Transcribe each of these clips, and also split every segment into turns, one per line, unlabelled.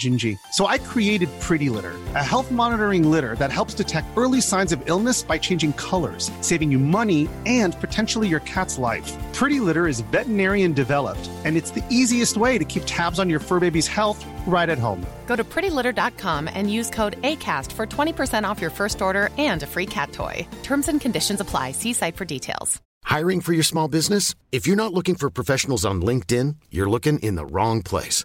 Gingy. So I created Pretty Litter, a health monitoring litter that helps detect early signs of illness by changing colors, saving you money and potentially your cat's life. Pretty Litter is veterinarian developed, and it's the easiest way to keep tabs on your fur baby's health right at home.
Go to prettylitter.com and use code ACAST for 20% off your first order and a free cat toy. Terms and conditions apply. See site for details.
Hiring for your small business? If you're not looking for professionals on LinkedIn, you're looking in the wrong place.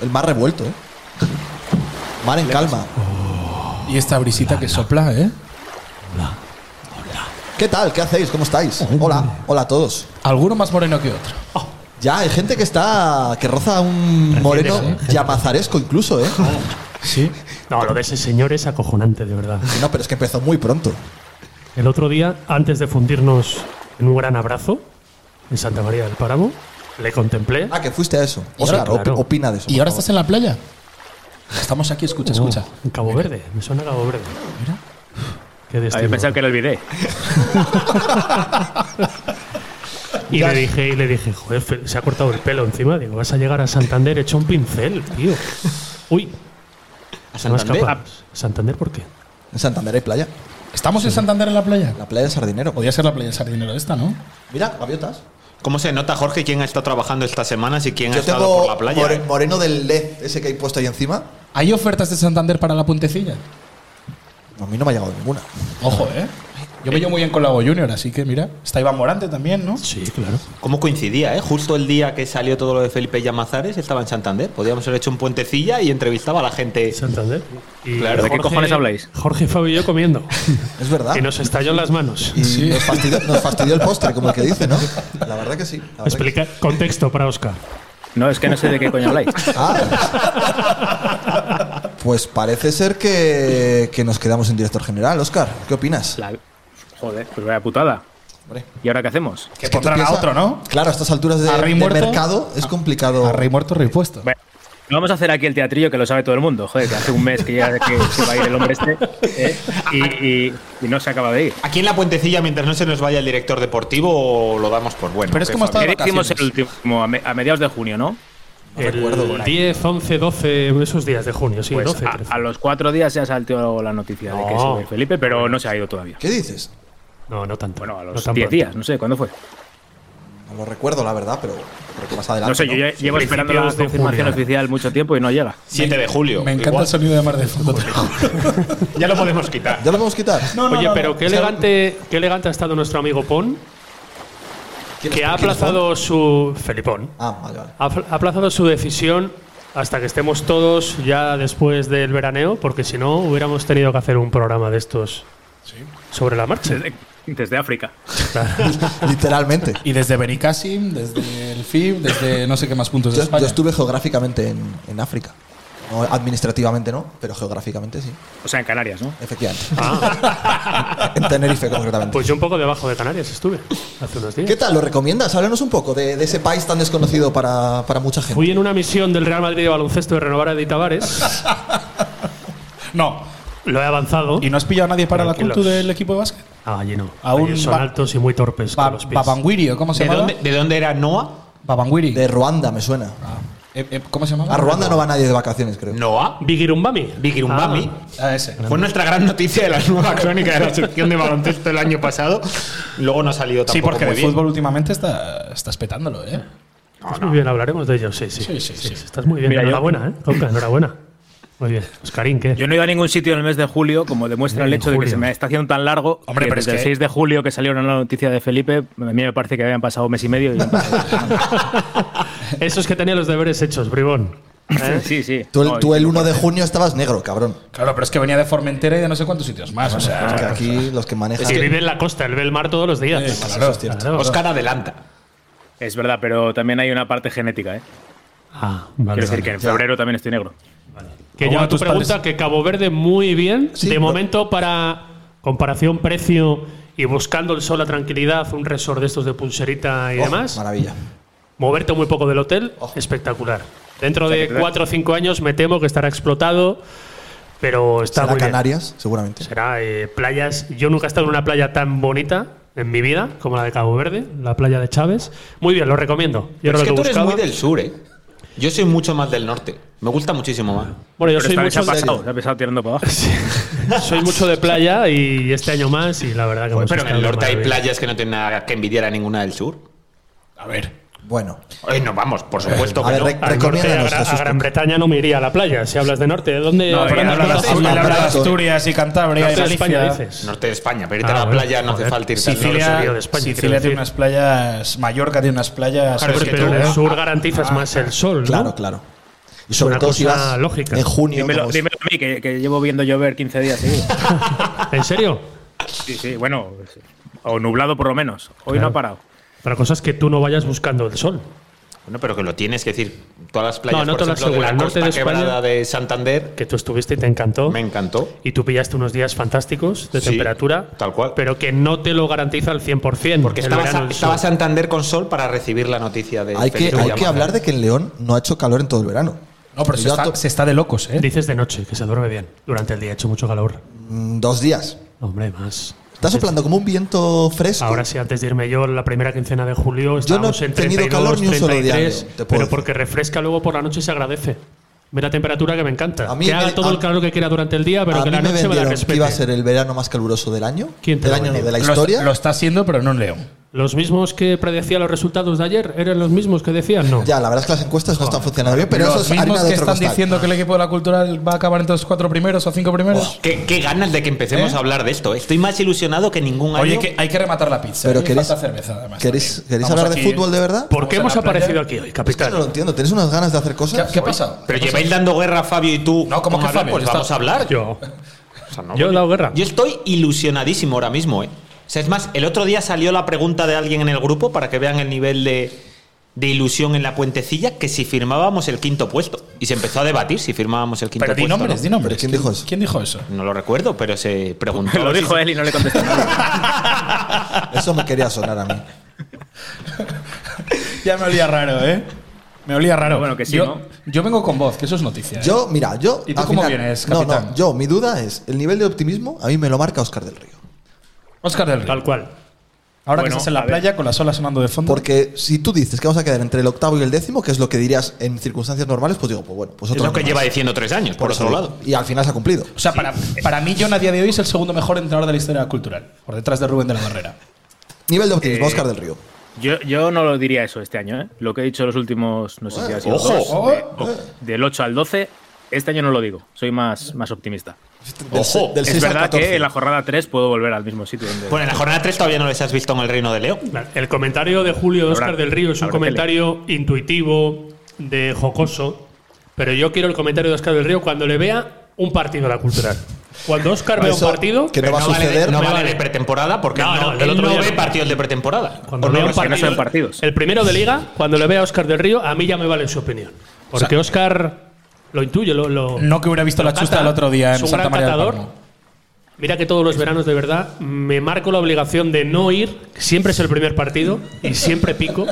el mar revuelto, ¿eh? Mar en calma.
Y esta brisita que sopla, ¿eh?
¿Qué tal? ¿Qué hacéis? ¿Cómo estáis? Hola, hola a todos. Oh.
Alguno más moreno que otro.
Ya, hay gente que está. que roza un moreno
¿eh?
llamazaresco incluso, ¿eh?
Sí.
Oh. No, lo de ese señor es acojonante, de verdad.
No, pero es que empezó muy pronto.
El otro día, antes de fundirnos en un gran abrazo en Santa María del Páramo, le contemplé.
Ah, que fuiste a eso. Oscar,
ahora, claro.
op- opina de eso.
¿Y ahora estás en la playa? Estamos aquí, escucha, escucha.
Uh, En Cabo Verde, me suena a Cabo Verde. Mira. Qué
Había
destino.
pensado que era el bidé.
Y le dije, y le dije, joder, Fe- se ha cortado el pelo encima. Digo, vas a llegar a Santander hecho un pincel, tío. Uy,
¿A
se me ha
Santander?
escapado. ¿Santander por qué?
En Santander hay playa.
¿Estamos en Santander en la playa?
La playa de Sardinero.
Podría ser la playa sardinero esta, ¿no?
Mira, gaviotas.
¿Cómo se nota, Jorge, quién ha estado trabajando estas semanas y quién ha
Yo
estado
tengo
por la playa? eh?
more- moreno del LED ese que hay puesto ahí encima.
¿Hay ofertas de Santander para la puntecilla?
A mí no me ha llegado ninguna.
Ojo, ¿eh? Yo me llevo muy bien con Lago Junior, así que mira. Está Iván Morante también, ¿no?
Sí, claro.
¿Cómo coincidía, eh? Justo el día que salió todo lo de Felipe Llamazares, estaba en Santander. Podíamos haber hecho un puentecilla y entrevistaba a la gente.
Santander. Y
Claro,
Jorge-
¿de qué cojones habláis?
Jorge, Fabio y yo comiendo.
Es verdad.
y nos estalló en las manos.
Y nos, fastidió, nos fastidió el postre, como el que dice, ¿no? La verdad que sí. la verdad que sí.
Explica Eh, contexto para Oscar.
No, es que no sé de qué coño habláis.
Ah. Pues parece ser que, que nos quedamos en director general, Oscar. ¿Qué opinas?
Joder, pues vaya putada.
Hombre.
¿Y ahora qué hacemos?
Es tú
pondrán a
piensa-
otro, ¿no?
Claro, a estas alturas de,
¿A rey
de
muerto?
mercado es complicado.
A rey muerto, rey puesto.
No vamos a hacer aquí el teatrillo que lo sabe todo el mundo. Joder, que hace un mes que ya que se va a ir el hombre este ¿eh? y, y- y no se acaba de ir.
Aquí en la puentecilla, mientras no se nos vaya el director deportivo, lo damos por bueno.
Pero es
Que
como está de
Ayer hicimos el
vacaciones.
último, a, me- a mediados de junio, ¿no?
recuerdo por
el
ahí.
10, 11, 12, esos días de junio, sí,
Pues
12,
a,
13.
a los cuatro días ya saltó la noticia de que
No.
se iba Felipe, pero no se ha ido todavía.
¿Qué dices?
no, no tanto.
Bueno, a
no
los
tan
10
pronto.
días, no sé, ¿cuándo fue?
No lo recuerdo, la verdad, pero creo que más adelante.
No sé, yo ya llevo
Sí,
esperando la
principios de
confirmación
junio.
oficial mucho tiempo y no llega.
7 de julio.
Me encanta
Igual.
el sonido de Mar de Fondo.
Ya lo podemos quitar.
¿Ya lo podemos quitar?
Oye, pero qué elegante, qué elegante ha estado nuestro amigo Pon,
¿Quién es-
que ha
quién es Bond?
aplazado su. Felipón.
Ah, vale, vale.
Ha apl- ha aplazado su decisión hasta que estemos todos ya después del veraneo, porque si no hubiéramos tenido que hacer un programa de estos sobre la marcha.
Desde, desde África.
Literalmente.
Y desde Benicassim, desde el FIB, desde no sé qué más puntos de
Yo,
España.
yo estuve geográficamente en, en África. No, administrativamente no, pero geográficamente sí.
O sea, en Canarias, ¿no?
Efectivamente.
Ah,
En Tenerife, concretamente.
pues yo un poco debajo de Canarias estuve hace unos días.
¿Qué tal? ¿Lo recomiendas? Háblanos un poco de, de ese país tan desconocido para, para mucha gente.
Fui en una misión del Real Madrid de baloncesto de renovar a Edith Tavares.
No.
Lo he avanzado.
¿Y no has pillado a nadie para la
Tranquilos.
cultura del equipo de básquet?
Ah, allí no.
Aún
Allí son
va-
altos y muy torpes
Ba-
con los pies.
Babanguiri, ¿o ¿cómo se
¿De
llama?
dónde, de dónde era Noah?
Babanguiri. Ah.
De Ruanda, me suena.
Eh, ¿Cómo se llamaba?
A Ruanda no va nadie de vacaciones, creo.
Noah.
Vigirumbami.
Vigirumbami.
A Ah, ese.
Fue nuestra gran noticia de la nueva crónica de la sección de baloncesto el año pasado. Luego no ha salido
Sí,
tampoco
porque
muy
el
bien.
fútbol últimamente está, estás petándolo, ¿eh?
Pues muy bien, hablaremos de ello, sí, sí.
Sí, sí, sí.
Estás muy bien,
Mira, yo-
enhorabuena, ¿eh? Coca, enhorabuena. Muy bien. Oscarín, ¿qué?
Yo no he ido a ningún sitio en el mes de julio, como demuestra el
En
hecho de
julio.
que se me está haciendo tan largo.
Hombre,
que
pero es
desde el
que-
6 de julio que salió la noticia de Felipe, a mí me parece que habían pasado un mes y medio. Y ya han pasado.
Esos que tenía los deberes hechos, bribón. ¿eh?
sí, sí.
Tú, el-
No,
tú el 1 de junio estabas negro, cabrón.
Claro, pero es que venía de Formentera y de no sé cuántos sitios más. O sea,
Es que aquí los que manejan.
Es que vive en la costa, él ve el mar todos los días.
Sí, claro, es cierto.
Claro.
Oscar adelanta.
Es verdad, pero también hay una parte genética, ¿eh?
Ah,
Quiero
vale,
decir
vale.
que en febrero también estoy negro.
Que
Bueno,
ya tu
tus padres-
pregunta que Cabo Verde muy bien.
Sí,
de
lo-
momento, para comparación precio y buscando el sol, la tranquilidad, un resort de estos de pulserita y
Oh,
demás,
Maravilla.
moverte muy poco del hotel, espectacular. Dentro de cuatro o cinco años me temo que estará explotado, pero está
Será
muy bien.
Canarias, seguramente.
Será eh, playas. Yo nunca he estado en una playa tan bonita en mi vida como la de Cabo Verde, la playa de Chávez. Muy bien, lo recomiendo. Yo
Pero es
era lo
que
que
tú eres
buscaba.
muy del sur, ¿eh? Yo soy mucho más del norte. Me gusta muchísimo más.
Bueno, yo
Pero
soy
esta vez se
mucho,
ha pasado, se ha pasado tirando para abajo.
soy mucho de playa y este año más y la verdad que hemos
Pero en
estado
el norte hay
maravilla.
playas que no tienen nada que envidiar a ninguna del sur.
a ver.
Bueno,
Oye, no, vamos, por supuesto
A
que
ver,
no.
rec-
Al norte, a,
Recomiéndanos,
Gra- a
Jesús,
Gran
por-
Bretaña no me iría a la playa. Si hablas de norte, ¿de dónde?
No,
¿Por
pero
dónde
habla de
nos
Azul,
conocemos?
habla de Azul.
y Cantabria,
Norte de España,
Galicia.
dices.
Norte de España, pero irte
Ah,
a la
bueno,
playa no hace
joder.
falta irte al norte.
Sicilia-
Sicilia,
de España, quiero
Sicilia tiene unas
decir.
playas, Mallorca tiene unas playas.
Claro,
es ¿eh?
es que
Pero
tú- ¿eh?
en el sur garantizas más el sol. ¿no?
claro, claro. Y sobre
Una
todo si
cosa
vas
lógica.
en junio.
Dímelo,
como-
dímelo a mí, que, que llevo viendo llover 15 días seguidos.
¿En serio?
Sí, sí, bueno. sí. O nublado por lo menos. Hoy no ha parado.
Otra cosa es que tú no vayas buscando el sol.
Bueno, pero que lo tienes que decir. Todas las playas,
No, no
por
te lo
ejemplo, de la
aseguro. El norte
costa
de España-
quebrada de Santander,
Que tú estuviste y te encantó.
me encantó.
y tú pillaste unos días fantásticos de
Sí,
temperatura.
tal cual.
Pero que no te lo garantiza al 100%.
Porque
el
estaba,
verano, el
estaba
sol.
Santander con sol para recibir la noticia de.
Hay que,
Felipe
hay que
Llamas.
¿eh?
hablar de que en León no ha hecho calor en todo el verano.
No, pero se
Yo
está,
to-
se está de locos, ¿eh?
Dices de noche, que se duerme bien. Durante el día ha hecho mucho calor.
Mm, Dos días.
Hombre, más.
Está soplando como un viento fresco.
Ahora sí, antes de irme yo, la primera quincena de julio estábamos
no he
en
tenido
32,
calor ni un solo día,
33,
León, te puedo
pero
decir.
porque refresca luego por la noche y se agradece. Ve la temperatura que me encanta.
A mí
que
me-
haga todo
a-
el calor que quiera durante el día, pero
a
que
mí
la
me
noche me la
vendieron que
respete.
iba a ser el verano más caluroso del año.
¿Quién te
del
lo
año, no,
vendió?
de la
Lo-
historia.
Lo, está haciendo, pero no en León.
¿Los mismos que predecía los resultados de ayer eran los mismos que decían? No.
Ya, la verdad es que las encuestas no están funcionando bien, pero
los
eso es
mismos
harina de
que
otro
están
costal.
diciendo que el equipo de la cultural va a acabar entre los cuatro primeros o cinco primeros.
¿Qué, qué ganas de que empecemos
¿Eh?
a hablar de esto. Estoy más ilusionado que ningún
Oye,
año.
que hay que rematar la pizza.
Pero
¿eh?
queréis-
Falta cerveza, además.
¿Queréis,
también.
¿queréis
Vamos
hablar de
aquí-
fútbol de verdad?
¿Por qué
Vamos
hemos
a la playa.
aparecido aquí hoy,
Es que
capitán?
no lo entiendo. ¿Tenéis unas ganas de hacer cosas?
¿Qué, qué ha pasado?
Pero
¿Qué ha
lleváis
pasado?
dando guerra Fabio y tú.
No, ¿cómo que
hablar?
Fabio?
Pues
Está-
vamos a hablar.
Yo.
O sea, no,
Yo he dado guerra.
Yo estoy ilusionadísimo ahora mismo, ¿eh? O sea, es más, el otro día salió la pregunta de alguien en el grupo para que vean el nivel de, de ilusión en la puentecilla que si firmábamos el quinto puesto. Y se empezó a debatir si firmábamos el quinto
Pero di
puesto.
nombres, di nombres.
¿Pero quién dijo eso?
¿Quién dijo eso?
¿no? No lo recuerdo, pero se preguntó.
Lo
si-
dijo él y no le contesté.
Eso me quería sonar a mí.
Ya me olía raro, ¿eh? Me olía raro.
Bueno, que sí,
yo,
¿no?
yo vengo con voz, que eso es noticia. ¿eh?
Yo, mira, yo.
¿Y tú
al
cómo
final-
vienes,
No,
capitán?
no, yo, mi duda es: el nivel de optimismo a mí me lo marca Oscar del Río.
Oscar del Río.
Tal cual.
Ahora
Bueno,
que estás en la
a ver.
playa con las olas sonando de fondo.
Porque si tú dices que vamos a quedar entre el octavo y el décimo, que es lo que dirías en circunstancias normales, pues digo, pues bueno, pues
Es
otro
lo que
año
lleva
más.
diciendo tres años, por,
eso
otro
digo.
lado.
Y al final se ha cumplido.
O sea, para, para mí, John a día de hoy es el segundo mejor entrenador de la historia cultural, por detrás de Rubén de la Barrera.
Nivel de optimismo, Oscar del Río.
Eh, Yo, yo no lo diría eso este año, ¿eh? Lo que he dicho los últimos, no sé si ha sido
ojo,
dos,
ojo,
de- del 8 al 12, este año no lo digo, soy más, más optimista.
Del
Ojo,
se- del
es
seis al
verdad que
14.
en la jornada 3 puedo volver al mismo sitio donde...
Bueno, en la jornada 3 todavía no les has visto en el Reino de León.
El comentario de Julio de
Habrá-
Oscar del Río es un
habrá
comentario intuitivo, de jocoso, pero yo quiero el comentario de Oscar del Río cuando le vea un partido a la cultural. Cuando Oscar vea un
Eso
partido,
que no va a
vale de-
suceder.
no
Me
vale
vale.
de pretemporada porque
No,
no,
no, el
él
otro
no
día
ve
no.
partidos de pretemporada.
cuando
O no
vea
lo
un
es que no
partido,
sean partidos.
el primero de liga, cuando le vea a Oscar del Río, a mí ya me vale su opinión, porque Oscar lo intuye, lo, lo-
No que hubiera visto
lo
la chusta
cata,
el otro día
es
en
un
Santa
gran
María del
catador.
Palmo.
Mira que todos los veranos, de verdad, me marco la obligación de no ir. Siempre es el primer partido y siempre pico.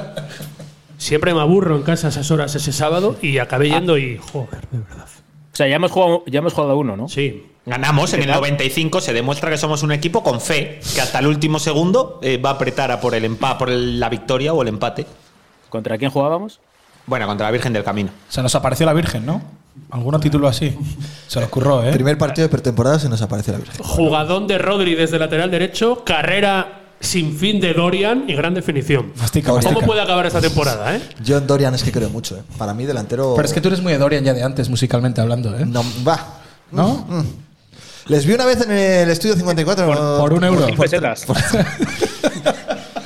Siempre me aburro en casa a esas horas ese sábado y acabé
Ah.
yendo y. Joder, de verdad.
O sea, ya hemos jugado, ya hemos jugado uno, ¿no?
Sí.
Ganamos en el 95, se demuestra que somos un equipo con fe, que hasta el último segundo eh, va a apretar a por el empate, por el- la victoria o el empate.
¿Contra quién jugábamos?
Bueno, contra la Virgen del Camino.
Se nos apareció la Virgen, ¿no? Algún título así. Se lo curró, ¿eh?
Primer partido de pretemporada se nos aparece la Virgen.
Jugadón de Rodri desde lateral derecho, carrera sin fin de Dorian y gran definición.
Mastica,
¿Cómo
mastica.
puede acabar esta temporada, eh?
Yo en Dorian es que creo mucho, ¿eh? Para mí, delantero.
Pero es que tú eres muy de Dorian ya de antes, musicalmente hablando, ¿eh?
No, va. Mm,
¿No?
Les vi una vez en el estudio 54.
Por- por un euro.
por-
Cinco pesetas.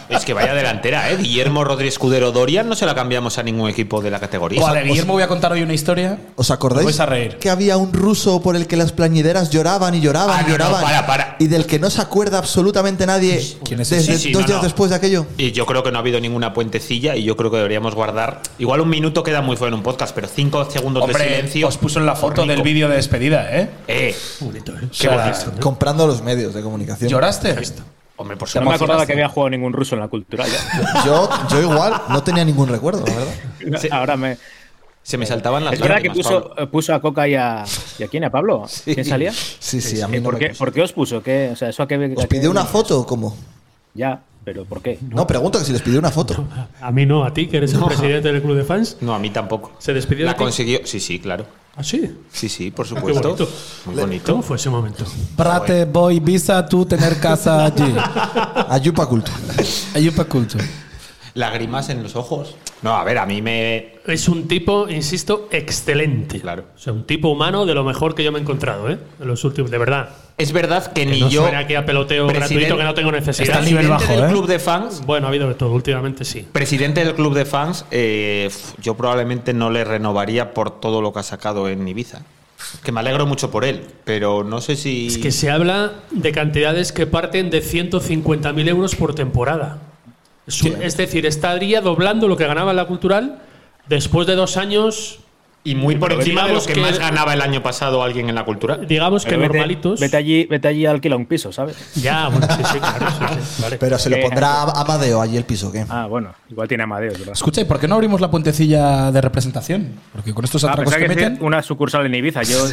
Es que vaya delantera, ¿eh? Guillermo Rodríguez Escudero Dorian no se la cambiamos a ningún equipo de la categoría.
Vale, Guillermo, voy a contar hoy una historia.
¿Os
Os
acordáis
vais a reír.
que había un ruso por el que las plañideras lloraban y lloraban
Ah, no,
y
no,
lloraban?
para, para.
Y del que no se acuerda absolutamente nadie
¿Quién es ese?
desde
Sí, sí,
dos
no,
días
no.
después de aquello.
Y yo creo que no ha habido ninguna puentecilla y yo creo que deberíamos guardar. Igual un minuto queda muy feo en un podcast, pero cinco segundos de
Hombre,
silencio.
os puso en la foto
Rico.
del vídeo de despedida, ¿eh?
Eh,
Qué
Comprando los medios de comunicación.
¿Lloraste?
hombre, por
No me
supuesto.
acordaba que había jugado ningún ruso en la cultura.
Yo, yo igual no tenía ningún recuerdo, la verdad.
ya. Ahora me.
Se me saltaban las
Es verdad que
lágrimas,
puso,
Pablo.
eh, puso a Coca y a. ¿Y a quién? ¿A Pablo? ¿Quién salía?
Sí, sí, a mí
Eh,
no
¿por,
me
qué,
acuerdo.
por qué os puso? ¿Qué, o sea, ¿eso a qué,
¿Os pidió una foto o cómo?
Ya, pero ¿por qué?
No, pregunto que si les pidió una foto.
A mí no, a ti, que eres el presidente del club de fans.
No, a mí tampoco.
¿Se despidió de
La
ti?
consiguió. Sí, sí, claro.
¿Ah, sí? Ah,
Sí, sí, por
Qué
supuesto.
bonito.
Muy
¿Cómo
bonito.
fue ese momento?
Prate, voy, visa, tú tener casa allí.
Ayupa Culto.
Ayupa culto.
Lágrimas en los ojos. No, a ver, a mí me.
Es un tipo, insisto, excelente.
Claro.
O sea, un tipo humano de lo mejor que yo me he encontrado, ¿eh? En los últimos, de verdad.
Es verdad que, ni
no
yo.
suene aquí a peloteo
Presidente-
gratuito que no tengo necesidad.
Está al nivel
presidente
bajo,
del
¿eh?
club de fans.
Bueno, ha habido de todo, últimamente sí.
Presidente del club de fans, eh, f- yo probablemente no le renovaría por todo lo que ha sacado en Ibiza. Que me alegro mucho por él, pero no sé si.
Es que se habla de cantidades que parten de 150.000 euros por temporada. Es, un- es decir, estaría doblando lo que ganaba en la cultural después de dos años,
y muy por
Pero
encima de lo
digamos
que,
que-
más ganaba el año pasado alguien en la cultura.
digamos que
Pero vete-
normalitos.
Vete allí, vete allí a alquilar un piso, ¿sabes? Eh,
Ya, bueno, sí, sí, claro. sí,
este
sí, vale.
Pero se lo pondrá a Amadeo allí el piso, ¿qué?
Ah, bueno, igual tiene Amadeo, es ¿verdad?
Escucha, ¿y por qué no abrimos la puentecilla de representación? Porque con estos
Ah,
atracos
pensaba
que
que decía
meten.
una sucursal en Ibiza. Yo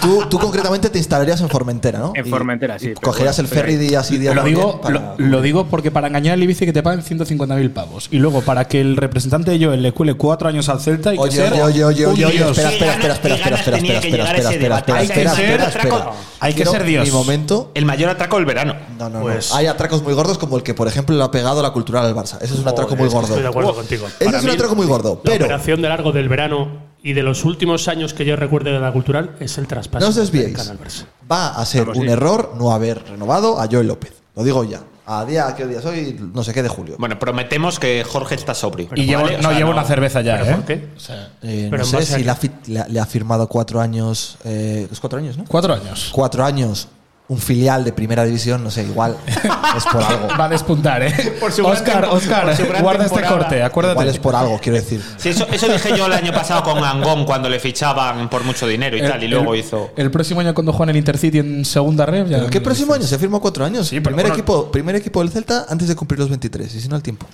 Tú, tú concretamente te instalarías en Formentera, ¿no?
En
Y-
Formentera,
y
sí, pero
cogerías
bueno,
el ferry de así de
Lo digo,
para-
lo, lo digo porque para engañar al Ibiza que te paguen 150.000 pavos. Y luego para que el representante de Joel le cuele cuatro años al Celta y que
Oye,
ser
oye, oye, oye,
un
oye, oye,
dios.
espera, espera, espera, espera,
Qué ganas
espera, espera,
tenía
espera,
que
espera,
llegar
espera,
ese
espera,
debate.
espera,
Hay que
espera,
ser
espera,
atraco-
espera.
Hay que
Quiero
ser Dios.
Mi momento.
El mayor atraco del verano.
No, no, no.
Pues-
Hay atracos muy gordos como el que, por ejemplo, le ha pegado la cultural al Barça. Ese es un atraco
Joder,
muy
es que
gordo.
Estoy de acuerdo
Ese
contigo. Para
es un
mí,
atraco muy gordo.
La
Pero
operación de largo del verano y de los últimos años que yo recuerdo de la cultural es el traspaso.
no os
del
desviéis.
Canal Barça.
Va a ser un error no haber renovado a Joel López. Lo digo ya. A día, ¿a qué día soy? No sé qué de julio.
Bueno, prometemos que Jorge está sobrio.
Y llevo-
¿Vale? O
no,
sea,
llevo una cerveza ya,
¿Pero
¿eh?
por qué?
Eh, no
pero en
sé
base
si
a qué.
le ha, fi- le ha- le ha firmado cuatro años. eh, es cuatro años, ¿no?
Cuatro años.
Cuatro años. Un filial de primera división, no sé, igual es por algo.
Va a despuntar, ¿eh?
Por su gran
Oscar,
tempo- por su
Oscar,
gran
guarda este
temporada.
corte,
Igual es
acuérdate.
por algo, quiero decir.
Sí, eso, eso dije yo el año pasado con Angón cuando le fichaban por mucho dinero y
Eh,
tal, y luego
el-
hizo.
El próximo año cuando juegan el Intercity en segunda red.
¿Pero qué próximo año? Se firmó cuatro años.
Sí, pero
primer,
bueno.
equipo, primer equipo del Celta antes de cumplir los 23, y si no el tiempo.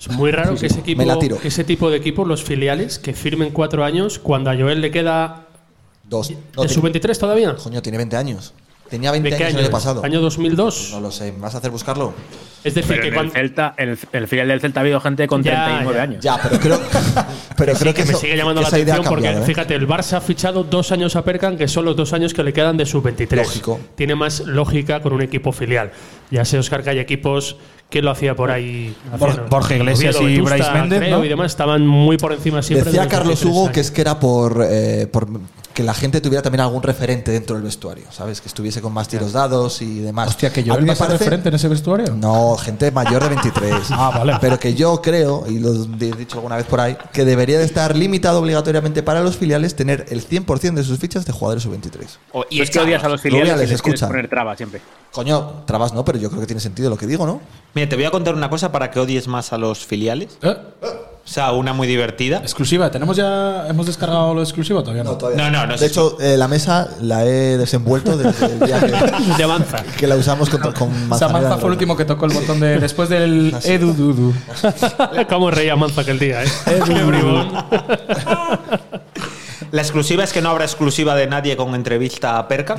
Es muy raro que ese, equipo,
Me la tiro.
que ese tipo de equipos, los filiales, que firmen cuatro años cuando a Joel le queda.
Dos. No,
¿En
tiene-
su 23 todavía?
Coño, tiene 20 años. Tenía 20
¿De qué
años
año?
el año
es?
pasado.
¿Año 2002?
No lo sé, ¿me vas a hacer buscarlo?
Es decir,
Pero
que
en el,
cuando.
Celta, en el, en el filial del Celta ha habido gente con
Ya,
39
ya.
años.
Ya, pero creo, pero
Sí,
creo
que,
que,
me
eso-
sigue llamando
que
la
esa idea
atención
ha cambiado,
porque,
¿eh?
fíjate, el Barça ha fichado dos años a Perkan, que son los dos años que le quedan de sub 23.
Lógico.
Tiene más lógica con un equipo filial. Ya sé, Oscar, que hay equipos que lo hacía por ahí.
Bor-
Hacían-
Borja Iglesias
Oviedo,
y
Vetusta,
Brais Méndez,
creo,
¿no?
y demás estaban muy por encima siempre. de
Decía
los
Carlos
23
Hugo
años.
que es que era por, eh, por que la gente tuviera también algún referente dentro del vestuario, ¿sabes? Que estuviese con más tiros dados y demás.
Hostia, que
A
yo
mí me
va a ser
parece-
referente en ese vestuario.
No, gente mayor de 23.
Ah, vale.
Pero que yo creo, y lo he dicho alguna vez por ahí, que debería de estar limitado obligatoriamente para los filiales tener el 100% de sus fichas de jugadores sub-23.
o- y
Oh, Y es que odias a los filiales
Luego ya
y
les
les quieres
escuchan.
poner trabas siempre.
Coño, trabas no, pero yo creo que tiene sentido lo que digo, ¿no?
Mira, te voy a contar una cosa para que odies más a los filiales.
Eh,
O sea, una muy divertida.
Exclusiva, ¿tenemos ya. ¿Hemos descargado lo exclusivo todavía? No,
No, no, no
De
sé.
hecho, eh, la mesa la he desenvuelto desde el día que,
De avanza.
que la usamos con, con Manzanera
Samanza
en
fue el
Roma.
último que tocó el botón de. Después del. Edu Dudu.
Cómo reía Manza aquel día, ¿eh? Qué bribón.
La exclusiva es que no habrá exclusiva de nadie con entrevista a Perca.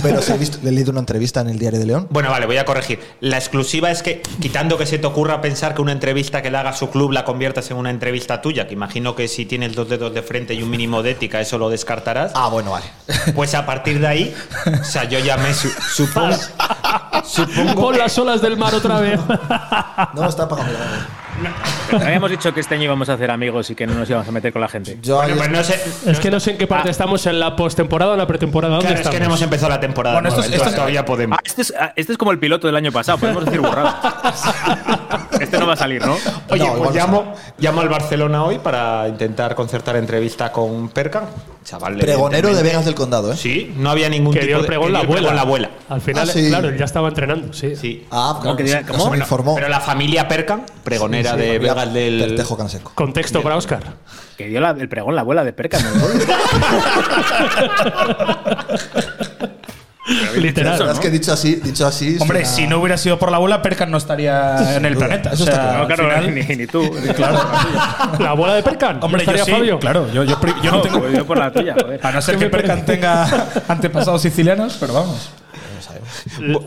Pero si he, visto, he leído una entrevista en el Diario de León.
Bueno, vale, voy a corregir. La exclusiva es que, quitando que se te ocurra pensar que una entrevista que le haga su club la conviertas en una entrevista tuya, que imagino que si tienes dos dedos de frente y un mínimo de ética, eso lo descartarás.
Ah, bueno, vale.
Pues a partir de ahí, o sea, yo ya me su- supongo. supongo
Pon las olas del mar otra vez.
No, está pagando la mano.
Habíamos dicho que este año íbamos a hacer amigos y que no nos íbamos a meter con la gente.
Yo
Bueno,
ayer-
pues no sé.
es que no sé en qué parte estamos, en la postemporada o en la pretemporada. ¿Dónde
Ah. Claro, es que no
estamos?
hemos empezado la temporada.
Bueno,
nueva,
esto es-
entonces
esto es-
todavía podemos.
Ah, este, es, ah, este es como el piloto del año pasado, podemos decir borrado. Este no va a salir, ¿no?
Oye,
No, igual
pues
no
llamo, llamo al Barcelona hoy para intentar concertar entrevista con Perca. Chaval,
Pregonero de
evidentemente.
Vegas del Condado, ¿eh?
Sí, no había ningún
Que
tipo
dio el
de-
pregón
que
la
dio el
abuela.
pregón la abuela.
Al final,
Ah, sí.
claro, él ya estaba entrenando, sí.
Sí.
Ah, claro,
que
no
diga-
se- no
¿cómo?
se me
Bueno,
informó.
Pero la familia Perca, pregonera
Sí,
de Vegas del.
Tertejo Canseco.
Contexto para Oscar.
Que dio la- el pregón la abuela de Perca. ¿no?
Literal.
Es que dicho así, dicho así.
Hombre,
suena-
si no hubiera sido por la abuela, Perkan no estaría en el
duda,
planeta.
eso
O sea,
está
No,
al
claro,
final-
ni, ni tú. Claro.
La abuela de Percan. ¿No
Hombre, yo
estaría
sí,
Fabio?
claro, yo, yo pri- yo no tengo.
Yo por la tuya, joder.
A no ser que Perkan tenga antepasados sicilianos, pero vamos.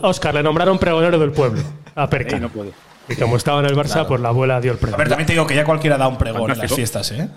Oscar, le nombraron pregonero del pueblo a Percan.
Ey, no puedo.
Y como estaba en el Barça, pues la abuela dio el
A ver,
pregón.
también te digo que ya cualquiera da un pregón en las
Fantástico.
fiestas, ¿eh?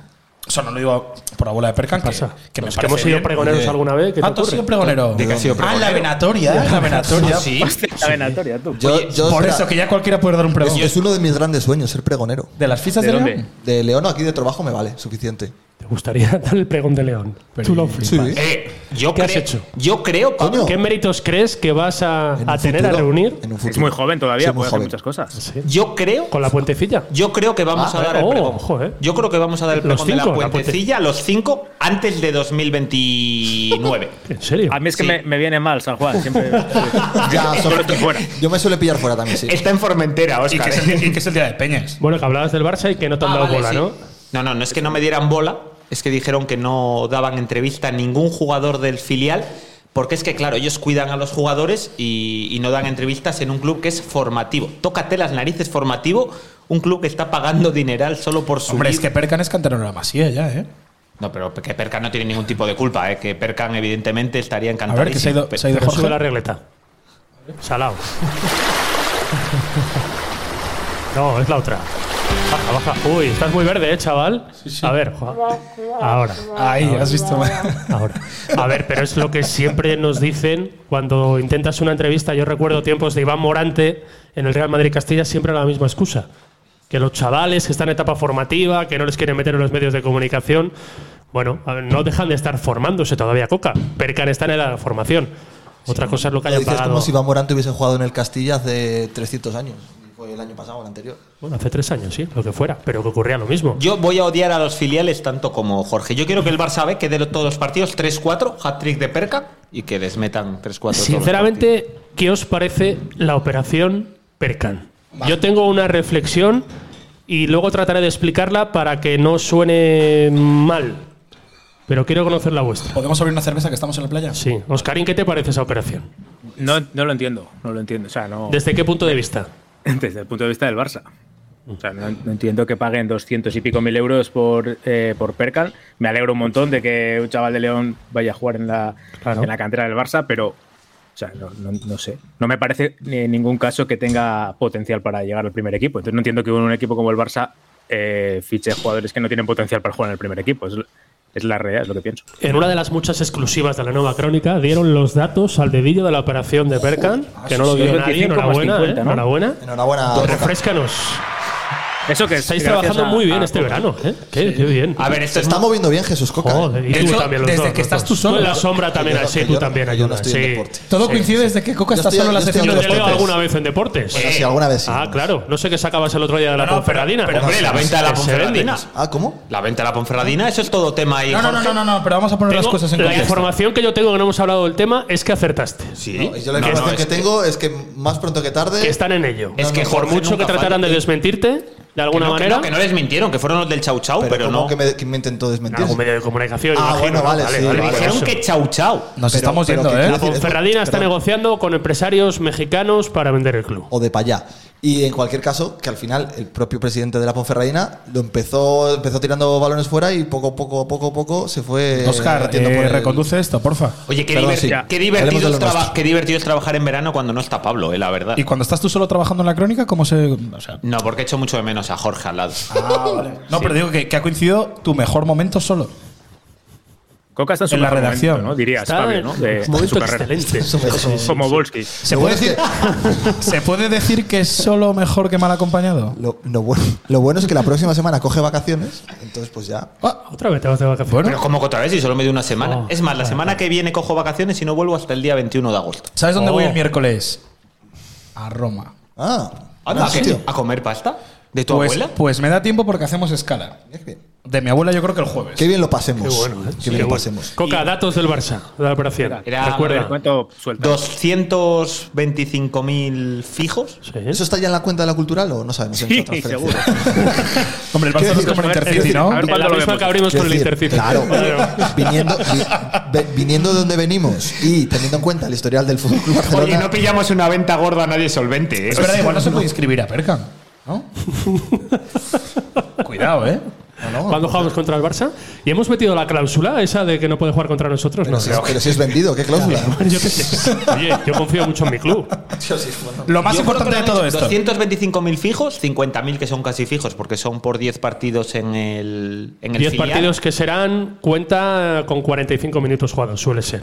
O sea, no lo digo por la abuela de Perkan, que,
pasa?
que me
Pues que
parece
hemos sido
bien.
pregoneros alguna vez. ¿Qué te
Ah, tú has
ocurre?
sido pregonero.
¿De qué has sido
Ah, la
pregonero?
venatoria.
Pues
La venatoria.
Sí.
La venatoria, tú.
Yo, yo-
Por
espera,
eso, que ya cualquiera puede dar un pregón.
es uno de mis grandes sueños, ser pregonero.
¿De las fiestas
¿De
de,
dónde?
León?
De León aquí de trabajo me vale, suficiente.
¿Te gustaría dar el pregón de León? Tú lo flipas.
Sí.
Eh, yo
¿Qué has
creo-
hecho?
Yo creo, Pablo,
Coño.
¿Qué méritos crees que vas a,
En un
a tener
futuro-
a reunir
en un
Es
futuro.
muy joven todavía,
Soy muy
puede hacer
joven.
muchas cosas.
yo creo.
con la puentecilla?
Yo creo que vamos
Ah,
eh,
a dar el
oh,
pregón.
joder.
Yo creo que vamos a dar el
Los
pregón de la
cinco, la puente-
puentecilla, los cinco, antes de 2029.
¿En serio?
A mí es que
Sí.
me, me viene mal San Juan, siempre.
Ya,
Solo
solo-
estoy fuera.
Yo me suele pillar fuera también, sí.
Está en Formentera,
Y
Oscar.
que, es
¿eh?
el, día- y que es el día de Peñas.
Bueno, que hablabas del Barça y que no te han
Ah,
dado
vale,
bola,
sí.
¿no?
No, no, no es que no me dieran bola, es que dijeron que no daban entrevista a ningún jugador del filial, porque es que, claro, ellos cuidan a los jugadores y, y no dan entrevistas en un club que es formativo. Tócate las narices formativo, un club que está pagando dineral solo por su.
Hombre, es que Perkan es canterano de la Masía ya, ¿eh?
No, pero que Percan no tiene ningún tipo de culpa, ¿eh? que Percan evidentemente estaría
A
encantado.
ver, que se ha ido, se ha ido
Pero sube
Jorge.
la regleta. Salao. No, es la otra. Baja, baja. Uy, estás muy verde, ¿eh, chaval? A ver, Juan. Ahora,
Ahí, has visto.
ahora. A ver, pero es lo que siempre nos dicen cuando intentas una entrevista. Yo recuerdo tiempos de Iván Morante en el Real Madrid Castilla, siempre era la misma excusa. Que los chavales que están en etapa formativa, que no les quieren meter en los medios de comunicación, bueno, a ver, no dejan de estar formándose todavía, Coca. Percan está en la formación. Otra cosa es lo que
Lo
hayan
dices
pagado.
como si Iván Morante hubiese jugado en el Castilla hace 300 años. Y Fue el año pasado o el anterior.
Bueno, hace tres años, sí, lo que fuera, pero que ocurría lo mismo.
Yo voy a odiar a los filiales tanto como Jorge. Yo quiero que el Barça ve que de todos los partidos 3-4, hat-trick de Percan y que les metan 3-4. todos los
Sinceramente, ¿qué os parece la operación Percan? Yo tengo una reflexión y luego trataré de explicarla para que no suene mal, pero quiero conocer la vuestra.
¿Podemos abrir una cerveza que estamos en la playa?
Sí, Oscarín, ¿qué te parece esa operación?
No, no lo entiendo, no lo entiendo. O sea, no.
¿Desde qué punto de vista?
Desde el punto de vista del Barça. O sea, no, no entiendo que paguen 200 y pico mil euros por, eh, por Perkan. Me alegro un montón de que un chaval de León vaya a jugar en la,
Claro.
en la cantera del Barça, pero o sea, no, no- no sé. No me parece ni en ningún caso que tenga potencial para llegar al primer equipo. Entonces no entiendo que un equipo como el Barça eh, fiche jugadores que no tienen potencial para jugar en el primer equipo. Es, es la realidad, es lo que pienso.
En una de las muchas exclusivas de la nueva crónica dieron los datos al dedillo de la operación de Percan,
ah,
que no lo
sí,
dio
es
nadie,
25,50,
enhorabuena, ¿eh?
¿no?
enhorabuena.
Enhorabuena. Coca.
Refrescanos.
Eso que es
Estáis
gracias
trabajando
a-
muy bien
a
este
Coca.
verano, ¿eh? Qué, qué bien.
partidos. A ver, esto
Se
es
está moviendo bien Jesús Coca.
Joder, Oh, y
De
tú
hecho,
también, los
desde
dos,
que
los
estás
dos.
tú solo.
en la sombra también,
Yo no-
sí,
yo
tú
no-
también
yo no
ayudas.
estoy en
sí.
deporte.
Todo coincide desde que Coca
Yo
está
estoy-
solo en la
yo estoy
sección de
en
Yo te
los
leo
deportes.
alguna vez en deportes.
Bueno, sí, alguna vez sí.
Ah, claro. No sé qué sacabas el otro día de la
No, no, pero-
Ponferradina.
pero,
Hombre, la venta de la
Que se venden.
Ponferradina.
Ah, ¿cómo?
La venta de la Ponferradina, eso es todo tema ahí.
No, no, no,
Jorge.
no, no, no, pero vamos a poner las
Tengo-
cosas en
la
contexto.
información que yo tengo que no hemos hablado del tema es que acertaste.
Sí.
No, y yo la
No,
información
no,
que
es
tengo es que más pronto que tarde.
Que están en ello.
Es que
no,
por
Jorge
mucho que
nunca
trataran de
falla.
desmentirte, de
Que
alguna
no, que
manera,
no, que no les mintieron, que fueron los del Chau Chau,
pero
pero,
¿cómo
no.
que me, que me intentó
en
desmentir.
algún medio de comunicación.
Ah,
imagino,
bueno,
¿no?
vale, sí, vale.
por
Dijeron
eso.
que Chau Chau.
Nos
Pero-
estamos
pero
yendo,
que
¿eh?
quiero decir-
Ponferradina está
Perdón.
negociando con empresarios mexicanos para vender el club.
O de para allá. Y en cualquier caso, que al final el propio presidente de la Ponferradina lo empezó, empezó tirando balones fuera y poco, poco, poco, poco se fue.
Oscar,
metiendo
eh,
por el-
reconduce esto, porfa.
Oye, qué,
Perdón,
diver-
sí.
qué
Hablemos de
divertido
lo
es traba-
nuestro.
qué divertido es trabajar en verano cuando no está Pablo, eh, la verdad.
Y cuando estás tú solo trabajando en la crónica, ¿cómo se.? o sea,
No, porque echo mucho de menos a Jorge al lado.
Ah, no, pero digo que, que ha coincidido tu mejor momento solo.
Coca está en su
En la
mejor
redacción.
momento, ¿no? Dirías,
Está
Fabio,
en
¿no?
un
De- en
momento
su carrera.
excelente.
Como Volsky.
¿Se
Lo
puede,
bueno
decir,
es
¿Se puede decir que es solo mejor que mal acompañado?
Lo, lo bueno, lo bueno es que la próxima semana coge vacaciones, entonces pues ya.
Ah,
Otra vez te vas de vacaciones.
Pero como que otra vez y solo me dio una semana.
Oh,
es más, la semana que viene cojo vacaciones y no vuelvo hasta el día 21 de agosto.
¿Sabes dónde
Oh.
voy el miércoles? A Roma.
Ah,
Anda,
buen
¿qué?
sitio.
¿A comer pasta? ¿De tu
Pues,
abuela?
pues me da tiempo porque hacemos escala.
Mira qué bien.
De mi abuela yo creo que el jueves.
Qué bien lo pasemos.
Qué bueno, ¿eh?
Qué
Sí,
bien
qué
lo
bueno.
pasemos.
Coca, datos del Barça, de la operación.
Era-
A ver,
Recuerda.
¿Cuánto suelta?
225.000 fijos.
¿Eso está ya en la cuenta de la cultural o no sabemos? en
Sí,
esa transferencia?
seguro.
Hombre, el Barça no
Quiero
es
decir,
como el
a ver,
Intercity,
es
¿no?
decir, a ver,
En
¿Cuándo lo
la misma
vemos?
que abrimos
Quiero
con el
decir,
Intercity.
Claro, viniendo, vi- ve- viniendo de donde venimos y teniendo en cuenta el historial del Fútbol Club Barcelona.
Oye, no pillamos una venta gorda a nadie solvente. ¿eh?
Es verdad, igual no se puede inscribir a Perkham, ¿no? Cuidado, ¿eh? No, no.
Cuando jugamos contra el Barça y hemos metido la cláusula esa de que no puede jugar contra nosotros. No,
pero, si es, pero si es vendido, qué cláusula.
Yo qué sé. Oye, yo confío mucho en mi club.
Lo más
Yo creo que
importante
lo
de
han
todo
hecho
esto.
225.000 fijos, 50.000 que son casi fijos porque son por 10 partidos en el, en el
10
filial.
partidos que serán cuenta con 45 minutos jugados, suele ser.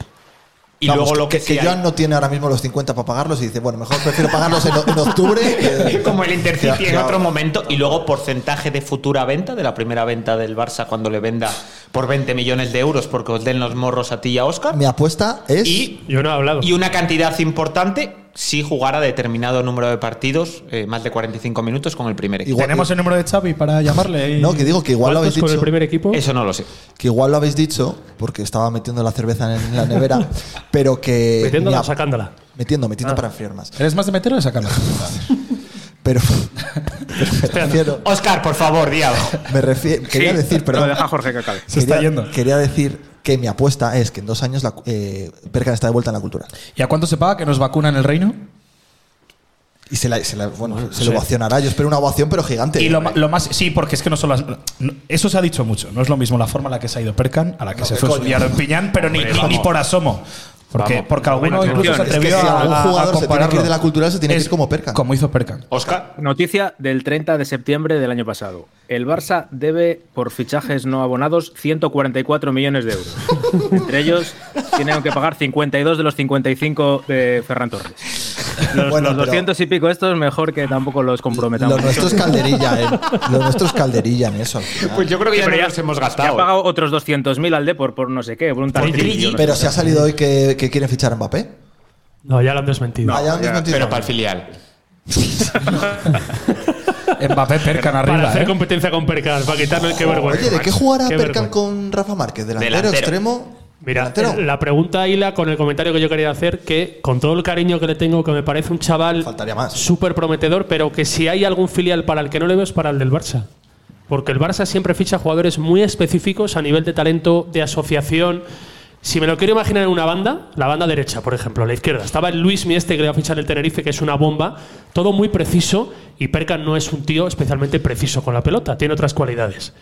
Y
Vamos,
luego lo que,
que, que
sí hay.
Joan no tiene ahora mismo los 50 para pagarlos y dice, bueno, mejor prefiero pagarlos en, en octubre. que-
como el Intercity
que-
en
que-
otro momento y luego porcentaje de futura venta de la primera venta del Barça cuando le venda por 20 millones de euros porque os den los morros a ti y a Oscar
Mi apuesta es
y,
Yo no he hablado.
y una cantidad importante si jugara determinado número de partidos eh, más de 45 minutos con el primer equipo
Igual- ¿eh?
Tenemos el número de Xavi para llamarle. y-
no, que digo que igual lo habéis
¿Cuántos con el
dicho,
primer equipo?
eso no lo sé
que igual lo habéis dicho porque estaba metiendo la cerveza en la nevera, pero que
Metiéndola
mi
Ah. o
ap-
sacándola.
metiendo, metiendo para enfriar más.
¿Eres más de meter o de sacar la cabeza?
Pero, pero me refiero,
Oscar por favor diablo
me refiero quería
Sí,
decir,
Lo
perdón,
deja Jorge que acabe.
Se está
quería,
yendo.
quería decir que mi apuesta es que en dos años la, cu- eh, Berkan está de vuelta en la cultura.
¿Y a cuánto se paga que nos vacuna en el reino?
Y se, la, se, la- bueno, se lo ovacionará. Yo espero una ovación, pero gigante. Eh.
Y lo, ma- lo más. Sí, porque es que no son las. no- eso se ha dicho mucho. No es lo mismo la forma en la que se ha ido Perkan a la que se
qué
fue
coño.
Soriano en Piñán, pero ni,
Hombre,
ni- ni
vamos.
por asomo. Porque,
Vamos.
porque alguno
Buena
incluso se
conclusión.
es que
atrevió
si
a,
algún
a- a
jugador se tiene que ir
compararlo.
de la cultura, se tiene que ir como Perkan.
Como hizo Perkan.
Oscar
Noticia del 30 de septiembre del año pasado. El Barça debe, por fichajes no abonados, 144 millones de euros. Entre ellos, tienen que pagar 52 de los 55 de Ferran Torres. Los,
Bueno,
los
pero-
200 y pico estos, mejor que tampoco los comprometamos.
Lo nuestro es calderilla, eh. Lo nuestro es calderilla en eso. al final.
pues yo creo que ya
Pero
no
ya-
los hemos
Ya ha
gastado
pagado otros 200.000 al Depor por no sé qué, por un tal
Por Grilli.
Grilli, yo no sé.
Pero se ha salido hoy que, que quieren fichar a Mbappé.
No, ya lo han desmentido.
Ah, ya han desmentido.
pero para el filial
Mbappé Perkan
Para
arriba.
hacer
¿eh?
competencia con Percas, para quitarle qué vergüenza.
Oye, ¿de qué jugará
Qué
Perkan
vergüenza.
con Rafa Márquez? ¿Delantero,
Delantero.
extremo?
Mira,
¿Delantero?
eh, la pregunta hila con el comentario que yo quería hacer, que con todo el cariño que le tengo, que me parece un chaval
Faltaría más.
súper prometedor, pero que si hay algún filial para el que no le veo es para el del Barça. Porque el Barça siempre ficha jugadores muy específicos a nivel de talento, de asociación. Si me lo quiero imaginar en una banda, la banda derecha, por ejemplo, la izquierda. Estaba el Luis Mieste que le va a fichar el Tenerife, que es una bomba. Todo muy preciso y Perkan no es un tío especialmente preciso con la pelota. Tiene otras cualidades.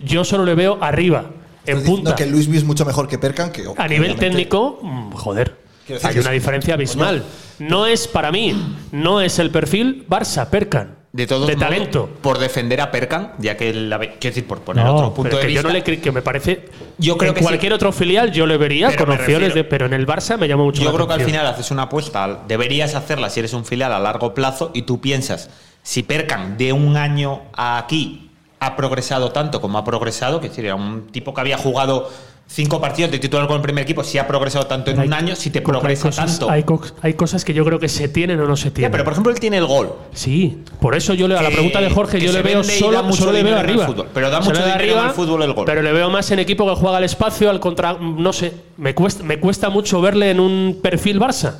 Yo solo le veo arriba, en
Estás diciendo
punta.
que Luis Luis es mucho mejor que Perkan. Que,
A nivel
obviamente-
técnico, mm, joder,
Quiero decir
hay
que
una
es-
diferencia abismal. No es para mí, no es el perfil Barça, Percan.
de todos modos,
talento.
por defender a Perkan ya que la ve- quiero decir por poner
No,
otro punto
pero
de
que
vista
yo no le cre- que me parece.
Yo creo
en
que
cualquier
sí.
otro filial yo le vería
Pero me
con opciones de,
refiero-
pero en el Barça me llama mucho
Yo
la
creo que al
atención.
final haces una apuesta, al- deberías hacerla si eres un filial a largo plazo y tú piensas, si Percan de un año a aquí ha progresado tanto como ha progresado, que es decir, era un tipo que había jugado cinco partidos de titular con el primer equipo, si ha progresado tanto en
Pero
un
hay-
año, si te
creo que
progresa
hay cosas,
tanto.
Hay, co- hay cosas que yo creo que se tienen o no se
Ya,
tienen.
pero por ejemplo él tiene el gol.
sí, por eso yo le, a la
Que-
pregunta de Jorge,
que
yo
se
le veo
vende y da
solo,
mucho
solo le veo
dinero en el
arriba.
fútbol, pero da
Se le
mucho
ve
dinero en el fútbol el gol.
Pero le veo más en equipo que juega al espacio, al contra. No sé, me cuesta, me cuesta mucho verle en un perfil Barça.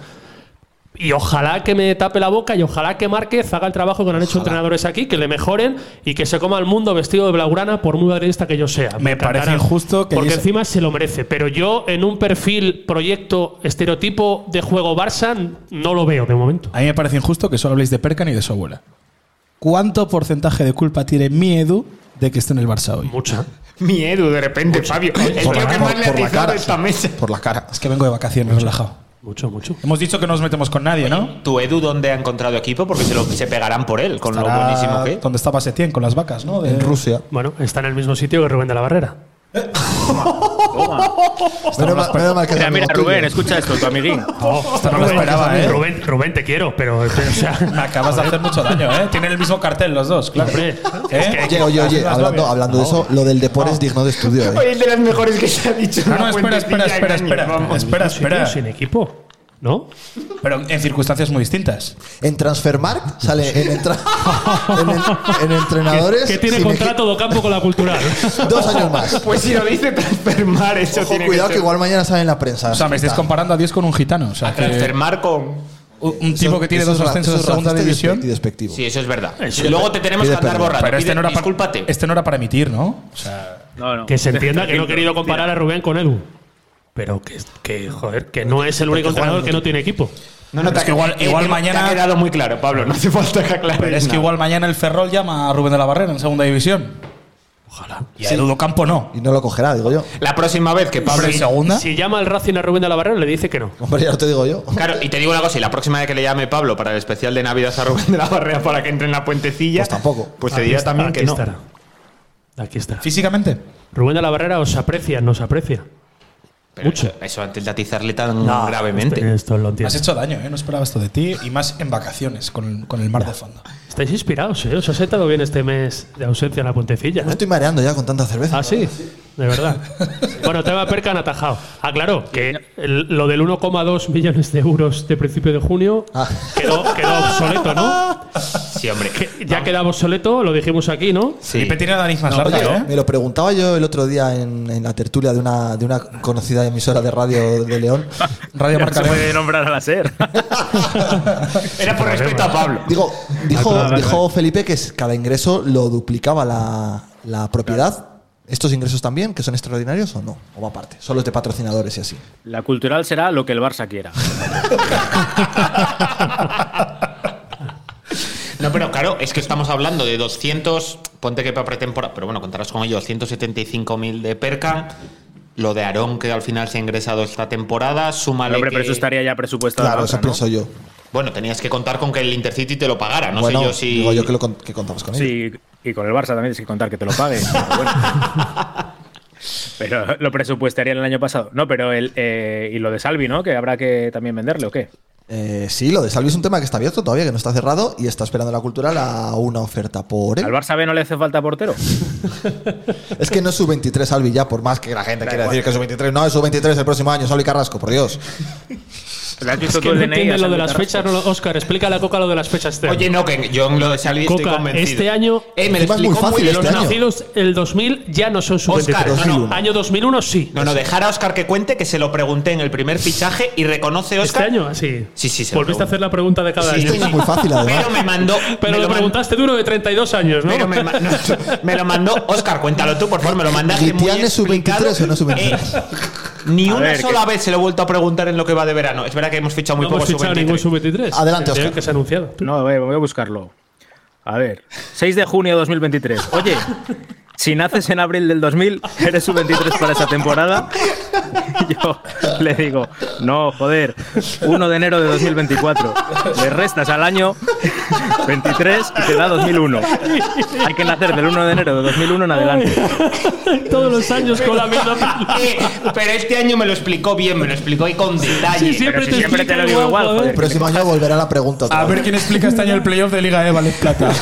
Y ojalá que me tape la boca y ojalá que Márquez haga el trabajo que han hecho entrenadores aquí, que le mejoren y que se coma el mundo vestido de blaugrana, por muy madridista que yo sea.
Me
encantará.
parece injusto que
Porque
hayas-
encima se lo merece. Pero yo, en un perfil, proyecto, estereotipo de juego Barça, no lo veo de momento.
A mí me parece injusto que solo habléis de Perkan y de su abuela.
¿Cuánto porcentaje de culpa tiene Miedu de que esté en el Barça hoy?
Mucha.
Miedo de repente, Fabio. El
Por
tío
la-
que
por-
más le
por la
ha atizado
cara,
de esta
sí.
mesa.
Por la cara.
Es que vengo de vacaciones, relajado.
Mucho, mucho.
Hemos dicho que no nos metemos con nadie, ¿no?
¿Tu Edu dónde ha encontrado equipo? Porque se, lo- se pegarán por él, con lo
Estará
buenísimo que es.
Donde estaba Setién con las vacas, ¿no? De-
En Rusia.
Bueno, está en el mismo sitio que Rubén de la Barrera.
Menos mal- menos mal que es
Mira, mira,
amigo
Rubén,
tuyo.
escucha esto, tu amiguín.
Oh.
Esta no lo esperaba, ¿eh?
Rubén, Rubén, te quiero, pero. O sea,
Acabas de hacer mucho daño, ¿eh? Tienen el mismo cartel los dos, claro. ¿Eh?
hombre, es que-
Oye, oye, oye, hablando, hablando de eso, lo del deporte es digno de estudio, ¿eh?
Oye, es de las mejores que se ha dicho.
No, no,
Una
espera, espera,
puentecilla
espera,
en años,
espera.
vamos.
Espera, espera.
Pues sin equipo, ¿no?
Pero en circunstancias muy distintas.
En Transfermarkt sale en, entra- en en- en entrenadores.
Que tiene
sin
contrato Docampo con la cultural.
equi- Dos años más.
Pues si lo dice Transfermar, eso
Ojo,
tiene
cuidado que,
ser.
igual mañana sale en la prensa.
O sea, me estáis comparando a Dios con un gitano. O
Eh,
sea, que
Transfermar con.
un tipo que tiene dos ascensos a segunda división.
Y despectivo.
Sí, eso es verdad. Luego te tenemos
pide
que andar
perdón.
borrando.
Pero este no, era para,
Discúlpate.
este no era para emitir, ¿no? O sea,
No, no.
Que se entienda que no he
Tranquilo,
querido comparar
tira.
a Rubén con Edu. Pero que, que, joder, que no es el único entrenador que no tiene equipo.
No, no,
Pero es que
ha-
igual- igual
eh,
te- Te
mañana-
ha quedado muy claro, Pablo. No hace falta que aclares.
pero es que
nada.
igual mañana el Ferrol llama a Rubén de la Barrera en segunda división.
Ojalá.
Y a Edu Campo no.
Y no lo cogerá, digo yo.
La próxima vez que Pablo.
Hombre, en segunda.
Si llama el Racing a Rubén de la Barrera, le dice que no.
Hombre, ya lo te digo yo.
Claro, y te digo una cosa, y la próxima vez que le llame Pablo para el especial de Navidad a Rubén de la Barrera para que entre en la puentecilla,
Pues tampoco.
Pues te dirá
está-
también
aquí
que no.
estará. Aquí está.
Físicamente.
Rubén de la Barrera os aprecia, nos aprecia.
Pero
Mucho. este,
Eso antes de atizarle tan gravemente.
Esto lo
Me has
entiendo.
hecho daño, ¿eh? No esperaba esto de ti. Y más en vacaciones, con el, con el mar de fondo.
Estáis inspirados, ¿eh? Os ha sentado bien este mes de ausencia en la puentecilla.
Me
¿eh?
estoy mareando ya con tanta cerveza.
Ah, sí, de verdad. bueno, tema Percan atajado. Aclaró ah, que el- lo del 1,2 millones de euros de principio de junio
Ah.
quedó, quedó obsoleto, ¿no?
Sí, hombre.
Que ya quedaba obsoleto, lo dijimos aquí, ¿no?
Sí.
Felipe tiene la nariz más
Oye,
larga, ¿eh?
me lo preguntaba yo el otro día en, en la tertulia de una, de una conocida emisora de radio de León.
Radio
No
Marca
se
León.
puede nombrar a la SER.
Era por respeto a Pablo.
Digo, dijo,
Ah,
dijo Felipe que es- cada ingreso lo duplicaba la, la propiedad. ¿Estos ingresos también, que son extraordinarios o no? O va aparte, son los de patrocinadores y así.
La cultural será lo que el Barça quiera.
No, pero claro, es que estamos hablando de 200, ponte que para pretemporada, pero bueno, contarás con ello, 275.000 de Percan, lo de Aarón que al final se ha ingresado esta temporada, súmale
hombre, pero
que-
eso estaría ya presupuestado.
claro,
al
eso
Barça, ¿no?
pienso yo.
Bueno, tenías que contar con que el Intercity te lo pagara, no
bueno,
sé yo si...
digo yo que, lo con- que contamos con ello.
Sí, y con el Barça también tienes que contar que te lo paguen. pero, bueno. Pero lo presupuestarían el año pasado. No, pero el, eh, y lo de Salvi, ¿no? Que habrá que también venderle o qué.
Eh, sí, lo de Salvi es un tema que está abierto todavía, que no está cerrado y está esperando la cultural a una oferta por
¿Al
él.
Barça B no le hace falta portero?
Es que no es su 23 Salvi ya, por más que la gente quiera decir que es su 23. No, es su 23 el próximo año, Salvi Carrasco, por Dios.
¿Le has visto
Es
tú
que
el DNI
no
a
entiende lo de
Salvi
las
Carrasco?
fechas, no, Oscar. Explícale a Coca lo de las fechas. Este
Oye,
año.
no, que yo en lo de Salvi estoy
Coca,
convencido.
este año-
Eh, me lo
Encima es muy
explicó muy
fácil
bien.
este
los
año.
nacidos el 2000 ya no son sub
Oscar, no, no.
23. Año 2001 sí.
No, no, dejar a Oscar que cuente que se lo pregunté en el primer fichaje y reconoce
Este
Oscar.
año así.
Sí, sí, se lo
Volviste
pregunto.
a hacer la pregunta de cada
Sí,
año.
sí,
este Es muy fácil, además.
Pero me mandó. me
Pero le
lo man-
preguntaste de uno de 32 años, ¿no?
Pero me, ma- no, me lo mandó. Oscar, cuéntalo tú, por favor. Me lo mandaste. muy
¿Guitián es sub 23
explicado.
o no es sub 23?
Eh, ni
A
una
ver,
sola
que-
vez se lo he vuelto a preguntar en lo que va de verano. Es verdad que hemos fichado muy
no hemos
poco
fichado ningún
sub-23.
sub-23.
Adelante,
Tendrían
Óscar.
que se ha anunciado.
No, voy, voy a buscarlo. A ver, 6 de junio de 2023. Oye, si naces en abril del 2000, eres sub 23 para esa temporada. Y Yo le digo, no, joder, 1 de enero de 2024. Le restas al año 23 y te da 2001. Hay que nacer del 1 de enero de 2001 en adelante.
Todos los años con la misma.
Eh, pero este año me lo explicó bien, me lo explicó ahí con detalle.
Sí, siempre,
Pero si siempre te
explica
lo digo igual,
¿eh?
joder.
El próximo año volverá la pregunta. otra
A
vez.
ver quién explica este año el playoff de Liga Eva Plata.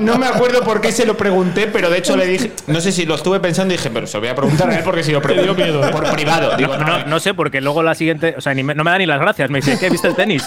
No me acuerdo por qué se lo pregunté, pero de hecho le dije, no sé si lo estuve pensando y dije, pero se lo voy a preguntar a él porque si lo pregunto
dio miedo, ¿eh?
por privado. Digo,
No, eh. no, no sé, porque luego la siguiente. O sea, ni me- no me da ni las gracias. Me dice, ¿qué viste el tenis?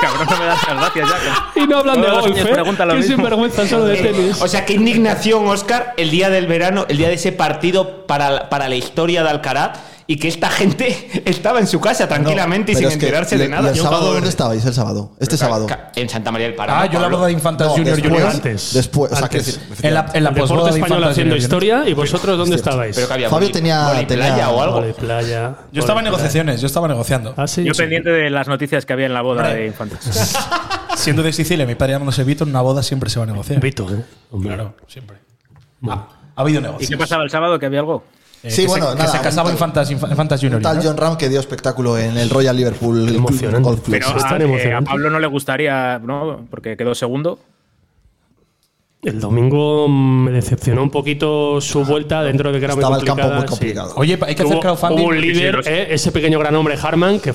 Cabrón, no me das las gracias ya.
Y no hablan de
Todos los
golf,
años preguntan
¿eh?
lo
Qué
mismo.
sinvergüenza solo de
Eh,
tenis.
O sea, qué indignación, Oscar, el día del verano, el día de ese partido para, la- para la historia de Alcaraz, y que esta gente estaba en su casa tranquilamente y
Pero
sin
es que
enterarse
le-
de nada.
¿Y el
Yo
sábado
estaba
dónde estabais el sábado? Este sábado.
ca- En Santa María del Páramo.
Ah, yo la
Pablo.
verdad de Infantas
No,
Junior Junior.
después,
antes.
Después, o sea,
Antes.
quiero decir,
En la, en la
El deporte
posboda de
español
Infantas
haciendo
Junior.
historia y vosotros dónde estabais.
Pero que había
Fabio
voli-
tenía-
voliplaya
tenía-
o algo.
Vole, playa.
Yo estaba en
vole, playa.
negociaciones, yo estaba negociando.
Ah, sí.
Yo pendiente de las noticias que había en la boda de infantes.
Siendo de Sicilia, mi padre llamándose Vito, en una boda siempre se va a negociar.
Vito, ¿eh? Hombre.
Claro, siempre. Ah, ha habido
¿Y
negocios.
qué pasaba el sábado? ¿Que había algo?
Eh,
Sí,
que
bueno,
se, que
nada,
se
un
casaba
tal-
Infantas, Infa- Infantas Junior.
un tal
¿no?
John Ram que dio espectáculo en el Royal Liverpool
Emocionante.
Golf Club.
Pero
Sí, es
a,
tan
eh, a
ah, emocionante.
Pablo no le gustaría, ¿no? Porque quedó segundo.
El domingo me decepcionó un poquito su vuelta dentro de que era muy
Estaba el campo
complicada,
muy
sí.
complicado.
Oye, pa- hay que
Hubo-
hacer crowdfunding.
Hubo un líder,
Sí, sí,
eh, ese pequeño gran hombre Harman, que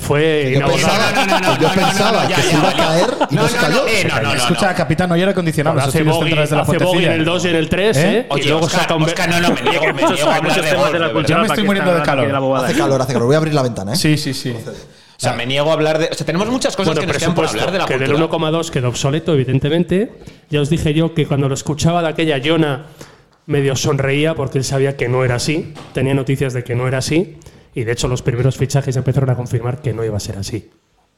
Yo
fue inagotable.
pensaba,
No, no, no, no,
que yo
no,
pensaba
no, ya,
que se
ya,
iba a
valió.
caer y no,
No,
se
no,
cayó.
no, eh, no, no, no.
Escucha, capitán, hoy era acondicionado. los
hace
tiros
bogey,
centrales de la
hace bogey
portería.
en el 2 y en el 3,
¿Eh?
¿eh?
Oye,
y luego
Oscar,
saca un be-
Oscar, no, no, me niego, me niego a hablar
Muchos
de
temas de
golf,
la cultura
de
me estoy
pakistaní
muriendo de
aquí
calor.
la bobada.
Hace calor, hace calor. Voy a abrir la ventana, ¿eh?
Sí, sí, sí.
O sea, me niego a hablar de. O sea, tenemos muchas cosas
Bueno,
que nos quedan por
presupuesto,
hablar de la
que del
cultura.
1,2 quedó obsoleto, evidentemente. Ya os dije yo que cuando lo escuchaba de aquella Jonah medio sonreía porque él sabía que no era así, tenía noticias de que no era así, y de hecho los primeros fichajes empezaron a confirmar que no iba a ser así.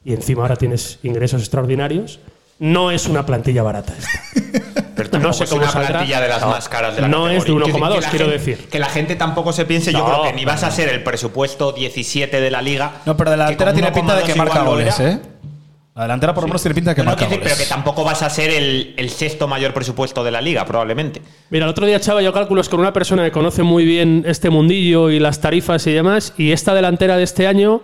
Y encima ahora tienes ingresos extraordinarios. No es una plantilla barata esta.
Pero tampoco
no sé
es
cómo
una
saldrá.
plantilla de las
No.
más caras de la
No es de
categoría.
1,2,
la
quiero
gente-
decir.
Que la gente tampoco se piense, yo
No,
creo que ni vas a ser el presupuesto 17 de la liga.
No, pero la
que
delantera
con
tiene pinta de
1,2
que
igual
marca
lo era.
goles, ¿eh? La delantera por lo menos tiene pinta de que
No, no,
marca
quiero decir, pero que
goles.
tampoco vas a ser el, el sexto mayor presupuesto de la liga, probablemente.
Mira, el otro día, Chava, yo cálculos con una persona que conoce muy bien este mundillo y las tarifas y demás, y esta delantera de este año,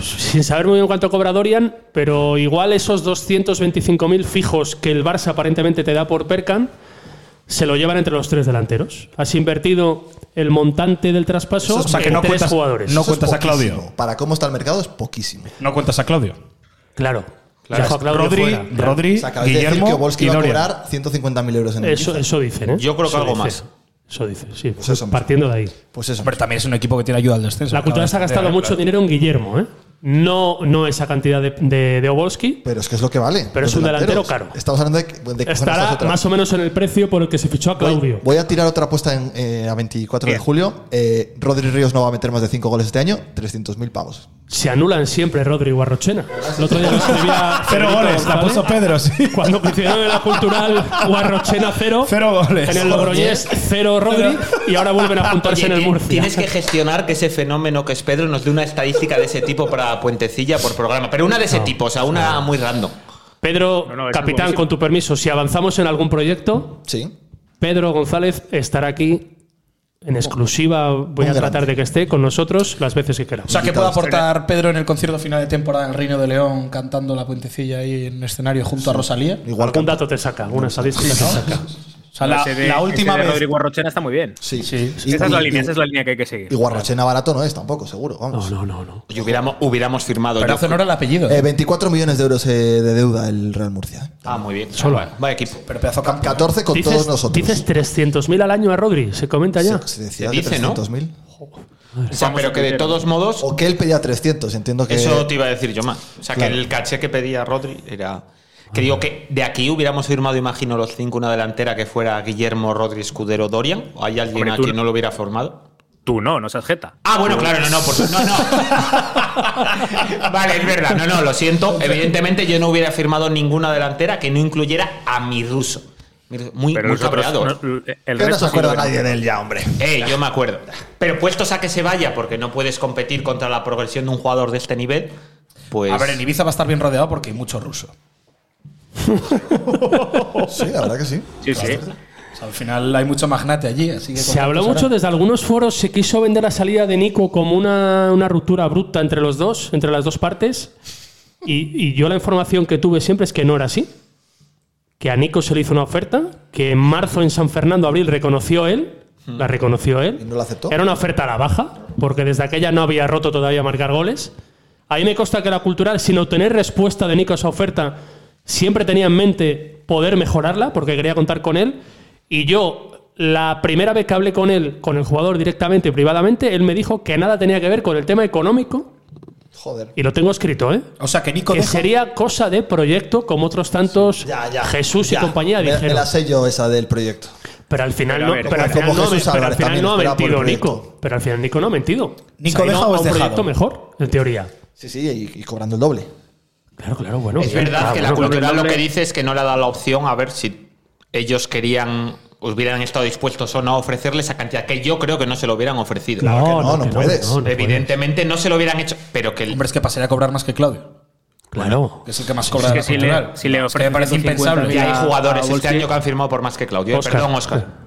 sin saber muy bien cuánto cobra Dorian, pero igual esos 225.000 fijos que el Barça aparentemente te da por Perkan, se lo llevan entre los tres delanteros. Has invertido el montante del traspaso
Eso es- o sea, que
en
no
eh, tres
cuentas-
jugadores.
No
Eso es
cuentas a Claudio.
poquísimo. Para cómo está el mercado es poquísimo.
No cuentas a Claudio.
Claro.
O sea,
Dejó a Claudio
Rodri,
fuera.
Rodri
O sea, acabáis de decir que
Guillermo
Obolski
y
iba a
Dorian.
cobrar 150.000 euros en el
Eso,
Ibiza.
eso dicen, ¿eh?
Yo creo que
Eso
algo
dicen.
más.
Eso dice, sí.
Pues eso,
partiendo de ahí.
Pues eso.
Pero también es un equipo que tiene ayuda al descenso.
La cultura se ha gastado mucho dinero en Guillermo, ¿eh? No, no esa cantidad de, de, de Obolski.
Pero es que es lo que vale.
Pero es
Los
un delantero
delanteros.
caro.
Estamos hablando de. de coger estas
Estará
otras.
más o menos en el precio por el que se fichó a Claudio.
Voy, voy a tirar otra apuesta en, eh, a 24 de julio. Eh, Rodri Ríos no va a meter más de 5 goles este año. 300.000 pavos.
Se anulan siempre Rodri y Guarrochena. El otro día lo escribía.
Cero
Federico
goles, la
González.
puso Pedro, sí.
Cuando coincidieron en la cultural, Guarrochena cero.
Cero goles.
En el Logroñés, cero Rodri. Y ahora vuelven a juntarse
Oye,
en el
ti-
Murcia.
Tienes que gestionar que ese fenómeno que es Pedro nos dé una estadística de ese tipo para Puentecilla por programa. Pero una de ese tipo, o sea, una muy random.
Pedro,
No, no, es
capitán,
buenísimo.
con tu permiso, si avanzamos en algún proyecto,
Sí.
Pedro González estará aquí en exclusiva. Voy
Un
a tratar
grande.
de que esté con nosotros las veces que
O
queramos.
sea, ¿qué puede aportar Pedro en el concierto final de temporada en el Reino de León cantando la puentecilla ahí en el escenario junto a Rosalía?
Igual
Algún
que.
dato te saca, una estadística te saca.
O sea, la,
Ese de-
la última
ese de
vez.
Rodrigo Arrochena está muy bien.
Sí. Y-
Esa es la
y-
línea, esa es
y-
la línea que hay que seguir.
Y Guarrochena barato no es tampoco, seguro. Vamos.
No, no, no, no.
Y hubiéramos, hubiéramos firmado.
Pero
yo-
hace honor al apellido.
Eh, 24 millones de euros eh, de deuda el Real Murcia. eh.
Ah, muy bien.
Solo.
Vaya equipo.
pero pedazo de campo.
14 con todos nosotros.
dices 300.000 al año a Rodri, se comenta ya.
Se, se decía
Se
que
dice, ¿no?
300.000.
O sea, pero que de todos modos,
O que él pedía 300, entiendo que.
eso te iba a decir yo más. O sea,
Claro.
que el caché que pedía Rodri era. Que digo que de aquí hubiéramos firmado, imagino, los cinco una delantera que fuera Guillermo, Rodri, Escudero, Dorian. ¿O hay alguien
Hombre,
a
tú-
quien no lo hubiera formado?
Tú no, no seas jeta.
Ah, bueno, claro, no, no, por su- no, no. vale, es verdad, no, no, lo siento. Evidentemente yo no hubiera firmado ninguna delantera que no incluyera a mi ruso. Mi ruso- Muy,
Pero
muy
nosotros
cabreado. ¿eh?
no- el
Que no
resto
se
sí
acuerda
lo-
nadie de él ya, hombre.
Eh, yo me acuerdo. Pero puestos a que se vaya, porque no puedes competir contra la progresión de un jugador de este nivel, pues.
A ver, en Ibiza va a estar bien rodeado porque hay mucho ruso.
Sí, la verdad que sí.
Sí, sí.
O sea, al final hay mucho magnate allí, así que.
Pues
Se habló mucho,
de.
desde algunos foros se quiso vender la salida de Nico como una, una ruptura bruta entre los dos, entre las dos partes. Y, y yo la información que tuve siempre es que no era así. Que a Nico se le hizo una oferta, que en marzo en San Fernando, abril, reconoció él. La reconoció él.
Hmm. ¿Y no la aceptó?
Era una oferta a la baja, porque desde aquella no había roto todavía marcar goles. A mí me consta que la cultural, sin obtener respuesta de Nico a esa oferta, siempre tenía en mente poder mejorarla, porque quería contar con él. Y yo, la primera vez que hablé con él, con el jugador directamente, privadamente, él me dijo que nada tenía que ver con el tema económico,
Joder.
y lo tengo escrito, ¿eh?
O sea, que Nico
Que
deja-
sería cosa de proyecto, como otros tantos
Ya, ya.
Jesús
Ya.
y compañía
Me- Me
dijeron.
la sé yo esa del proyecto.
Pero al final
Pero a
no,
ver,
pero al
como
final no,
Jesús
pero
Álvarez
al final
también
no ha
esperaba por el
mentido
proyecto.
Nico. Pero al final Nico no ha mentido.
Nico
Se ha ido
Beja
a
o
un
has dejado.
proyecto mejor, en teoría.
Sí, sí, y, y cobrando el doble.
Claro, claro, bueno.
Es
bien,
verdad
ah,
que la
bueno.
cultural lo que dice es que no le ha dado la opción a ver si ellos querían, hubieran estado dispuestos o no a ofrecerle esa cantidad, que yo creo que no se lo hubieran ofrecido.
que no, no
que
puedes.
no, no
Evidentemente no se lo hubieran hecho, pero que el,
Hombre, es que pasaría a cobrar más que Claudio,
puedes. Claro.
que es el que más cobra
que
de la
si le-
cultural.
si le
es que me
ofrecen
parece
150
impensable.
que hay
a-
jugadores
a
este
Bolsi-
año que han firmado por más que Claudio. Eh,
Óscar.
Perdón, Oscar.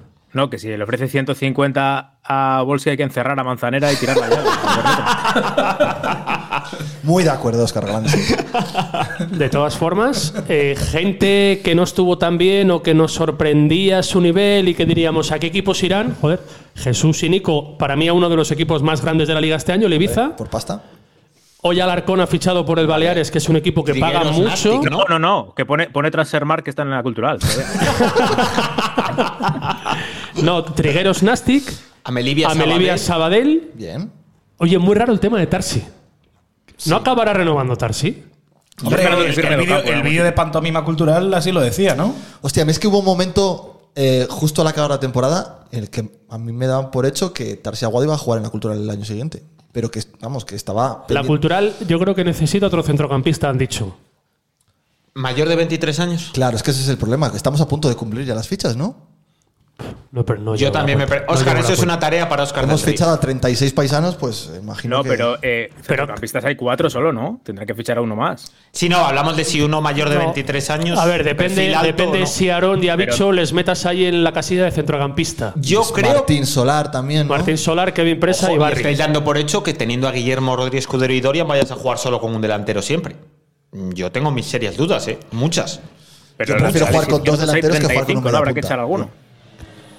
No, que si le ofrece 150 a Bolsi hay que encerrar a Manzanera y tirar la llave.
Muy de acuerdo, Oscar Galán. sí.
De todas formas, eh, gente que no estuvo tan bien o que nos sorprendía su nivel y que diríamos, ¿a qué equipos irán? Joder, Jesús y Nico, para mí a uno de los equipos más grandes de la liga este año, el Ibiza.
Por pasta.
Hoy Alarcón ha fichado por el Baleares, que es un equipo que paga
Trigueros,
mucho.
Nastic,
No, no, no, que pone, pone Transfermarkt que están en la cultural. joder.
No, Trigueros Nastic,
Amelibia,
Amelivia
Sabadell.
Sabadell.
Bien.
Oye, muy raro el tema de Tarsi. ¿No acabará renovando Tarsi?
Hombre,
esperando que
el-
firme
el vídeo-
Lukaku,
el
vamos.
vídeo de pantomima cultural así lo decía, ¿no?
Hostia, a mí es que hubo un momento eh, justo al acabar la temporada en el que a mí me daban por hecho que Tarsi Aguado iba a jugar en la cultural el año siguiente. Pero que, vamos, que estaba.
La
pendiente.
cultural, yo creo que necesita otro centrocampista, han dicho.
Mayor de 23 años.
Claro, es que ese es el problema, que estamos a punto de cumplir ya las fichas, ¿no?
No, pero no
Yo
llego a
también
la
me.
cuenta.
pre-
No
Óscar,
llego a la
eso es
cuenta.
una tarea para Oscar.
Hemos
del Río.
fichado a 36 paisanos, pues imagino
No,
que.
pero eh,
Pero-
centrocampistas hay cuatro solo, ¿no? Tendrá que fichar a uno más.
Si no, hablamos de si uno mayor de
No.
23 años.
A ver, depende,
perfil alto
depende
o no.
si Aarón y Abicho
Pero-
les metas ahí en la casilla de centrocampista.
Yo creo.
Martín Solar también. ¿no?
Martín Solar, Kevin Presa
Ojo,
y
y estáis
Barry.
dando por hecho que teniendo a Guillermo Rodríguez Cudero y Dorian vayas a jugar solo con un delantero siempre. Yo tengo mis serias dudas, ¿eh? Muchas.
Pero
Yo prefiero jugar con dos delanteros que jugar con un
uno. Habrá que
mediapunta.
echar alguno.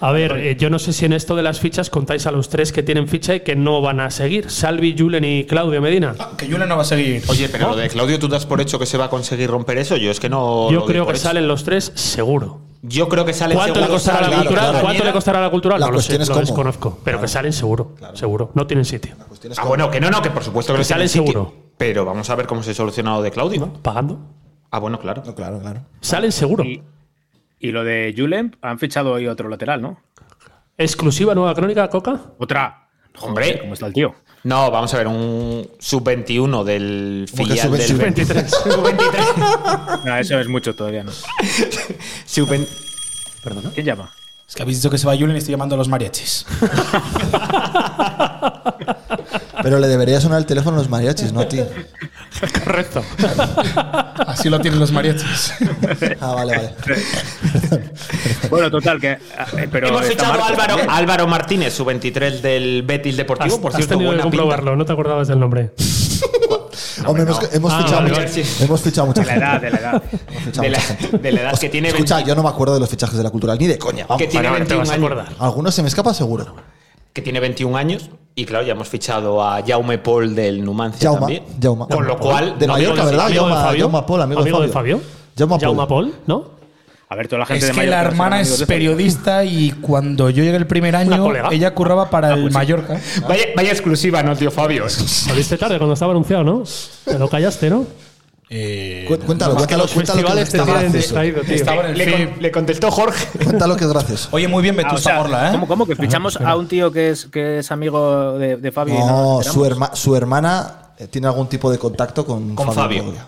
A ver, eh, yo no sé si en esto de las fichas contáis a los tres que tienen ficha y que no van a seguir. Salvi, Julen y Claudio Medina.
Que Julen no va a seguir.
Oye, pero lo de Claudio, ¿tú das por hecho que se va a conseguir romper eso? Yo es que no. lo
Yo
doy
creo
por
que
hecho.
salen los tres seguro.
Yo creo que salen
¿Cuánto le
seguro,
costará la
salen-
cultural?
Claro,
¿Cuánto le
Daniela.
costará la cultural?
La
no lo sé,
cuestión es
lo
cómo.
desconozco. Pero que salen seguro, seguro. No tienen sitio.
Cuestiones
Ah,
como-
bueno, que no, no, que por supuesto que lo
Que salen
tienen City.
seguro.
Pero vamos a ver cómo se soluciona lo de Claudio.
Pagando.
Ah, bueno, claro.
No, claro, claro.
Salen seguro.
Y, y lo de Julen, han fichado hoy otro lateral, ¿no?
Exclusiva nueva crónica, Coca.
Otra.
Hombre.
¿Cómo está el tío?
No, vamos a ver, un sub-21 del
¿Cómo que
filial
sub-
del
sub-
23.
No, eso es mucho todavía, ¿no?
Sub-
¿Quién llama?
Es que habéis dicho que se va Julen y estoy llamando a los mariachis.
Pero le debería sonar el teléfono a los mariachis, ¿no a ti?
Correcto.
Así lo tienen los mariachis.
Ah, vale, vale.
Bueno, total, que. eh, Pero
Hemos
está
fichado a
Marcos
Álvaro,
también.
Álvaro Martínez, su 23 del Betis Deportivo,
Has,
por
has
cierto,
tenido que
buena pinta.
comprobarlo, no te acordabas del nombre.
pues
Hombre, hemos, hemos
Ah,
fichado
vale,
mucha,
vale, sí.
hemos fichado mucha
De la
gente.
edad, de la edad.
Hemos fichado
De la,
mucha gente.
de la edad que tiene,
Escucha,
20
yo no me acuerdo de los fichajes de la cultural, ni de coña. Vamos.
que tiene
Bueno, ahora te
21
vas a
años,
acordar.
Algunos se me escapa seguro.
que tiene 21 años y claro, ya hemos fichado a Jaume Paul del Numancia
Jauma,
también.
Jauma.
Con lo cual,
De
no
Amigo
Mallorca,
digo-
de-
¿verdad?
amigo de
Jauma-
Fabio.
Jauma Paul, amigo de
de
Fabio.
Fabio.
Jauma Paul.
Jauma Paul, ¿no?
A ver, toda la gente
Es
de
que la
Mallorca
hermana
son amigos
es
de esos.
periodista y cuando yo llegué el primer año,
colega.
ella curraba
Ah,
para
pues
el Mallorca.
Vaya, vaya exclusiva, ¿no, tío Fabio?
Lo viste tarde cuando estaba anunciado, ¿no? Te lo callaste, ¿no?
Cu- Cuéntalo, cuéntalo, cuéntalo que
festivales te
está
tienen
gracioso.
Este distraído, tío.
Estaba en el
Le,
FIB.
con- le contestó Jorge.
Cuéntalo que es gracioso.
Oye, muy bien, Vetusta
Ah, o sea,
Morla, ¿eh?
¿Cómo, cómo? Que fichamos a un tío que es, que es amigo de, de Fabio. y
No,
nos
su,
enteramos?
herma- su hermana eh, tiene algún tipo de contacto con,
Con Fabio.
Gloria.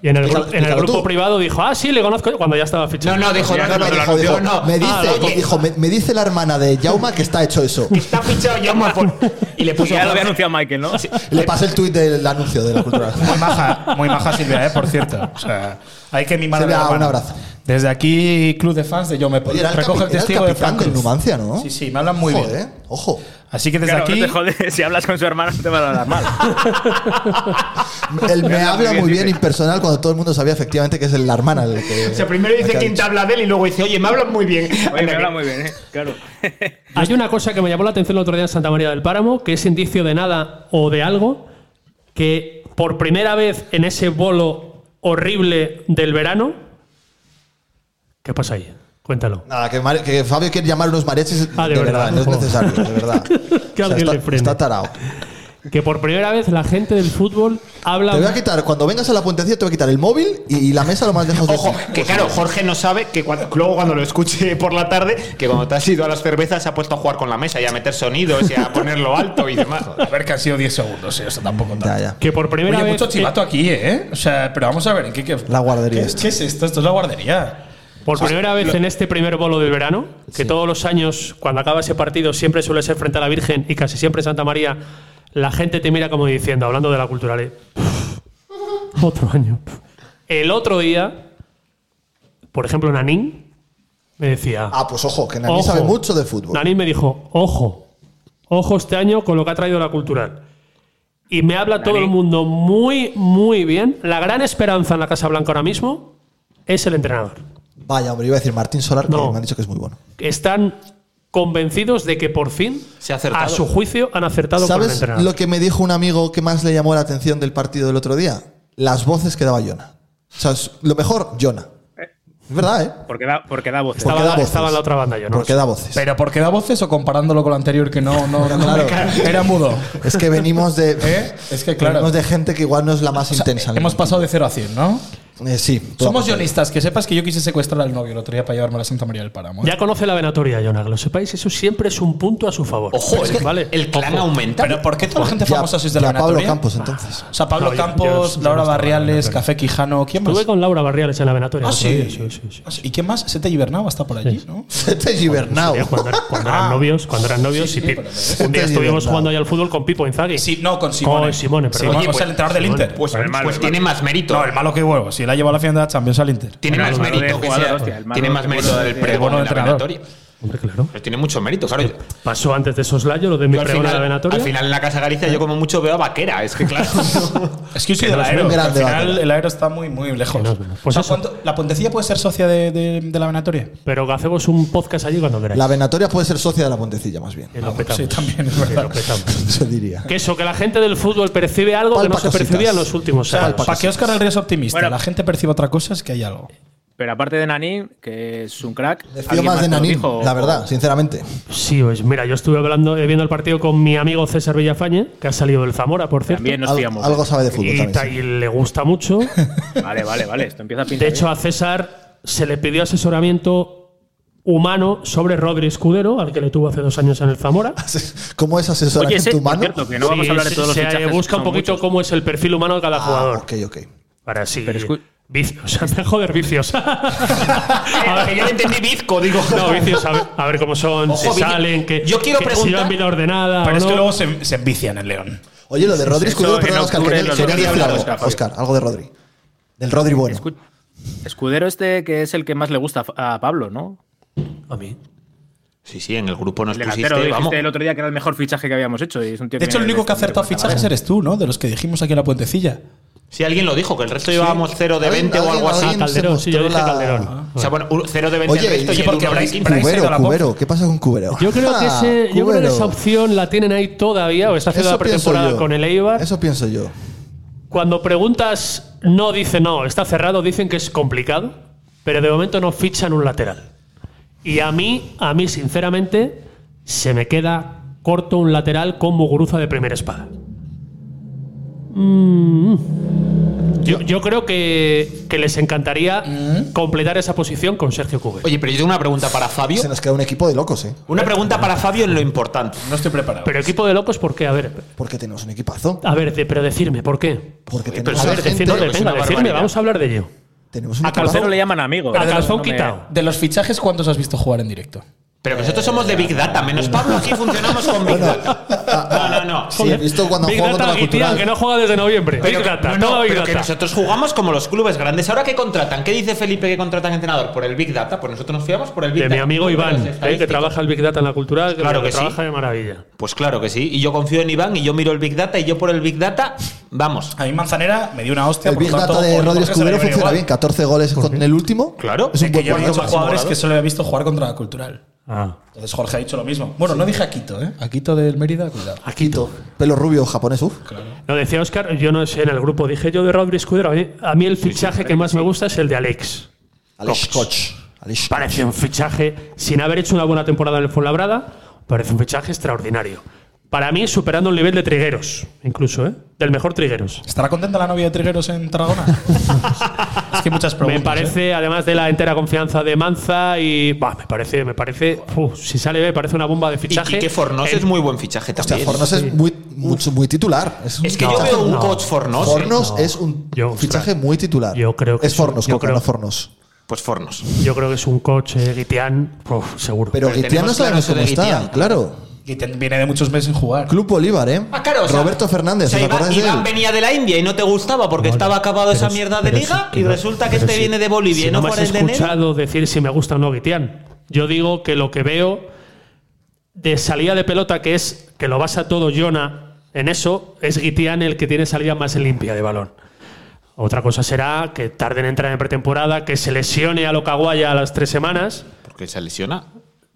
Y en el,
Explícalo-
gru- en el
explícalo
grupo
tú.
privado dijo, ah, sí, le conozco cuando ya estaba
No,
fichado.
no, dijo, no,
Me
no, no,
dijo,
no,
dijo,
no.
me dice,
Ah, oye,
dijo, me, me dice la hermana de Jauma que está hecho eso.
Está fichado Jaume Paul. Y le puso
Ya lo había anunciado Michael, ¿no?
Le pasé el tuit del anuncio de la cultural.
Muy maja, muy maja Silvia, ¿eh? Por cierto. O sea, hay que mimar a la
Silvia, un
hermana.
abrazo.
Desde aquí, Club de Fans de Yo Me
Oye,
Puedo.
era el,
Recoge
capi-
el
era el
testigo de
capitán
Franco.
del Numancia, ¿no?
Sí, sí, me hablan muy
Ojo,
bien.
eh, Ojo.
Así que desde
Claro,
aquí,
no te jodes, si hablas con su hermana no te va a dar mal.
Él me
Era
habla
muy
muy
bien,
bien impersonal cuando todo el mundo sabía efectivamente que es el- la hermana. el que-
O sea, primero
el
dice
que ha
quién te
dicho.
habla de él y luego dice, oye, me hablan muy bien.
Oye, me
Anda,
habla
que-
muy bien, ¿eh? Claro.
Hay una cosa que me llamó la atención el otro día en Santa María del Páramo, que es indicio de nada o de algo, que por primera vez en ese bolo horrible del verano. ¿Qué pasa ahí? Cuéntalo.
Nada, que, Mar- que Fabio quiere llamar unos mariachis
Ah,
de,
de
verdad,
verdad,
no es
por favor.
necesario, de verdad.
Que alguien
está,
le frene.
está tarao.
que por primera vez la gente del fútbol habla.
Te voy a quitar, cuando vengas a la puentecilla, te voy a quitar el móvil y, y la mesa lo más lejos
Ojo, que claro, Jorge no sabe que cuando- luego cuando lo escuche por la tarde, que cuando te has ido a las cervezas se ha puesto a jugar con la mesa y a meter sonidos y a ponerlo alto y demás.
A ver, que han sido 10 segundos, eh, o sea, tampoco tanto.
Que por primera
Oye,
vez.
mucho chivato aquí, ¿eh? O sea, pero vamos a ver, ¿en qué, qué-
La guardería.
qué- qué es esto? Esto es la guardería.
Por
O sea,
primera vez
lo-
en este primer bolo del verano, que todos los años, cuando acaba ese partido, siempre suele ser frente a la Virgen y casi siempre Santa María, la gente te mira como diciendo, hablando de la cultural, ¿eh? otro año. El otro día, por ejemplo, Nanín me decía,
Ah, pues ojo, que Nani
Ojo.
sabe mucho de fútbol.
Nanín me dijo, ojo, ojo este año con lo que ha traído la cultural. Y me habla todo el mundo muy, muy bien. La gran esperanza en la Casa Blanca ahora mismo es el entrenador.
Vaya, hombre, iba a decir Martín Solar,
No.
que me han dicho que es muy bueno.
están convencidos de que por fin,
Se ha acertado.
a su juicio, han acertado con el
¿Sabes
entrenador.
lo que me dijo un amigo que más le llamó la atención del partido del otro día? Las voces que daba Jona. O sea, es- lo mejor, Jona. Es verdad, ¿eh?
Porque da, porque da voces.
estaba,
porque da voces.
estaba en la otra banda yo, ¿no?
Porque da voces.
¿Pero porque da voces o comparándolo con lo anterior que no, no, no-
claro.
era mudo?
Es que venimos de.
¿Eh? Es que claro.
Venimos de gente que igual no es la más intensa. en el
Hemos pasado de 0 a 100, ¿no?
mundo. Eh, sí. todo
Somos
lo contrario.
guionistas, que sepas que yo quise secuestrar al novio el otro día para llevarme a la Santa María del Páramo. ¿eh?
Ya conoce la venatoria, Jonah, que lo sepáis, eso siempre es un punto a su favor.
Ojo, es que
¿Vale?
el clan aumenta.
Pero ¿por qué toda la gente
Ya-
famosa sois de la
ya Pablo
venatoria?
Campos, entonces.
O sea, Pablo
No, yo-
Campos,
yo- yo
Laura
no estaba en la
Barriales,
venatoria.
Café Quijano, ¿quién más?
Estuve con Laura Barriales en la venatoria.
Ah,
el otro día,
sí.
sí, sí, sí.
¿Y quién más? Sete Hibernau está por allí, ¿no?
Este es Ah. Gibernau.
Eh, Cuando, cuando eran novios, cuando eran novios, y Pip- un día
Entonces,
estuvimos
libertad.
jugando ahí al fútbol con Pipo Inzaghi.
Sí, no, con Simone.
Oh,
Con Simone, perdón.
Simone,
Oye,
o sea,
pues,
el entrenador del
Simone,
Inter.
pues
el malo,
pues
el
tiene más mérito.
no, el malo que huevo. Si la ha llevado a la final de la Champions al Inter.
Tiene
Bueno,
más
el malo
mérito.
de
que
jugador,
sea-
hostia, el malo-
tiene más
el
mérito
bueno
del
de-
pregón
bueno
en la
entrenador.
venatoria.
Hombre, claro.
Pero tiene mucho mérito, claro. Yo-
Pasó antes de Soslayo, lo de mi
yo al,
pregón en la
final,
venatoria.
al final en la Casa Galicia yo como mucho veo a Vaquera. Es que claro. no.
Es que yo soy del
es
Aero.
muy
Al
grande,
final,
Vaquera.
Eh,
el Aero está muy, muy lejos.
Que no es bueno. Pues
O sea,
eso.
¿cuánto- ¿La Pontecilla puede ser socia de, de- de la venatoria?
Pero que hacemos un podcast allí cuando queráis.
La venatoria puede ser socia de la puentecilla, más bien.
Y lo petamos.
Sí, también, es verdad.
Lo petamos.
Se diría.
Que eso, que la gente del fútbol percibe algo que
Palpa
no se
cositas.
percibía en los últimos años.
Palpa
Para que Oscar el Río es optimista,
Bueno.
la gente percibe otra cosa, es que hay algo.
Pero aparte de Nanín, que es un crack.
Desfío
¿alguien
más de
te lo
Nanín,
dijo?
la verdad, sinceramente.
Sí, pues mira, yo estuve hablando, eh, viendo el partido con mi amigo César Villafañe, que ha salido del Zamora, por cierto.
También nos
Al-
fiamos. eh.
algo sabe de fútbol
y, ta-
también. sí.
y le gusta mucho.
Vale, vale, vale. Esto empieza a pintar.
De hecho, a César se le pidió asesoramiento humano sobre Rodri Escudero, al que le tuvo hace dos años en el Zamora.
¿Cómo es asesora
Oye, ese,
tu
por
mano?
cierto, que no vamos
Sí,
a hablar de
se-
todos los
se
fichajes.
busca un
son
poquito
muchos.
cómo es el perfil humano de cada
Ah,
jugador.
ok, ok.
Para sí.
Pero escu-
Vicios. Joder, vicios. A ver.
Que yo le entendí bizco, digo.
No, vicios, a ver, a ver cómo son,
Ojo,
si
vicio-
salen, que,
yo quiero
que si
preguntar-
llevan vida ordenada.
Pero
o
es que
no.
luego se, se envician en León.
Oye, lo de Rodri
eso
Escudero,
en
perdón, Oscar,
octubre
quería,
nos
quería
debería
decir
hablar
algo.
Oscar, Javier.
Oscar, algo de Rodri. Del Rodri bueno.
Escu- Escudero este que es el que más le gusta a a Pablo, ¿no?
A mí.
Sí, sí, en el grupo nos
El delantero
pusiste, vamos.
dijiste el otro día que era el mejor fichaje que habíamos hecho. y es un tío
De hecho, el
viene
único que ha
de-
acertado
de-
fichajes eres tú, ¿no? De los que dijimos aquí en la puentecilla.
Ah,
Si alguien lo dijo, que el resto llevábamos 0 de 20 o algo así.
Alguien se
Calderón, sí, yo dije
mostró la-
Calderón.
O sea, bueno, 0 de 20
Oye,
el resto
sí,
y el
porque
uno de
habréis-
15.
habréis- ido a
Cubero,
la
Cubero, ¿qué pasa con Cubero?
Yo creo, que
Ah,
ese, yo creo que
Cubero.
esa opción la tienen ahí todavía, o está haciendo
Eso
la
pienso
pretemporada
yo.
con el Eibar.
Eso pienso yo.
Cuando preguntas, no dice no, está cerrado, dicen que es complicado, pero de momento no fichan un lateral. Y a mí, a mí sinceramente, se me queda corto un lateral con Muguruza de primera espada. Mm. Yo, yo creo que, que les encantaría completar esa posición con Sergio Cubero.
Mm. Oye, pero yo tengo una pregunta para Fabio.
Se nos queda un equipo de locos, ¿eh?
Una pregunta para Fabio en lo importante.
No estoy preparado.
Pero equipo de locos, ¿por qué? A ver,
Porque tenemos un equipazo.
a ver, de- pero decirme, ¿por qué?
Porque
Oye,
tenemos,
A
pero
una
ver,
Esa
gente,
gente es
decirme,
una
venga, decirme,
barbaridad.
vamos a hablar de ello.
tenemos un
a
equipazo.
calzón-
Cero le llaman amigo.
A calzón
No me-
quitado.
De los fichajes, ¿cuántos has visto jugar en directo?
Pero que nosotros somos de Big Data,
Eh,
menos Pablo, aquí funcionamos con Big Data. No, no, no.
Sí, he visto cuando
Big
juega
Data
contra la
Guitián,
cultural.
que no juega desde noviembre.
Pero,
Big Data,
no, no,
todo Big
pero que
Data.
nosotros jugamos como los clubes grandes. Ahora que contratan, ¿qué dice Felipe que contratan entrenador? Por el Big Data, pues nosotros nos fiamos por el Big
De
Data.
mi amigo
Por
Iván,
los
eh, que
estadísticos.
trabaja el Big Data en la cultura, que,
Claro
lo
que sí.
trabaja de maravilla.
Pues claro que sí. Y yo confío en Iván y yo miro el Big Data y yo por el Big Data, vamos.
A mí Manzanera me dio una hostia.
El
por
Big
tanto,
Data de
hoy
Rodri
Jorge se la
Escudero
llevaría
funciona
igual.
bien. 14 goles con el último.
Claro.
Es un
Es que
buen
yo he visto
partido.
jugadores que solo había visto jugar contra la cultural.
Ah.
Entonces Jorge ha dicho lo mismo. Bueno, no dije a Quito, ¿eh? A Quito del Mérida, cuidado.
Quito. Pelo rubio japonés, uf.
Lo decía Oscar, yo no sé, en el grupo dije yo de Rodri Escudero, a mí, a mí el fichaje que más me gusta es el de Alex.
Alex Koch. Alex Koch.
Parece un fichaje, sin haber hecho una buena temporada en el Fuenlabrada, parece un fichaje extraordinario. Para mí, superando el nivel de Trigueros, incluso, ¿eh? Del mejor Trigueros.
¿Estará contenta la novia de Trigueros en Tarragona? es que muchas preguntas. ¿eh?
Me parece, además de la entera confianza de Manza, y. Bah, me parece, me parece. uf, si sale, me parece una bomba de fichaje.
Y que Fornos
En-
es muy buen fichaje
O sea,
también.
Fornos es muy, mucho- muy titular. Es, un
Es que yo
fichaje-
veo un coach Fornos, ¿eh?
Fornos
No.
es un
Yo, ostras.
fichaje muy titular.
Yo creo que
es
es un-
Fornos,
yo
Coca,
creo-
no Fornos.
Pues Fornos.
Yo creo que es un coche Guitián, uf, seguro.
Pero Guitián no
tenemos claro
sabemos
eso de
cómo está,
Guitián.
claro.
Y te- viene de muchos meses sin jugar.
Club Bolívar, ¿eh?
Ah, claro, o sea,
Roberto Fernández,
O sea,
¿os
Iván,
acordáis de
Iván
él?
venía de la India y no te gustaba porque estaba acabado esa mierda de liga y resulta que este viene de Bolivia
si
y no,
me
fuera
has
el de enero.
escuchado decir si me gusta o no Guitián. Yo digo que lo que veo de salida de pelota, que es que lo basa todo Jona en eso, es Guitián el que tiene salida más limpia de balón. Otra cosa será que tarden en entrar en pretemporada, que se lesione a Locaguaya a las tres semanas.
Porque se lesiona.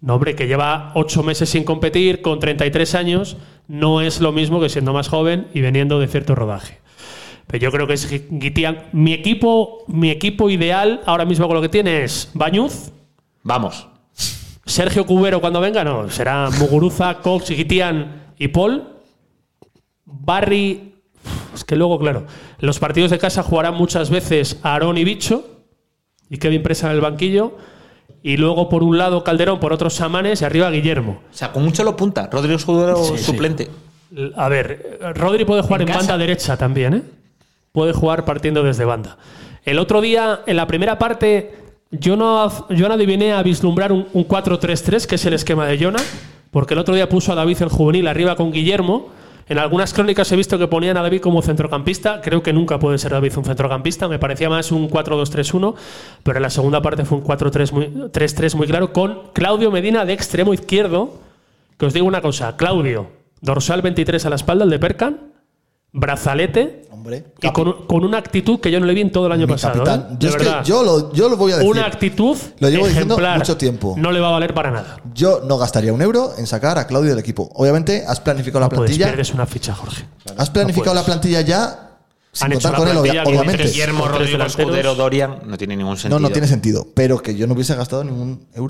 No, hombre, que lleva ocho meses sin competir, con 33 años, no es lo mismo que siendo más joven y veniendo de cierto rodaje. Pero yo creo que es Gui- Guitián. Mi equipo, mi equipo ideal ahora mismo con lo que tiene es Bañuz,
Vamos.
Sergio Cubero cuando venga, no, será Muguruza, Cox, Guitián y Paul. Barry, es que luego, claro, los partidos de casa jugarán muchas veces Aarón y Bicho y Kevin Presa en el banquillo. Y luego por un lado Calderón, por otro Samanes y arriba Guillermo.
O sea, con mucho lo punta. Rodrigo Escudero
Sí, sí.
suplente.
L- A ver, eh, Rodri puede jugar
En
en,
casa.
banda derecha también, ¿eh? Puede jugar partiendo desde banda. El otro día, en la primera parte, yo no, az- yo no adiviné a vislumbrar un, un 4-3-3, que es el esquema de Jonah, porque el otro día puso a David el juvenil arriba con Guillermo. En algunas crónicas he visto que ponían a David como centrocampista. Creo que nunca puede ser David un centrocampista. Me parecía más un 4-2-3-1, pero en la segunda parte fue un 4-3 muy, 3-3 muy claro con Claudio Medina de extremo izquierdo. Que os digo una cosa, Claudio, dorsal 23 a la espalda, el de Percan, brazalete
Hombre,
y con, un- con una actitud que yo no le vi en todo el año
mi
pasado.
capitán.
¿eh?
Yo,
De
es que
verdad.
yo lo, yo lo voy a decir.
una actitud
Lo llevo diciendo
ejemplar.
mucho tiempo.
No le va a valer para nada.
Yo no gastaría un euro en sacar a Claudio del equipo. Obviamente, has planificado la
No puedes,
plantilla.
pierdes una ficha, Jorge.
Has planificado la plantilla ya sin
Han hecho
contar
la
con él,
plantilla,
obvia-
viene
obviamente.
tres-
Guillermo,
Con tres
Rodrigo
delanteros.
Escudero, Dorian, no tiene ningún
No,
sentido.
no tiene sentido. Pero que yo no hubiese gastado ningún euro.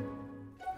All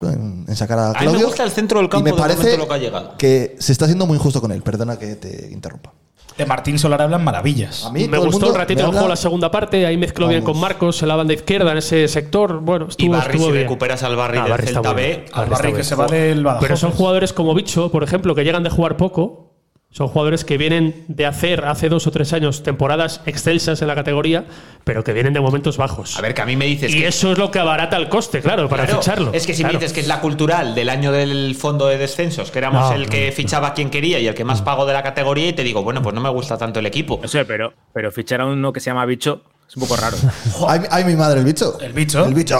en, en sacar a
A mí me
Claudio.
gusta el centro del
Y
campo
me
de
parece
momento lo que ha llegado.
que se está haciendo muy injusto con él. Perdona que te interrumpa.
De Martín Solar hablan maravillas.
A mí
Pues, Me
todo el
gustó
mundo
el ratito
me
que
habla-
jugó la segunda parte, ahí mezcló bien
Vamos.
con Marcos en la banda izquierda, en ese sector. Bueno, estuvo,
Y Barry,
estuvo
si
bien.
recuperas al Barry
Ah,
del
está
Celta
muy
B,
bien.
al
Barry
Al
está
Barry
muy
que
bien.
se va del Badajoz.
Pero son jugadores como Bicho, por ejemplo, que llegan de jugar poco. Son jugadores que vienen de hacer hace dos o tres años temporadas excelsas en la categoría, pero que vienen de momentos bajos.
A ver, que a mí me dices
y
que.
eso es lo que abarata el coste, claro, para
Claro,
ficharlo.
Es que si
Claro.
me dices que es la cultural del año del fondo de descensos, que éramos
No,
el
no,
que
no.
fichaba quien quería y el que más pagó de la categoría, y te digo, bueno, pues no me gusta tanto el equipo.
No sé, pero, pero fichar a uno que se llama Bicho es un poco raro.
Ay, ay, mi madre, el bicho.
El bicho.
El bicho.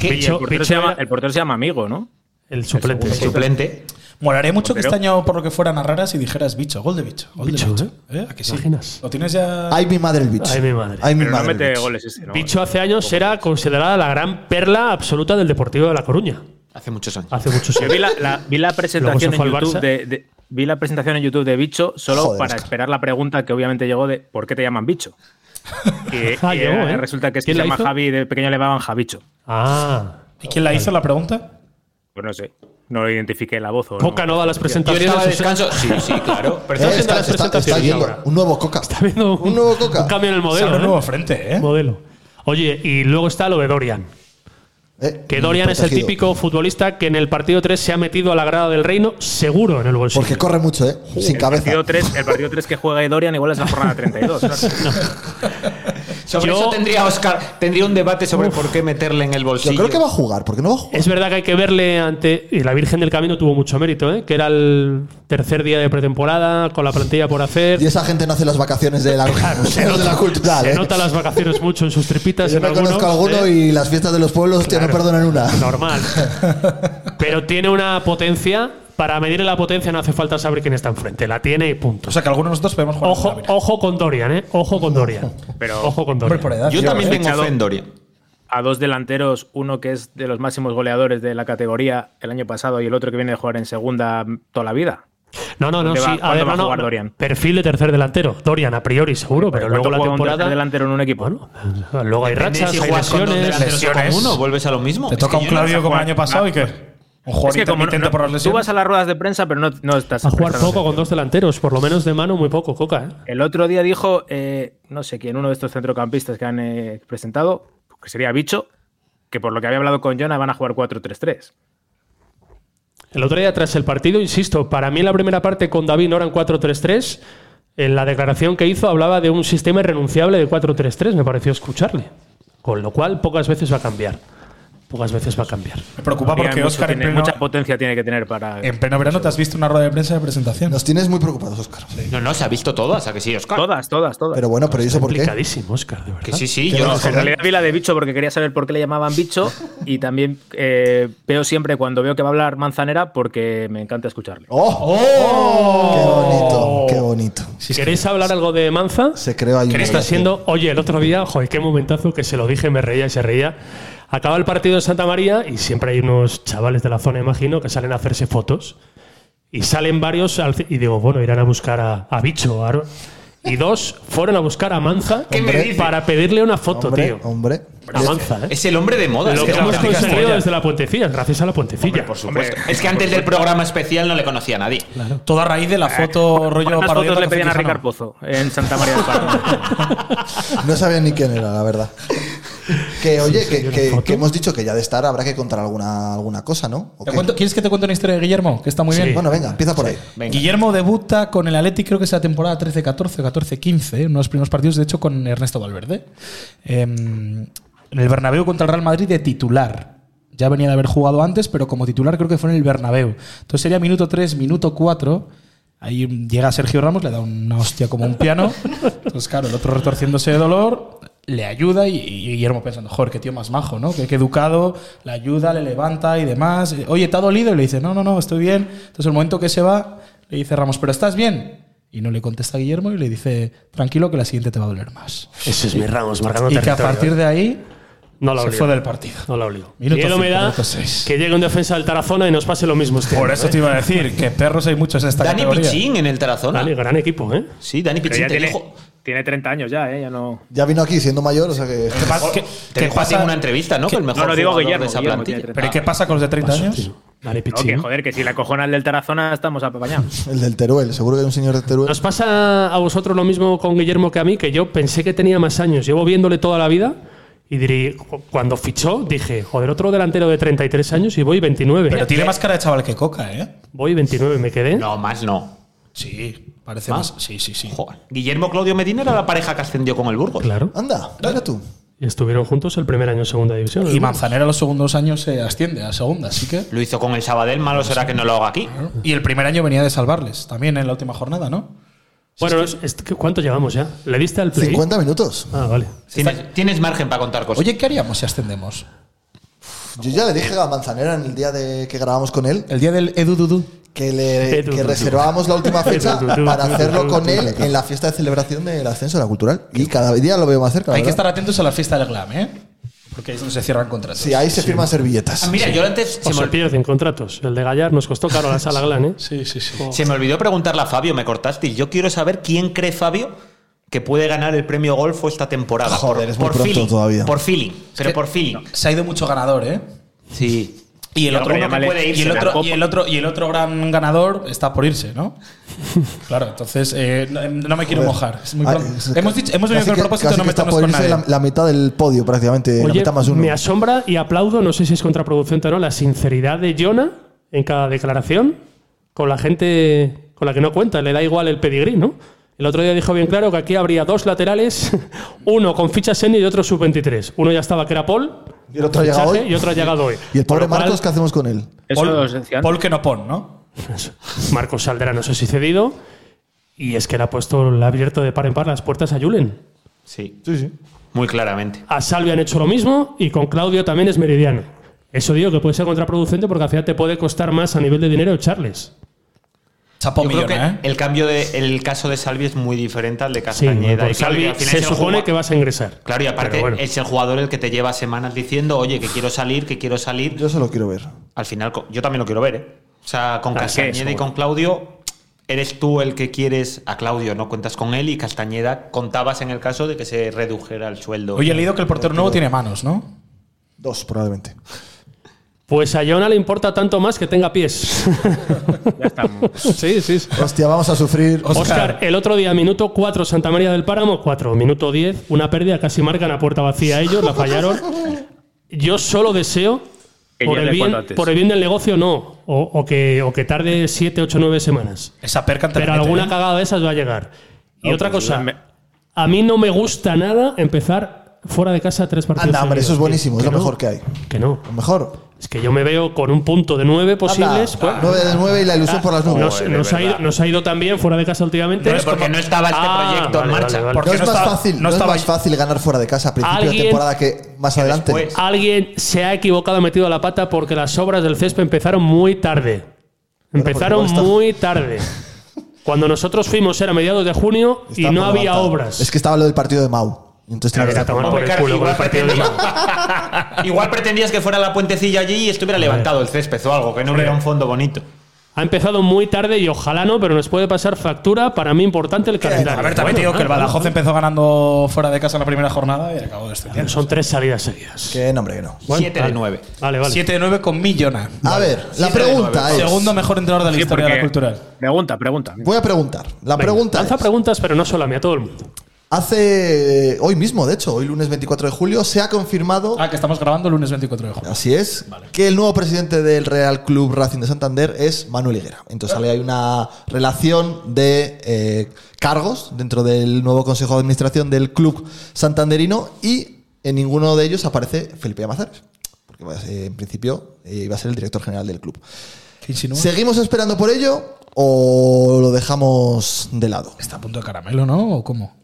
Y el,
Bicho-
portero
Bicho
se llama,
era
el portero se llama Amigo, ¿no?
el suplente.
El
sí.
suplente.
Molaría mucho que
Portero.
este año, por lo que fueran a raras, y dijeras bicho, gol de bicho, gol de
Bicho,
bicho. ¿Eh? ¿A que sí?
imaginas?
¿Lo tienes ya?
Ay, mi madre, el bicho.
Ay, mi madre.
Ay, mi
Pero no
madre, el
mete
bicho.
goles ese, ¿no?
Bicho hace años era considerada la gran perla absoluta del Deportivo de La Coruña.
Hace muchos años.
Hace muchos
Yo vi la,
años.
la- vi la presentación
Pues Luego se fue
en
al
YouTube
Barça.
de, de- vi la presentación en YouTube de Bicho solo
Joder,
para
Oscar.
esperar la pregunta que obviamente llegó de ¿por qué te llaman Bicho? Y,
Ah,
y
llegó,
era-
¿eh?
resulta que es que
¿Quién
se
la
llama
hizo?
Javi y de pequeño le llamaban Javicho.
Ah.
¿Y quién la hizo la pregunta?
Pues no sé, no identifiqué la voz o no.
Coca no da las
Yo
presentaciones.
estaba de
o sea-
descanso. Sí, sí, claro. Pero
Eh, está,
estás
haciendo las
está- está
presentaciones
yendo.
ahora.
Un nuevo coca. Está
viendo
un nuevo coca.
Un cambio en el
O sea,
modelo.
un
¿eh?
nuevo frente, ¿eh?
Modelo. Oye, y luego está lo de Dorian. Que Dorian es el
Eh, protegido.
típico futbolista que en el partido 3 se ha metido a la grada del reino seguro en el bolsillo.
Porque corre mucho, ¿eh? Sin
el,
cabeza.
partido 3, el partido 3 que juega Dorian igual es la jornada 32. claro.
Sobre
Yo-
eso tendría Oscar, tendría un debate sobre por qué meterle en el
Yo
bolsillo.
creo que va a jugar, porque no va a jugar.
Es verdad que hay que verle ante. Y la Virgen del Camino tuvo mucho mérito, ¿eh? que era el tercer día de pretemporada, con la plantilla por hacer.
Y esa gente no hace las vacaciones de la, museos de la cultural.
Se
¿eh?
nota las vacaciones mucho en sus tripitas.
Yo
en
me conozco a
algunos,
alguno
¿eh?
y las fiestas de los pueblos, tío, no
Claro.
perdonan una.
Normal. Pero tiene una potencia. Para medir la potencia no hace falta saber quién está enfrente. La tiene y punto.
O sea, que algunos de nosotros podemos jugar. con la
Ojo,
Virgen.
ojo con Dorian, ¿eh? Ojo con Dorian.
Pero-
ojo con
Hombre,
Dorian.
por edad.
Yo
tío,
también
¿eh?
tengo fe en Doria.
a dos delanteros, uno que es de los máximos goleadores de la categoría el año pasado y el otro que viene de jugar en segunda toda la vida.
No, no, no.
¿Dónde
Sí,
va-
a
cuándo va
ver, no,
a
no,
jugar
no.
Dorian?
Perfil de tercer delantero. Dorian, a priori, seguro, pero
¿Cuánto
luego la
juega un tercer
temporada.
delantero en un equipo.
Bueno, eh, luego hay
Depende
rachas,
si
hay
juegas con dos
lesiones.
delanteros o con
lesiones.
uno, vuelves a lo mismo.
Te toca un Claudio como el año pasado y que. Un jugador
Es que como no-
intermitente
no-
por las
tú
lesiones.
vas a las ruedas de prensa, pero no, no estás.
A jugar
prestando
poco con
atención.
dos delanteros, por lo menos de mano muy poco, Coca. ¿eh?
El otro día dijo, eh, no sé quién, uno de estos centrocampistas que han eh, presentado, que sería Bicho, que por lo que había hablado con Jonah van a jugar 4-3-3.
El otro día, tras el partido, insisto, para mí la primera parte con David no eran 4-3-3. En la declaración que hizo hablaba de un sistema irrenunciable de 4-3-3, me pareció escucharle. Con lo cual, pocas veces va a cambiar. Pocas veces va a cambiar.
Me preocupa
Habría
porque
mucho-
Oscar Em. en
tiene-
pleno,
mucha potencia tiene que tener para.
en pleno verano te has visto una rueda de prensa de presentación.
Nos tienes muy preocupados, Oscar.
No, no, se ha visto todas, a que sí, Oscar.
Todas, todas, todas.
Pero bueno, pero ¿y eso por qué?
Complicadísimo, Oscar, de verdad.
Que sí, sí,
Te
yo
vas a
no
En realidad vi la de bicho porque quería saber por qué le llamaban bicho y también eh, veo siempre cuando veo que va a hablar Manzanera porque me encanta escucharle.
¡Oh! Qué bonito, qué bonito.
Si ¿Queréis hablar algo de Manza?
Se creó ahí.
Que
una
está
relación.
siendo, oye, el otro día, joder, qué momentazo que se lo dije, me reía y se reía. Acaba el partido de Santa María y siempre hay unos chavales de la zona, imagino, que salen a hacerse fotos. Y salen varios al ce- y digo, bueno, irán a buscar a, a Bicho. a Aro- y dos fueron a buscar a Manza
me dices?
para pedirle una foto,
Hombre,
tío.
hombre.
A Manza, ¿eh?
Es el hombre de moda.
Lo
es
que
que
hemos
la-
conseguido desde la puentecilla, gracias a la puentecilla.
Pues Es que antes del programa especial no le conocía a nadie. Eh,
Todo a raíz de la foto rollo
¿Cuántas
parodia
fotos le
de Café
pedían a
Quijano?
Ricard Pozo en Santa María del Pardo?
No sabía ni quién era, la verdad. Que oye, que,
una
que-
foto.
que hemos dicho que ya de estar habrá que contar alguna, alguna cosa, ¿no? ¿O
¿Te
qué?
cuento- ¿Quieres que te cuente una historia de Guillermo? Que está muy
Sí.
bien.
Bueno, venga, empieza por ahí.
Venga.
Guillermo debuta con el Atleti, creo que es la temporada 13-14, 14-15, uno de los primeros partidos, de hecho, con Ernesto Valverde. Eh, en el Bernabéu contra el Real Madrid de titular. Ya venía de haber jugado antes, pero como titular creo que fue en el Bernabéu. Entonces sería minuto 3, minuto 4. Ahí llega Sergio Ramos, le da una hostia como un piano. Entonces, claro, el otro retorciéndose de dolor, le ayuda y, y Guillermo pensando, joder, qué tío más majo, ¿no? Qué, qué educado, le ayuda, le levanta y demás. Eh, Oye, ¿te ha dolido? Y le dice, no, no, no, estoy bien. Entonces, el momento que se va, le dice Ramos, ¿pero estás bien? Y no le contesta Guillermo y le dice, tranquilo, que la siguiente te va a doler más.
Ese es mi Ramos, marcando
y que a partir de ahí
No la
se
obligo.
fue del partido.
No la obligo.
Minuto
Miedo me
cinco,
da
minuto seis.
que llegue un defensa del Tarazona y nos pase lo mismo este
Por
año,
eso
¿eh?
te iba a decir que perros hay muchos en esta
Dani
categoría.
Pichín en el Tarazona.
Dani, gran equipo, ¿eh?
Sí, Dani
Pero
Pichín
ya
te
tiene,
dijo.
tiene 30 años ya, ¿eh? Ya no.
Ya vino aquí siendo mayor, o sea que.
¿Qué pasa- qué-
Te
qué
dijo a ti en
pasa-
una entrevista, ¿no? Que el mejor
No, no, digo
jugador
Guillermo,
de esa
Guillermo
plantilla.
tiene
¿Pero y qué
Ah,
pasa con los de 30 años?
Dani
No, que
Pichín.
joder, que si la cojona es del Tarazona estamos apapañados.
El del Teruel, seguro que hay un señor de Teruel.
Nos pasa a vosotros lo mismo con Guillermo que a mí, que yo pensé que tenía más años. Llevo viéndole toda la vida y dirí, cu- cuando fichó, dije, joder, otro delantero de 33 años y voy 29.
Pero tiene más cara de chaval que Coca, ¿eh?
Voy 29, me quedé.
No, más no.
Sí, parece
¿Más?
Sí, sí, sí.
Joder. Guillermo Claudio Medina era la pareja que ascendió con el Burgos.
Claro.
Anda, mira tú.
Y estuvieron juntos el primer año en segunda división.
Y Manzanera los segundos años se asciende a segunda, así que.
Lo hizo con el Sabadell,
Pues
malo será que no lo haga aquí.
Y el primer año venía de salvarles, también en la última jornada, ¿no?
Bueno, es- es que- ¿cuánto llevamos ya? ¿Le diste al play?
50 minutos.
Ah, vale.
Tienes, tienes margen para contar cosas.
Oye, ¿qué haríamos si ascendemos?
Yo ya le dije a Manzanera en el día de que grabamos con él
El día del Edu Dudu.
que, le,
Edu,
que
tú,
reservábamos la última fecha
Edu, tú, tú,
para
tú,
hacerlo
tú,
con
tú,
él
tú.
en la fiesta de celebración del ascenso de la cultural. Y cada día lo veo más cerca.
Hay que
¿verdad?
estar atentos a la fiesta del glam, ¿eh? Porque ahí es donde se cierran contratos.
Sí, ahí se firman servilletas.
Ah, mira, yo antes
O
se me,
se
ol-
pierden contratos. El de Gallar nos costó caro la sala Glan, ¿eh?
sí, sí. sí.
se me olvidó preguntarle a Fabio, me cortaste. y Yo quiero saber quién cree Fabio que puede ganar el premio Golfo esta temporada.
Joder,
Por-
es muy
por
pronto
feeling,
todavía.
Por feeling, pero por feeling.
Se ha ido mucho ganador, ¿eh?
Sí.
Y el,
Y
otro,
ahora
uno que
llámale-
puede irse, y, el otro,
tampoco.
y el otro- y el otro gran ganador está por irse, ¿no? claro, entonces eh, no, no me quiero
Joder.
mojar. Es muy
Ah,
pronto.
es-
hemos dicho, hemos venido
casi
con el
que-
propósito
casi
de no
que está
meternos
por
con
irse
nadie.
La, la mitad del podio, prácticamente. Eh, la
Oye,
mitad más uno.
me asombra y aplaudo, no sé si es contraproducente o no, la sinceridad de Jonah en cada declaración con la gente con la que no cuenta, le da igual el pedigrí, ¿no? El otro día dijo bien claro que aquí habría dos laterales, uno con ficha senior y otro sub-23. Uno ya estaba que era Paul,
Y el otro ha llegado
fichaje,
hoy.
y otro ha llegado hoy.
¿Y el pobre
Con lo cual,
Marcos qué hacemos con él?
Paul, Paul que no pon, ¿no?
Marcos saldrá, no sé si cedido, y es que le ha puesto, le ha abierto de par en par las puertas a Julen.
Sí,
Sí, sí.
muy claramente.
A Salvi han hecho lo mismo y con Claudio también es meridiano. Eso digo que puede ser contraproducente porque al final te puede costar más a nivel de dinero echarles.
Chapo
Yo creo que
millona, ¿eh?
el cambio de el caso de Salvi es muy diferente al de
Sí,
Castañeda.
por
y claro, y
Salvi
al final
se
es el
supone
jugador-
que vas a ingresar.
Claro, y aparte
Pero bueno.
es el jugador el que te lleva semanas diciendo, oye, que quiero salir, que quiero salir.
Yo solo quiero ver.
Al final, co- yo también lo quiero ver, ¿eh? O sea, con
Ah, es que
Castañeda y
seguro.
con Claudio, eres tú el que quieres a Claudio, no cuentas con él, y Castañeda contabas en el caso de que se redujera el sueldo.
Oye, he leído que el portero nuevo tiene manos, ¿no?
Dos, probablemente.
Pues a Jonah le importa tanto más que tenga pies.
Ya estamos.
sí, sí. sí.
Hostia, vamos a sufrir.
Oscar, el otro día, minuto 4, Santa María del Páramo, 4, minuto 10, una pérdida, casi marcan a puerta vacía ellos, la fallaron. Yo solo deseo,
Que
por el,
llegue
bien,
cuanto antes.
por el bien del negocio, no, o, o que, o que tarde 7, 8, 9 semanas.
Esa perca te la
Pero
mete,
alguna
¿eh?
cagada de esas va a llegar. Y
No,
otra
pues,
cosa,
me-
a mí no me gusta nada empezar fuera de casa tres partidos.
Anda, hombre,
seguidos,
eso es
tío.
buenísimo. Es lo
no,
mejor que hay.
Que no.
Lo mejor.
Es que yo me veo con un punto de nueve posibles. pues, Ah,
9 de 9 y la ilusión por las nubes.
nos, nos ha ido, nos ha ido también fuera de casa últimamente.
Pero porque no estaba este
Ah,
proyecto en marcha.
No
porque
es,
no
más
estaba-
fácil, no
no
pues. es
estaba-
más fácil ganar fuera de casa a principio de
Alguien-
temporada que más adelante.
después-
Pues Alguien se ha equivocado, metido la pata porque las obras del césped empezaron muy tarde.
Bueno,
Empezaron
porque igual está-
muy tarde. Cuando nosotros fuimos era mediados de junio y
Está
no
por
había
levantar.
obras.
Es que estaba lo del partido de Mau. Entonces tenía
Claro,
que
está
estar
tomando por el
Hombre,
culo con el
Carlos,
partido de
igual
Madrid.
Igual pretendías que fuera la puentecilla allí y estuviera levantado el césped o algo, que no hubiera un fondo bonito.
Ha empezado muy tarde y ojalá no, pero nos puede pasar factura para mí importante el calendario.
Eh, A ver, también te digo
ah,
que el Badajoz empezó ganando fuera de casa en la primera jornada y acabó descendiendo.
Son tres salidas seguidas.
Que no, hombre, que no.
7 de 9.
ah, Vale, vale.
7 de 9 con millona.
A ver, la
Sí, pero
pregunta es.
Segundo mejor entrenador de la
Sí,
historia de la
porque-
cultural.
Pregunta, pregunta.
Voy a preguntar. La
Venga,
pregunta.
Lanza
es,
preguntas, pero no solo a mí, a todo el mundo.
hace. Hoy mismo, de hecho, hoy lunes 24 de julio, se ha confirmado.
Ah, que estamos grabando el lunes 24 de junio.
Así es. Que el nuevo presidente del Real Club Racing de Santander es Manuel Higuera. Entonces ahí hay una relación de eh, cargos dentro del nuevo Consejo de Administración del Club Santanderino y en ninguno de ellos aparece Felipe Amazares. Porque pues, eh, en principio eh, iba a ser el director general del club.
¿Qué insinúa?
¿Seguimos esperando por ello o lo dejamos de lado?
Está a punto de caramelo, ¿no? ¿O cómo?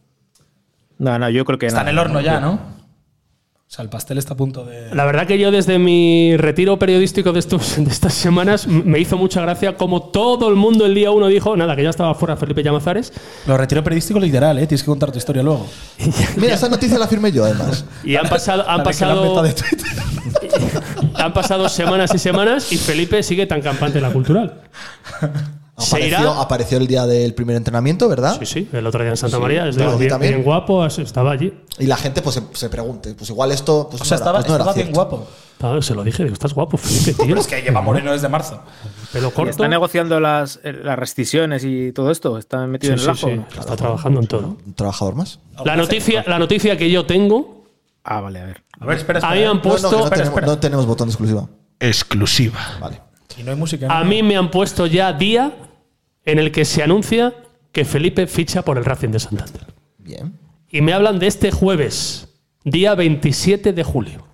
No, no, yo creo que
Está en
nada.
el horno ya, ¿no? O sea, el pastel está a punto de.
La verdad que yo desde mi retiro periodístico de, estos, de estas semanas m- me hizo mucha gracia como todo el mundo el día uno dijo, nada, que ya estaba fuera Felipe Llamazares.
Lo retiro periodístico literal, ¿eh? Tienes que contar tu historia luego.
Mira, esa noticia la firmé yo además.
Y han pasado, han
La de que la han
pasado,
vetado de Twitter.
han pasado semanas y semanas y Felipe sigue tan campante en la cultural. ¿Se
Apareció,
irá?
apareció el día del primer entrenamiento, ¿verdad?
Sí, sí, el otro día en Santa María, es
estaba allí
bien,
también.
bien guapo, as- estaba allí.
Y la gente pues se, se pregunte, pues igual esto pues
O sea,
no era-
estaba,
pues no era
estaba bien
cierto.
guapo.
Ah, se lo dije, digo, estás guapo, Felipe, tío.
Pero es que lleva moreno desde marzo.
Pelo
¿Y
corto.
¿Están negociando las, eh, las rescisiones y todo esto? ¿Están
Sí,
metidos
sí,
en el ajo?
sí,
o no?
está trabajando en todo.
Un trabajador más.
La noticia, la noticia que yo tengo,
Ah, vale, a ver.
A ver, espera,
a mí me han
No, no, que
puesto...
no, tenemos, no tenemos botón de exclusiva.
Exclusiva.
Vale.
Y no hay música.
A
¿no?
mí me han puesto ya día en el que se anuncia que Felipe ficha por el Racing de Santander.
Bien.
Y me hablan de este jueves, día 27 de julio.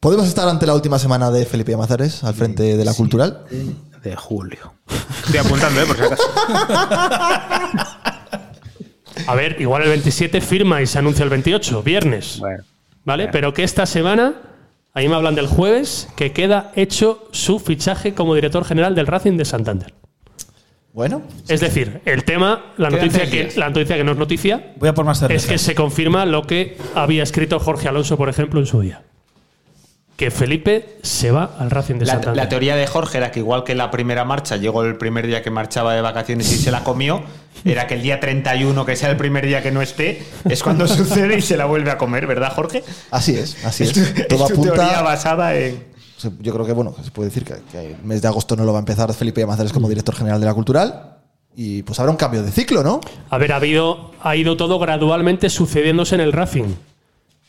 Podemos estar ante la última semana de Felipe Amazares al frente de la cultural.
De julio. Estoy apuntando, ¿eh? Por si acaso.
A ver, igual el 27 firma y se anuncia el 28, viernes.
Bueno.
¿Vale? Pero que esta semana, ahí me hablan del jueves, que queda hecho su fichaje como director general del Racing de Santander.
Bueno,
Es decir, el tema, la
Quedan
noticia,
tres
que,
días.
la noticia que no es noticia,
Voy a por más
es
cerveza.
que se confirma lo que había escrito Jorge Alonso, por ejemplo, en su día. Que Felipe se va al Racing de
La,
Santander.
la teoría de Jorge era que igual que la primera marcha llegó el primer día que marchaba de vacaciones y se la comió, era que el día 31, que sea el primer día que no esté, es cuando sucede y se la vuelve a comer, ¿verdad, Jorge?
así es, así
Es tu-
es. Todo
es tu teoría
apunta,
basada en.
se- yo creo que bueno, se puede decir que, que el mes de agosto no lo va a empezar Felipe Llamazares
Mm.
como director general de la Cultural. Y pues habrá un cambio de ciclo, ¿no?
A ver, ha, habido, ha ido todo gradualmente sucediéndose en el Racing.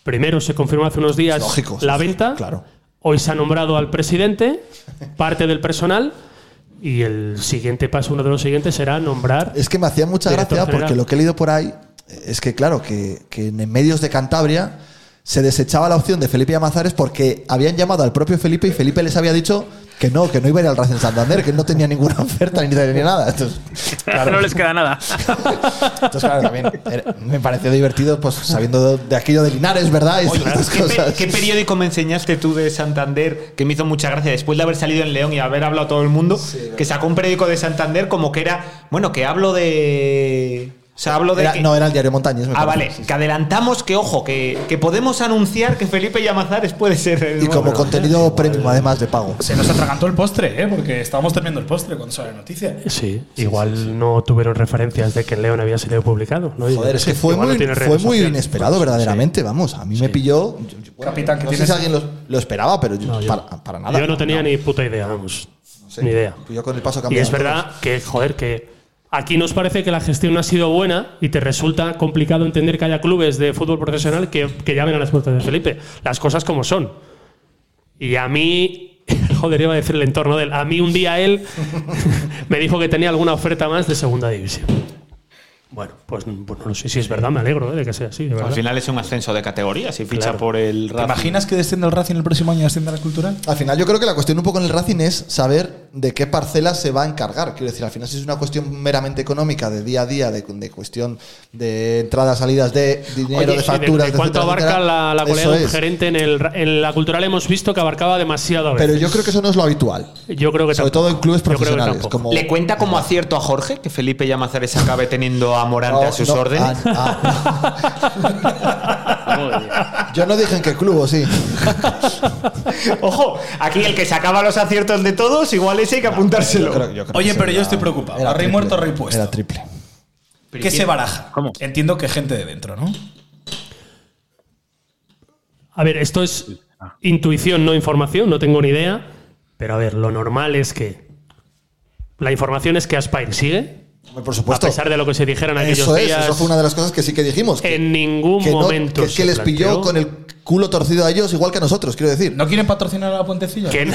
Primero se confirmó hace unos días
Lógico, sí,
la
sí,
venta.
claro.
Hoy se ha nombrado al presidente, parte del personal. Y el siguiente paso, uno de los siguientes, será nombrar.
Es que me hacía mucha
Director
gracia
general.
porque lo que he leído por ahí es que, claro, que, que en medios de Cantabria se desechaba la opción de Felipe Llamazares porque habían llamado al propio Felipe y Felipe les había dicho que no, que no iba a ir al Racing Santander, que no tenía ninguna oferta ni tenía nada. Entonces,
No les queda nada.
entonces, claro, también era- me pareció divertido, pues sabiendo de aquello de Linares, ¿verdad? Y
Oye,
todas estas
¿qué, pe-
cosas.
qué periódico me enseñaste tú de Santander que me hizo mucha gracia después de haber salido en León y haber hablado a todo el mundo? que sacó un periódico de Santander como que era, bueno, que hablo de. O sea, hablo de.
Era-
que-
no, era el diario Montañés. me
ah,
parece.
vale, que adelantamos que, ojo, que, que podemos anunciar que Felipe Llamazares puede ser. el
Y
nuevo-
como contenido premium, además de pago.
Se nos atragantó el postre, ¿eh? Porque estábamos terminando el postre cuando sale la noticia.
Sí, igual no tuvieron referencias de que el León había sido publicado. ¿no?
Joder, es que
Sí,
fue
igual no
muy,
tiene redes
fue muy
sociales.
inesperado, verdaderamente. Vamos, a mí me pilló. yo- yo- bueno,
Capitán, que
no sé
tienes-
si alguien lo, lo esperaba, pero yo-
No, yo-
para, para nada.
Yo no Pues tenía ni puta idea, vamos.
Sí.
Ni idea.
Yo con el paso
Y
cambiado.
es verdad que, joder, que aquí nos parece que la gestión no ha sido buena y te resulta complicado entender que haya clubes de fútbol profesional que, que llamen a las puertas de Felipe. Las cosas como son. Y a mí, joder, iba a decir el entorno de él. A mí un día él me dijo que tenía alguna oferta más de segunda división. Bueno, pues, pues no lo sé si es verdad, me alegro eh, de que sea así. de
Al
verdad.
final es un ascenso de categoría, si ficha
Claro.
por el
¿Te
Racing.
imaginas que descienda el Racing el próximo año y ascienda la cultural?
Al final, yo creo que la cuestión un poco en el Racing es saber de qué parcela se va a encargar. Quiero decir, al final, si es una cuestión meramente económica, de día a día, de, de cuestión de entradas, salidas de dinero,
Oye, ¿y
de facturas.
de, de cuánto
etcétera,
abarca
etcétera,
la, la
eso
goleada de un
es.
gerente en, el, ra- en la cultural? Hemos visto que abarcaba demasiado. a veces.
Pero yo creo que eso no es lo habitual.
Yo creo que
Sobre
tampoco.
todo en clubes
Yo creo que
profesionales.
tampoco.
Como
¿Le cuenta como acierto a Jorge que Felipe Llamazares acabe teniendo a Morante
No,
a sus
no,
órdenes?
ah, ah. Yo no dije en qué club, ¿o sí.
Ojo, aquí el que sacaba los aciertos de todos, igual ese hay que apuntárselo.
Oye, pero yo estoy preocupado.
Era
Rey
triple,
muerto, rey puesto.
Era triple.
¿Qué se baraja?
¿Cómo?
Entiendo que gente de dentro, ¿no?
A ver, esto es intuición, no información, no tengo ni idea. Pero a ver, lo normal es que. La información es que Aspire sigue.
Hombre, Por supuesto.
A pesar de lo que se dijera en aquellos
Eso es,
días.
eso fue una de las cosas que sí que dijimos. Que,
En ningún
que no-
momento.
que es que
se
les pilló
planteó
con el culo torcido a ellos, igual que a nosotros, quiero decir.
¿No quieren patrocinar a la puentecilla?
Que,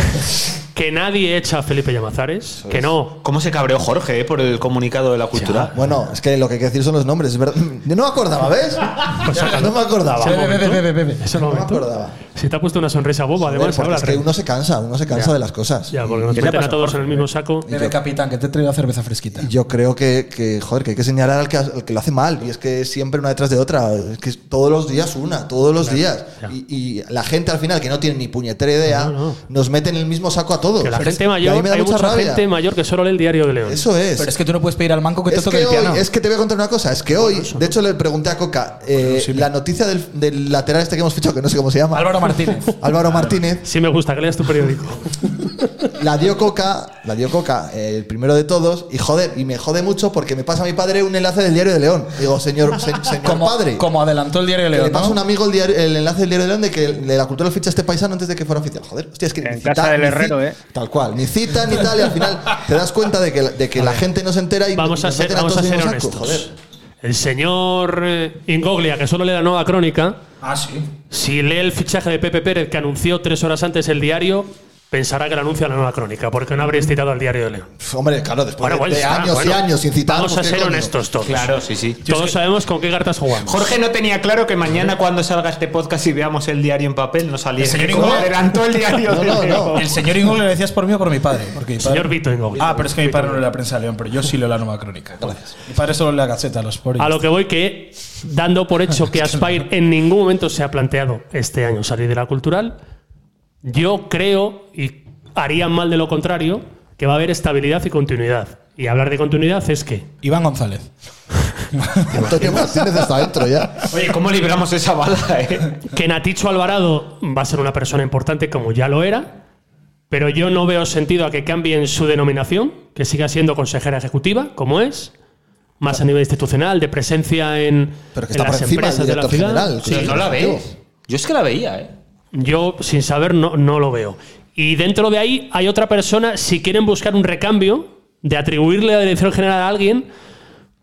que nadie echa a Felipe Llamazares. que no.
¿Cómo se cabreó Jorge eh, por el comunicado de la cultura?
Bueno, es que lo que hay que decir son los nombres, es verdad. Yo no me acordaba, ¿ves?
Pues
no me acordaba.
Bebe, bebe, bebe, bebe.
Es el
No me
momento.
acordaba.
Si te ha puesto una sonrisa boba,
Joder,
además,
porque
ahora.
pues es que
Rey.
uno se cansa, uno se cansa de las cosas.
Ya, porque nos
¿Qué te ha
meten a
pasado,
todos en el mismo saco.
Bebe, capitán, que te he traído cerveza fresquita.
Y Yo creo que, que, joder, que hay que señalar al que, al que lo hace mal. Y es que siempre una detrás de otra. Es que es todos los días una, todos los días.
ya.
Y, y la gente al final, que no tiene ni puñetera idea,
no.
nos mete en el mismo saco a todos.
Que la
Es- y
gente
a
mayor,
mí me da
hay
mucha
mucha
rabia.
gente mayor que solo lee el diario de León.
Eso es.
Pero es que tú no puedes pedir al manco que te
Es
toque
que,
el
hoy,
piano.
es que te voy a contar una cosa, es que hoy, de hecho le pregunté a Coca, eh, la noticia del, del lateral este que hemos fichado, que no sé cómo se llama,
Álvaro Martínez.
Ah,
Álvaro Martínez,
Sí me gusta que leas tu periódico.
la dio Coca, la dio Coca, eh, el primero de todos, y joder, y me jode mucho porque me pasa a mi padre un enlace del Diario de León. Digo, señor, se- señor
como,
padre,
como adelantó el diario de
que le
León.
pasa a
¿no?
un amigo el, diario- el enlace del Diario de León de que de la cultura ficha a este paisano antes de que fuera oficial. Joder, hostia, es que
En casa del
ni
herrero,
ci-
eh.
Tal cual, ni cita ni tal, y al final te das cuenta de que, la- de que la gente no se entera y
Vamos a
nos
ser,
meten
vamos a
todos en
ser
el mismo
honestos.
saco, joder.
El señor eh, Ingoglia, que solo le da nueva crónica,
Ah, sí.
si lee el fichaje de Pepe Pérez que anunció tres horas antes el diario, pensará que le anuncia la nueva crónica, porque no habréis citado al diario de León.
Pf, Pues, Hombre, claro, después
Bueno,
de-
bueno,
de
está,
años y
bueno.
años sin citar.
Vamos a
pues, ¿qué
ser
coño?
honestos todos.
Claro, sí, sí.
Todos sabemos con qué cartas jugamos.
Jorge no tenía claro que mañana cuando salga este podcast y veamos el diario en papel no salía.
El señor
Como
Ingo-
adelantó el diario
No,
de
no,
Leo.
no.
El señor Ingo le decías por mí o por mi padre. Porque mi
Señor
padre-
Vito Ingoglia.
Ah, pero es que mi padre no lee la prensa de León, pero yo sí leo la nueva crónica. Gracias. Mi padre solo lee la gaceta, los poris.
A lo que voy que, dando por hecho que Aspire en ningún momento se ha planteado este año salir de la cultural, yo creo, y harían mal de lo contrario, que va a haber estabilidad y continuidad. Y hablar de continuidad es que
Iván González.
Antonio Martínez está dentro ya.
Oye, ¿cómo libramos esa bala, eh?
que Naticho Alvarado va a ser una persona importante como ya lo era, pero yo no veo sentido a que cambien su denominación, que siga siendo consejera ejecutiva, como es, más a nivel institucional, de presencia en,
Pero que
en
está por
las
encima del
empresas de la
director
ciudad.
general.
Sí, no la veis. Yo es que la veía, eh.
Yo, sin saber, no, no lo veo. Y dentro de ahí hay otra persona, si quieren buscar un recambio de atribuirle la dirección general a alguien,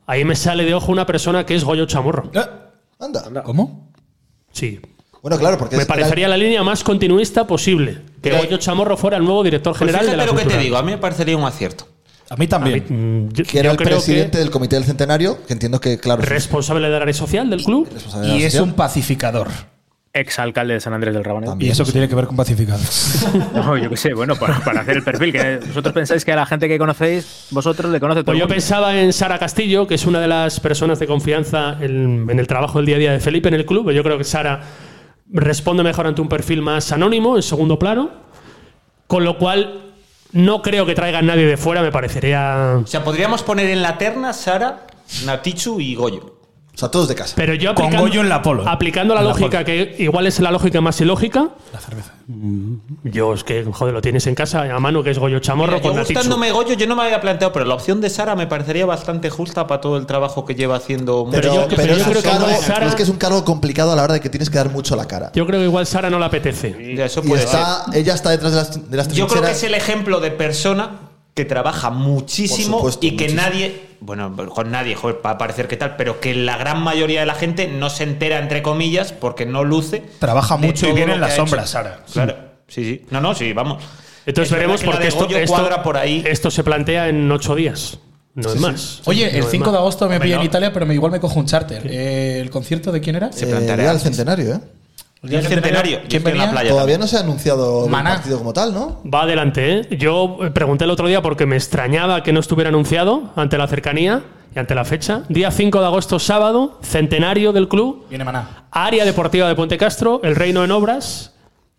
ahí me sale de ojo una persona que es Goyo Chamorro.
Ah. Anda.
¿Cómo?
Sí.
Bueno, claro, porque
Me
es- era-
parecería la línea más continuista posible. Que Goyo Chamorro fuera el nuevo director
Pues
general
fíjate
de la
lo que te
cultura.
digo, a mí me parecería un acierto.
A mí también.
Mm, yo-
que era
yo
el
creo
presidente del comité del centenario, que entiendo que, claro,
que responsable del área social del club.
y es un pacificador.
Exalcalde de San Andrés del Rabanel.
¿Y eso que tiene que ver con pacificadores?
No, yo qué sé, bueno, para, para hacer el perfil, que vosotros pensáis que a la gente que conocéis, vosotros le conoce todo.
Pues
el
yo
mundo.
pensaba en Sara Castillo, que es una de las personas de confianza en, en el trabajo del día a día de Felipe en el club. Yo creo que Sara responde mejor ante un perfil más anónimo, en segundo plano. Con lo cual, no creo que traiga a nadie de fuera, me parecería.
O sea, podríamos poner en la terna Sara, Natichu y Goyo.
o sea, todos de casa.
Pero yo
Con
aplicando,
Goyo en la
¿eh?
polo.
aplicando la
En la
lógica, que igual es la lógica más ilógica.
La cerveza.
Mm,
Yo, es que, joder, lo tienes en casa a mano, que es Goyo Chamorro
Mira, yo
con Natichu.
gustándome Goyo, yo no me había planteado, pero la opción de Sara me parecería bastante justa para todo el trabajo que lleva haciendo.
Pero yo- pero yo
es un
creo que
cargo-
Sara-
pero es que es un cargo complicado a la hora de que tienes que dar mucho la cara.
Yo creo que igual Sara no la apetece.
Ya, eso
y
puede
está, ella está detrás de las, de las
ser. Yo creo que
trincheras.
es el ejemplo de persona que trabaja muchísimo
Por supuesto,
y que
muchísimo.
nadie, bueno, con nadie, joder, para parecer que tal, pero que la gran mayoría de la gente no se entera, entre comillas, porque no luce.
Trabaja
de
mucho y
todo
viene
lo
en
que
las
ha
sombras,
hecho.
Sara.
Claro, sí, sí. No, no, sí, vamos.
Entonces
Es verdad
veremos
que la
porque
de
esto,
Goyo
esto-
cuadra por ahí.
esto se plantea en ocho días. No es más.
Oye, el
No es
5
más.
de agosto me
Hombre,
pilla en
no.
Italia, pero me- igual me cojo un charter. Eh, ¿El concierto de quién era?
Se
Eh,
plantará.
llega al centenario, ¿eh?
El día del centenario. Yo
¿Quién
estoy en la
venía?
playa
Todavía
también.
no se ha anunciado el
Maná.
partido como tal, ¿no?
Va adelante, ¿eh? Yo eh, pregunté el otro día porque me extrañaba que no estuviera anunciado ante la cercanía y ante la fecha. Día 5 de agosto, sábado, centenario del club,
Viene Maná.
área deportiva de Puente Castro, el Reino en Obras,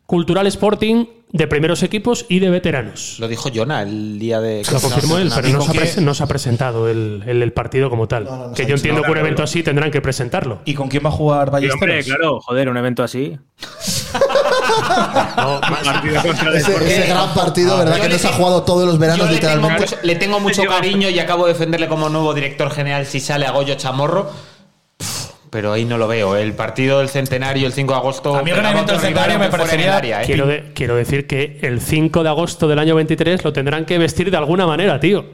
Cultural Sporting de primeros equipos y de veteranos.
Lo dijo Jonah el día de.
Lo confirmó él, pero
¿Y
no
con
se, ha
qué-
pres- no se ha presentado el, el- el partido como tal.
no, no se
que
ha
yo
dicho
entiendo que un evento así tendrán que presentarlo.
¿Y con quién va a jugar
Y, hombre,
Ballesteros?
claro, joder, un evento así.
Ese, ese gran partido, ¿verdad?
Ah, yo
Que
le
no se ha
tengo-
jugado todos los
Yo
veranos
le tengo,
literalmente.
mucho, le tengo mucho cariño y acabo de defenderle como nuevo director general si sale a Goyo Chamorro. Pff, Pero ahí no lo veo. El partido del centenario, el 5 de agosto.
A mí el
pegaba
evento del
otro rival,
centenario me
aunque fuera en el
parecería
área, ¿eh?
Quiero, de- quiero decir que el 5 de agosto del año 23 lo tendrán que vestir de alguna manera, tío.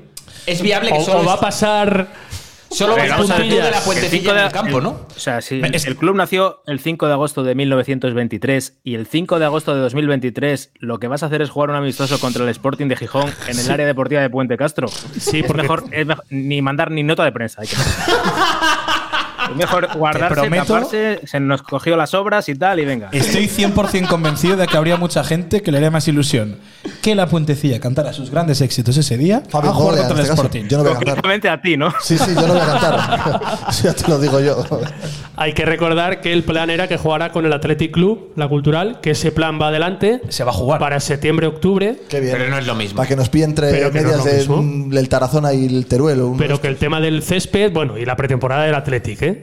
Es viable que
O,
solo,
o va a pasar.
solo
Pero
vamos a ver tú de la
puntillas.
El
puentecilla
cinco
en
de-
el campo, ¿no?
O sea, sí.
Me- es-
El club nació el 5 de agosto de 1923 y el 5 de agosto de 2023 lo que vas a hacer es jugar un amistoso contra el Sporting de Gijón en el área deportiva de Puente Castro. Sí,
porque-
mejor, es mejor ni mandar ni nota de prensa. hay que- es mejor guardarse,
prometo-
taparse, se nos cogió las obras y tal y venga.
Estoy 100% convencido de que habría mucha gente que le haría más ilusión que la Puentecilla cantara sus grandes éxitos ese día
Fabio
a jugar
Gole, en
contra el
este caso.
Sporting.
Yo no voy a cantar.
Concretamente a ti, ¿no?
Sí, sí, yo no voy a cantar. Eso ya te lo digo yo.
Hay que recordar que el plan era que jugara con el Athletic Club, la cultural, que ese plan va adelante
Se va a jugar.
para septiembre-octubre.
Qué bien.
Pero no es lo mismo.
Para que nos pille entre
Pero que no
medias
es lo
de-
mismo.
mm, del Tarazona y el Teruel. o uno de
Pero
estos.
que el tema del césped, bueno, y la pretemporada del Athletic, ¿eh?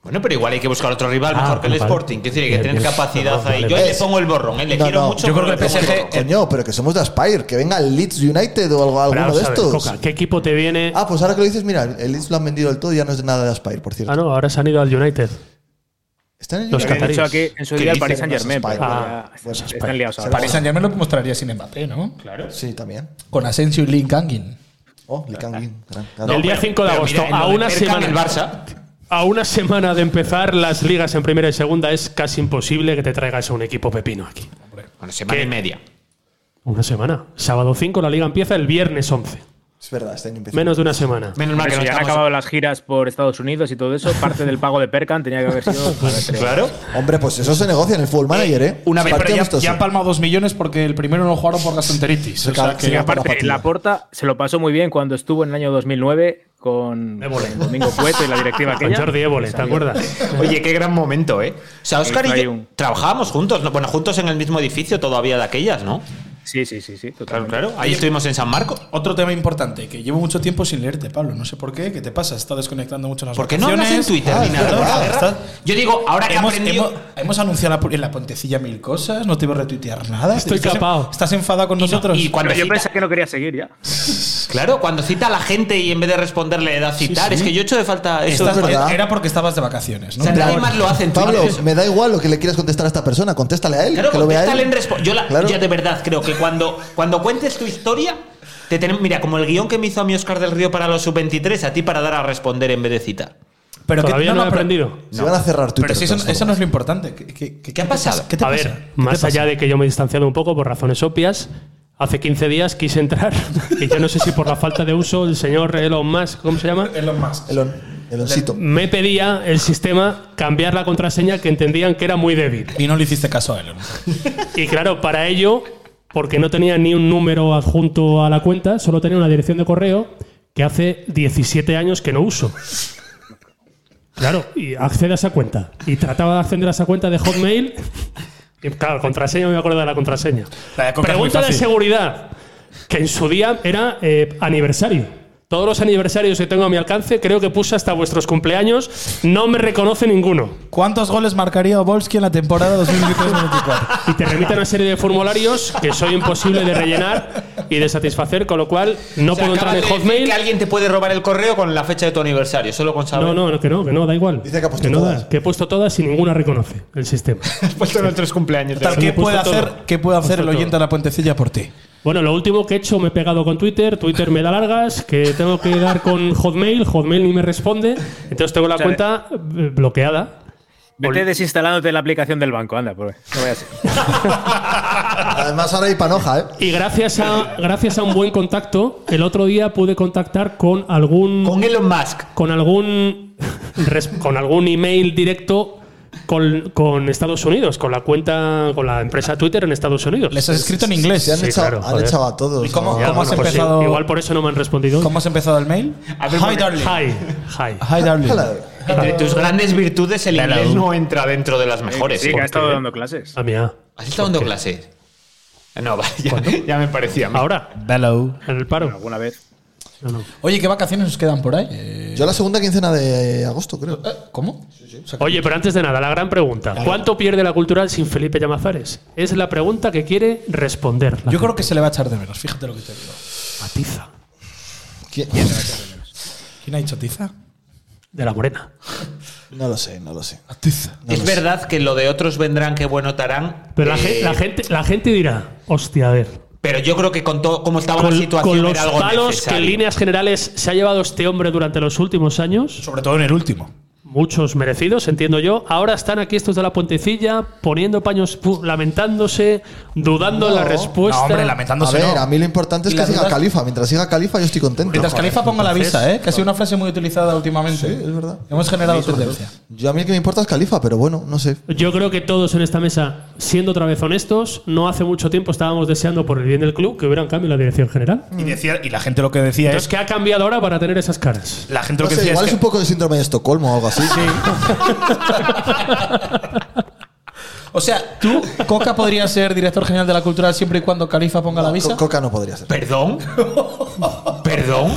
Bueno, pero igual hay que buscar otro rival mejor
Ah,
que el
vale.
Sporting. Quiero decir, hay que
Bien,
tener
bien.
capacidad
Vale,
ahí.
vale.
Yo ahí le
Es-
pongo el borrón, ¿eh? le
No,
quiero
no.
mucho.
Yo creo
pero
que
le
el
pongo el
PSG
borrón.
Coño, pero que somos de Aspire, que venga el Leeds United o algo,
Pero
alguno de
vamos a ver,
estos.
Coca, ¿qué equipo te viene?
Ah, pues ahora que lo dices, mira, el Leeds lo han vendido del todo y ya no es de nada de Aspire, por cierto.
Ah, no, ahora se han ido al United.
Está en el
Los
Lo que
United.
han hecho
cataríes.
aquí en su
¿Qué
día el
dice?
Paris Saint Germain.
Ah, bueno,
están liados ahora.
Paris Saint Germain lo mostraría sin Mbappé, ¿no?
Sí, también.
Con Asensio y Lin Kangin.
Oh, Lee Kang-in, gran- gran-
el día 5 de
Pero
agosto,
mira, en lo
a
de
una
Berkham,
semana.
el Barça.
A una semana de empezar las ligas en primera y segunda, es casi imposible que te traigas a un equipo pepino aquí.
Bueno, semana
¿Qué?
y media.
Una semana. Sábado 5, la liga empieza el viernes 11.
Es verdad, este año empezó.
Menos de una semana.
Menos mal
Hombre,
que no
si ya han
estamos-
acabado las giras por Estados Unidos y todo eso, parte del pago de Perkan tenía que haber sido.
Claro.
Hombre, pues eso se negocia en el Football Manager, ¿eh?
Una vez,
Partido
pero ya,
amistoso.
ya han palmado dos millones porque el primero no lo jugaron por gastroenteritis. O sea,
Cada-
que
Y
cada
aparte,
partida.
Laporta se lo pasó muy bien cuando estuvo en el año 2009 con, con Domingo Cueto y la directiva
Con
aquella.
Jordi Évole, ¿te acuerdas?
Oye, qué gran momento, ¿eh? O sea, Oscar
Hizo
y
ahí
yo
un-
trabajábamos juntos, ¿no? bueno, juntos en el mismo edificio todavía de aquellas, ¿no?
Sí, sí, sí, sí.
Claro,
totalmente.
claro. Ahí estuvimos en San Marcos.
Otro tema importante, que llevo mucho tiempo sin leerte, Pablo. No sé por qué, ¿qué te pasa? Está desconectando mucho las
¿Por qué no hablas
vacaciones.
en Twitter
Ah,
ni
es
nada?
verdad,
Por la guerra. Yo digo, ahora que
Hemos,
aprendí.
hemos- hemos anunciado la pu- en la puentecilla mil cosas, no te iba a retuitear nada.
Estoy
¿Estás-
capado.
¿Estás enfadado con nosotros?
Y cuando
Pero yo
cita,
pensé que no quería seguir ya.
claro, cuando cita a la gente y en vez de responderle le da a citar,
sí.
es que yo echo de falta eso. ¿eh?
Estás-
es verdad.
Era porque estabas de vacaciones,
O
¿no?
sea, nadie más lo hace en Twitter.
Pablo, me da igual lo que le quieras contestar a esta persona, contéstale a él.
Claro,
que lo vea
contéstale
él.
en respo- Yo, la-
Claro.
yo de verdad creo que cuando, cuando cuentes tu historia, te tenemos. Mira, como el guión que me hizo a mí Oscar del Río para los sub-23, a ti para dar a responder en vez de citar.
Pero que-
Todavía no, he
pero-
aprendido.
Se van a cerrar Twitter.
Pero si eso,
de todas
eso
formas.
no es lo importante. ¿Qué, qué,
¿Qué ha
te
pasado?
pasa? ¿Qué te
A
pasa?
ver,
¿Qué te
más
pasa?
allá de que yo me he distanciado un poco por razones obvias, hace 15 días quise entrar y yo no sé si por la falta de uso el señor Elon Musk, ¿cómo se llama?
Elon Musk.
Elon, Eloncito.
Me pedía el sistema cambiar la contraseña que entendían que era muy débil.
Y no le hiciste caso a Elon.
Y claro, para ello, porque no tenía ni un número adjunto a la cuenta, solo tenía una dirección de correo que hace 17 años que no uso. Claro, y accede a esa cuenta. Y trataba de acceder a esa cuenta de Hotmail. Y claro, contraseña, no me acuerdo de la contraseña.
La de Coca es muy
Pregunta de
fácil.
seguridad, que en su día era eh, aniversario. Todos los aniversarios que tengo a mi alcance, creo que puse hasta vuestros cumpleaños, no me reconoce ninguno.
¿Cuántos goles marcaría Obolski en la temporada 2023-2024?
y te remite a una serie de formularios que soy imposible de rellenar y de satisfacer, con lo cual no
O sea,
puedo entrar
acabas
en
de decir
Hotmail.
Que alguien te puede robar el correo con la fecha de tu aniversario, solo con saber.
No, no, no, que no, que no, da igual.
Dice que ha puesto
no
todas.
da, que he puesto todas y ninguna reconoce el sistema.
Has puesto nuestros cumpleaños. de
Tal,
verdad.
¿Qué
he puesto
puede hacer,
todo.
¿Qué puede hacer
He
el
puesto
oyente
todo.
de la puentecilla por ti?
Bueno, lo último que he hecho me he pegado con Twitter, Twitter me da largas, que tengo que dar con Hotmail, Hotmail ni me responde, entonces tengo la
Chale.
cuenta eh, bloqueada.
Vete desinstalándote la aplicación del banco, anda, por no vayas.
Además, ahora hay panoja, ¿eh?
Y gracias a, gracias a un buen contacto, el otro día pude contactar con algún
Con Elon Musk.
con algún res- con algún email directo con, con Estados Unidos, con la cuenta, con la empresa Twitter en Estados Unidos.
¿Les has escrito en inglés?
Se han,
Sí,
echado,
claro,
han
joder.
echado a todos.
¿Y cómo-
¿no?
Ya,
has
pues sí,
empezado?
igual por eso no me han respondido.
¿Cómo has empezado el mail? Hi, darling.
Hi, hi.
Hi, darling.
Hola.
Entre tus grandes virtudes, el inglés no entra dentro de las mejores.
Sí, que
¿Por
ha estado
qué?
dando clases.
Ah, mira.
¿Has estado dando clases? No, vale, ya, ya me parecía. a mí.
Ahora,
Hello.
en el paro.
Alguna vez.
No, no.
Oye, ¿qué vacaciones os quedan por ahí? Eh,
Yo la segunda quincena de agosto, creo.
Eh,
¿Cómo?
Oye, pero antes de nada, la gran pregunta. ¿Cuánto pierde la cultural sin Felipe Llamazares? Es la pregunta que quiere responder. La
Yo creo que se le va a echar de menos, fíjate lo que te digo.
matiza
¿Quién?
¿Quién ha dicho tiza?
de la morena.
No lo sé, no lo sé.
Tiza.
es verdad que lo de otros vendrán, qué bueno tarán.
Pero la,
eh,
gen- la gente, la gente dirá, hostia, a ver,
Pero yo creo que con todo como estaba
con,
la situación
con los
era algo
palos que
necesario.
en líneas generales se ha llevado este hombre durante los últimos años,
Sobre todo en el último.
muchos merecidos, entiendo yo, ahora están aquí estos de la puentecilla poniendo paños, pu- lamentándose, dudando en la
No,
respuesta.
No, hombre,
A
lamentándose.
ver,
no.
a mí lo importante es que
La
siga
duda-
Califa. Mientras siga Califa, yo estoy contento.
Mientras
Joder.
Califa ponga la visa, ¿eh? que ha sido una frase muy utilizada últimamente.
Sí, es verdad.
Hemos generado tendencia.
Yo a mí el que me importa es Califa, pero bueno, no sé.
Yo creo que todos en esta mesa, siendo otra vez honestos, no hace mucho tiempo estábamos deseando por el bien del club que hubiera un cambio en la dirección general.
Y, decía, y la gente lo que decía
Entonces,
es.
¿qué ha cambiado ahora para tener esas caras?
La
No
gente lo que
sé,
decía
igual
es
es un
que-
poco de síndrome de Estocolmo o algo así.
O sea, tú, Coca podría ser director general de la cultura siempre y cuando Califa ponga la visa.
Co- Coca no podría ser.
Perdón. Perdón.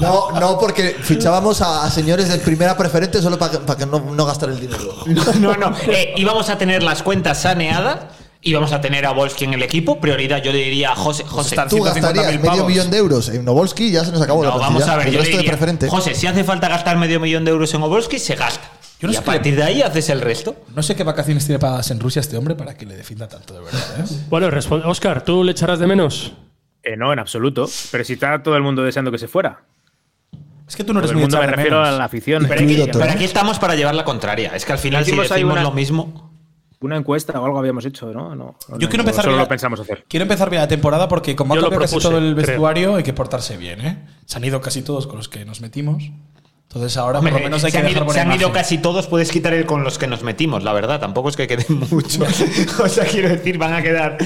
No, no, porque fichábamos a, a señores de primera preferente solo para que, pa' que no, no gastar el dinero.
No, no. Eh, íbamos a tener las cuentas saneadas. Íbamos a tener a Volsky en el equipo. Prioridad, yo le diría a José. José.
Está
Tú
150.000
gastarías medio
pavos.
millón de euros en Novolsky ya se nos acabó la
No, vamos
plantilla.
a ver.
El
yo le
resto de
diría,
preferente.
José, si hace falta gastar medio millón de euros en Obolski, se gasta.
Yo no
y
sé
a
qué-
partir de ahí haces el resto.
No sé qué vacaciones tiene pagadas en Rusia este hombre para que le defienda tanto, de verdad. ¿eh?
Bueno, responde, Oscar, ¿tú le echarás de menos?
Eh, no, en absoluto. Pero si está todo el mundo deseando que se fuera.
Es que tú no
Todo
eres
el
muy
mundo me
echado de
refiero
menos.
a la afición.
Pero, aquí,
Incluido todo.
pero aquí estamos para llevar la contraria. Es que al final, si
Hicimos
decimos
ahí una-
lo mismo.
Una encuesta o algo habíamos hecho, ¿no? no, no,
Yo quiero
no,
empezar
Solo
bien
lo pensamos hacer.
Quiero empezar bien la temporada porque como ha
Yo lo
cambiado casi
propuse,
todo el
creo.
vestuario hay que portarse bien, ¿eh? Se han ido casi todos con los que nos metimos. Entonces ahora
Hombre,
por lo menos hay
se
que
han,
dejar
ido,
buena
se han ido
imagen.
casi todos, puedes quitar el con los que nos metimos, la verdad. Tampoco es que queden muchos. o sea, quiero decir, van a quedar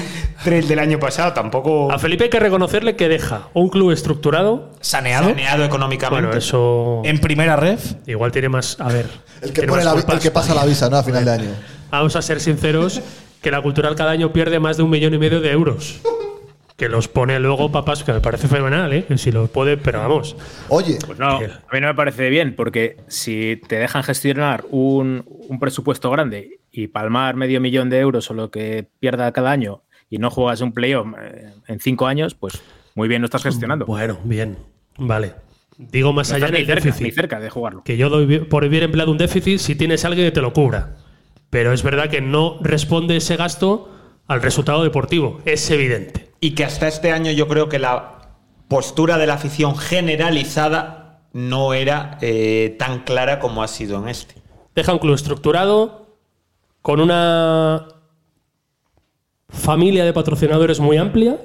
tres del año pasado. Tampoco
A Felipe hay que reconocerle que deja un club estructurado.
saneado,
saneado económicamente.
Bueno, eso
en primera red.
igual tiene más. A ver.
El que,
tiene
pone la
más
vi-
culpas.
el que pasa la visa, ¿no? A final de año.
Vamos a ser sinceros, que la cultural cada año pierde más de un millón y medio de euros. Que los pone luego papás, que me parece fenomenal, ¿eh? Que si los puede, pero vamos.
Oye,
Pues no, a mí no me parece bien, porque si te dejan gestionar un, un presupuesto grande y palmar medio millón de euros o lo que pierda cada año y no juegas un playoff eh, en cinco años, pues muy bien lo estás gestionando.
Bueno, bien. Vale. Digo más
No
allá
estás ni
del
cerca, ni
déficit.
cerca de jugarlo.
Que yo doy bi- por vivir empleado un déficit si tienes alguien que te lo cubra. Pero es verdad que no responde ese gasto al resultado deportivo. Es evidente.
Y que hasta este año yo creo que la postura de la afición generalizada no era eh, tan clara como ha sido en este.
Deja un club estructurado, con una familia de patrocinadores muy amplia,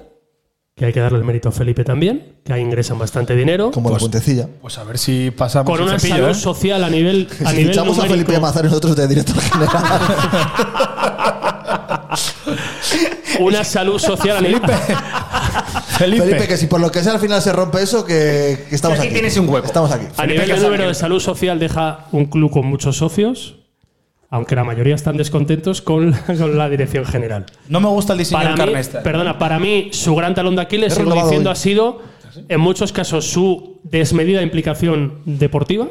que hay que darle el mérito a Felipe también, que ahí ingresan bastante dinero.
Como la puentecilla.
Pues a ver si pasamos
con
el
una
cepillo,
salud
¿eh?
social a nivel, a
si
nivel
fichamos a
numérico-
Felipe Mazar nosotros de director general.
una salud social a nivel,
Felipe.
Felipe, que si por lo que sea al final se rompe eso, que, que estamos
Que
aquí.
aquí tienes un hueco.
Estamos aquí.
a nivel de
Casablanca.
número de salud social deja un club con muchos socios, aunque la mayoría están descontentos con la, con la dirección general.
No me gusta el diseño
Para
del
mí,
carne este.
perdona, para mí su gran talón de Aquiles,
He
sigo
renovado
diciendo,
hoy.
ha sido en muchos casos su desmedida implicación deportiva,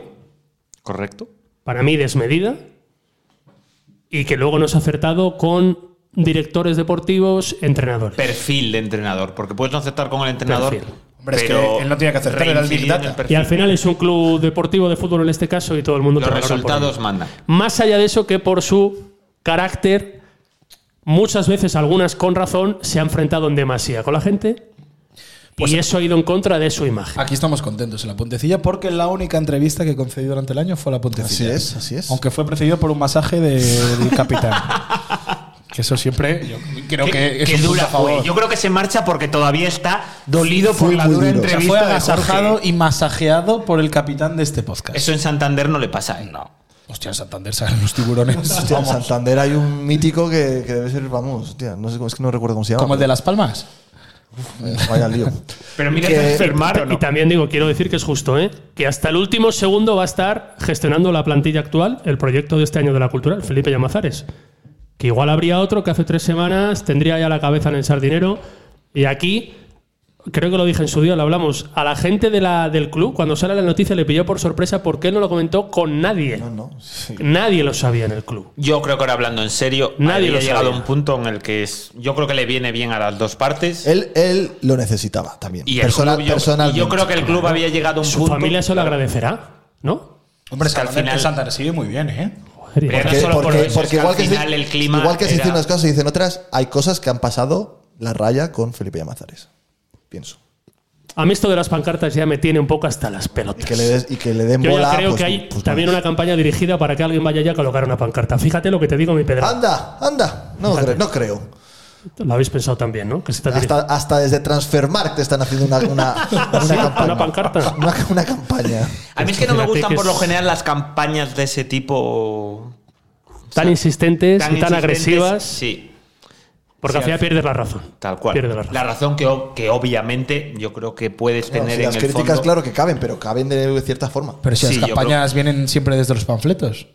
Correcto.
para mí desmedida, y que luego nos ha acertado con directores deportivos, entrenadores.
Perfil de entrenador, porque puedes no aceptar con el entrenador.
Perfil.
Hombre, es
pero
que él no tenía que aceptar, era el
reincidir
Big
en
Data.
el
y
perfil.
al final es un club deportivo de fútbol en este caso y todo el mundo
los
trabaja por él.
resultados mandan.
Más allá de eso que por su carácter, muchas veces, algunas con razón, se ha enfrentado en demasía con la gente
Pues
y eso ha ido en contra de su imagen.
Aquí estamos contentos en la puentecilla porque la única entrevista que concedí durante el año fue a la
Así
puentecilla.
es, así es.
Aunque fue precedido por un masaje de- del capitán. que eso siempre yo creo que es
Qué
un punto
dura
a favor.
fue. Yo creo que se marcha porque todavía está dolido
Fue
por la
muy
dura
duro.
O sea,
entrevista.
fue
de
agasajado
Jorge.
y masajeado por el capitán de este podcast.
Eso en Santander no le pasa. ¿eh?
Hostia, en Santander salen los tiburones.
Hostia, en
Vamos.
Santander hay un mítico que, que debe ser, vamos, hostia, no sé, cómo- es que no recuerdo cómo se llama.
Como el de Las Palmas.
pero, eh, Vaya lío.
Pero mira,
Que-
que enfermar o
Y
no.
también digo, quiero decir que es justo, ¿eh? que hasta el último segundo va a estar gestionando la plantilla actual, el proyecto de este año de la cultural, Felipe Llamazares. Que igual habría otro que hace tres semanas tendría ya la cabeza en el sardinero. Y aquí, creo que lo dije en su día, lo hablamos, a la gente de la, del club, cuando sale la noticia, le pilló por sorpresa porque no lo comentó con nadie.
No, sí.
Nadie lo sabía en el club.
Yo creo que ahora hablando en serio,
Nadie
nadie
lo
ha llegado a
sabía.
un punto en el que es. Yo creo que le viene bien a las dos partes.
Él, él lo necesitaba también.
y el
Persona-
club, yo-
personalmente.
y yo creo que el club había llegado a un
Su
punto.
familia se lo agradecerá, ¿no?
Hombre, es que
al
al final
final-
Santander sigue muy bien, ¿eh?
Joder,
Pero
igual-
no solo por
porque,
eso, es
porque
que
igual
al
que, se-
final el clima
igual que se
era-
dicen unas cosas y dicen otras, hay cosas que han pasado la raya con Felipe Llamazares. Pienso.
a mí esto de las pancartas ya me tiene un poco hasta las
Y
pelotas.
que le, des- y que le den
Yo
bola.
ya creo
pues,
que hay
pues,
también
vale.
una campaña dirigida para que alguien vaya ya a colocar una pancarta. Fíjate lo que te digo, mi Pedro.
Anda, anda. No, cre- no creo.
Lo habéis pensado también, ¿no? Que se está
Hasta,
dirigiendo.
hasta desde Transfermarkt te están haciendo una, una, una campaña.
una pancarta.
Una, una campaña.
A mí es que no me
Fíjate
gustan
que
por lo
es-
general las campañas de ese tipo.
tan insistentes y tan
insistentes.
agresivas,
Sí,
porque al final pierdes la razón.
tal cual.
Pierdes la razón.
que, o- que obviamente yo creo que puedes
No,
tener
si
en
las
el
críticas,
fondo.
claro que caben, pero caben de cierta forma.
Pero si
Sí, yo
las campañas vienen siempre desde los panfletos.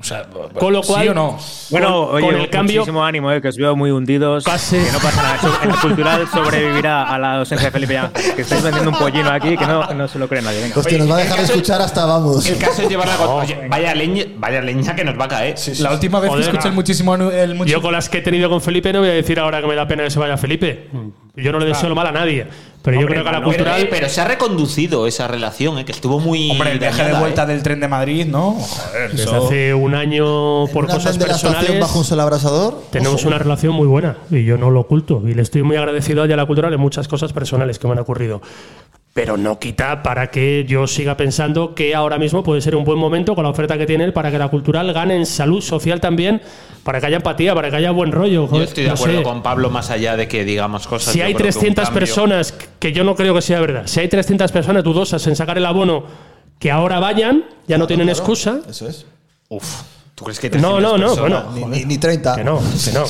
o sea,
Con lo cual,
¿sí o no?
Bueno,
con,
oye,
con el cambio,
muchísimo ánimo, eh, que os veo muy hundidos.
Pase.
Que no pasa nada. So- El cultural sobrevivirá a la ausencia de Felipe Llama. Que estáis vendiendo un pollino aquí que no, no se lo cree nadie. Venga.
Hostia, nos va a
el
dejar
caso-
escuchar hasta vamos.
El caso es llevar la contra- Oye, vaya leña, vaya leña que nos va a caer.
La última vez
Joder,
que escuché el
no.
muchísimo. anu- El muchi-
yo con las que he tenido con Felipe no voy a decir ahora que me da pena que se vaya Felipe. Yo no le deseo lo mal a nadie, pero yo
Hombre,
creo que a la
no,
pero,
cultural
eh, pero se ha reconducido esa relación, eh, que estuvo muy.
Hombre, el viaje de
dañada,
vuelta
eh.
del tren de Madrid, ¿no? Joder,
desde
eso-
hace un año por
En un
cosas
andén de la estación
personales
bajo un sol abrasador.
Tenemos
ojo.
una relación muy buena y yo no lo oculto. Y le estoy muy agradecido a Yala Cultural en muchas cosas personales que me han ocurrido. Pero no quita para que yo siga pensando que ahora mismo puede ser un buen momento con la oferta que tiene él para que la cultural gane en salud social también, para que haya empatía, para que haya buen rollo.
Yo
joder,
estoy de
no
acuerdo
sé.
con Pablo más allá de que digamos cosas.
Si
yo
hay
creo que un
300
cambio-
personas, que yo no creo que sea verdad, si hay 300 personas dudosas en sacar el abono, que ahora vayan, ya no tienen excusa.
Eso es.
Uf, ¿tú crees que
No,
300
no, no,
personas?
bueno.
Ni, ni- ni 30.
Que no, que no.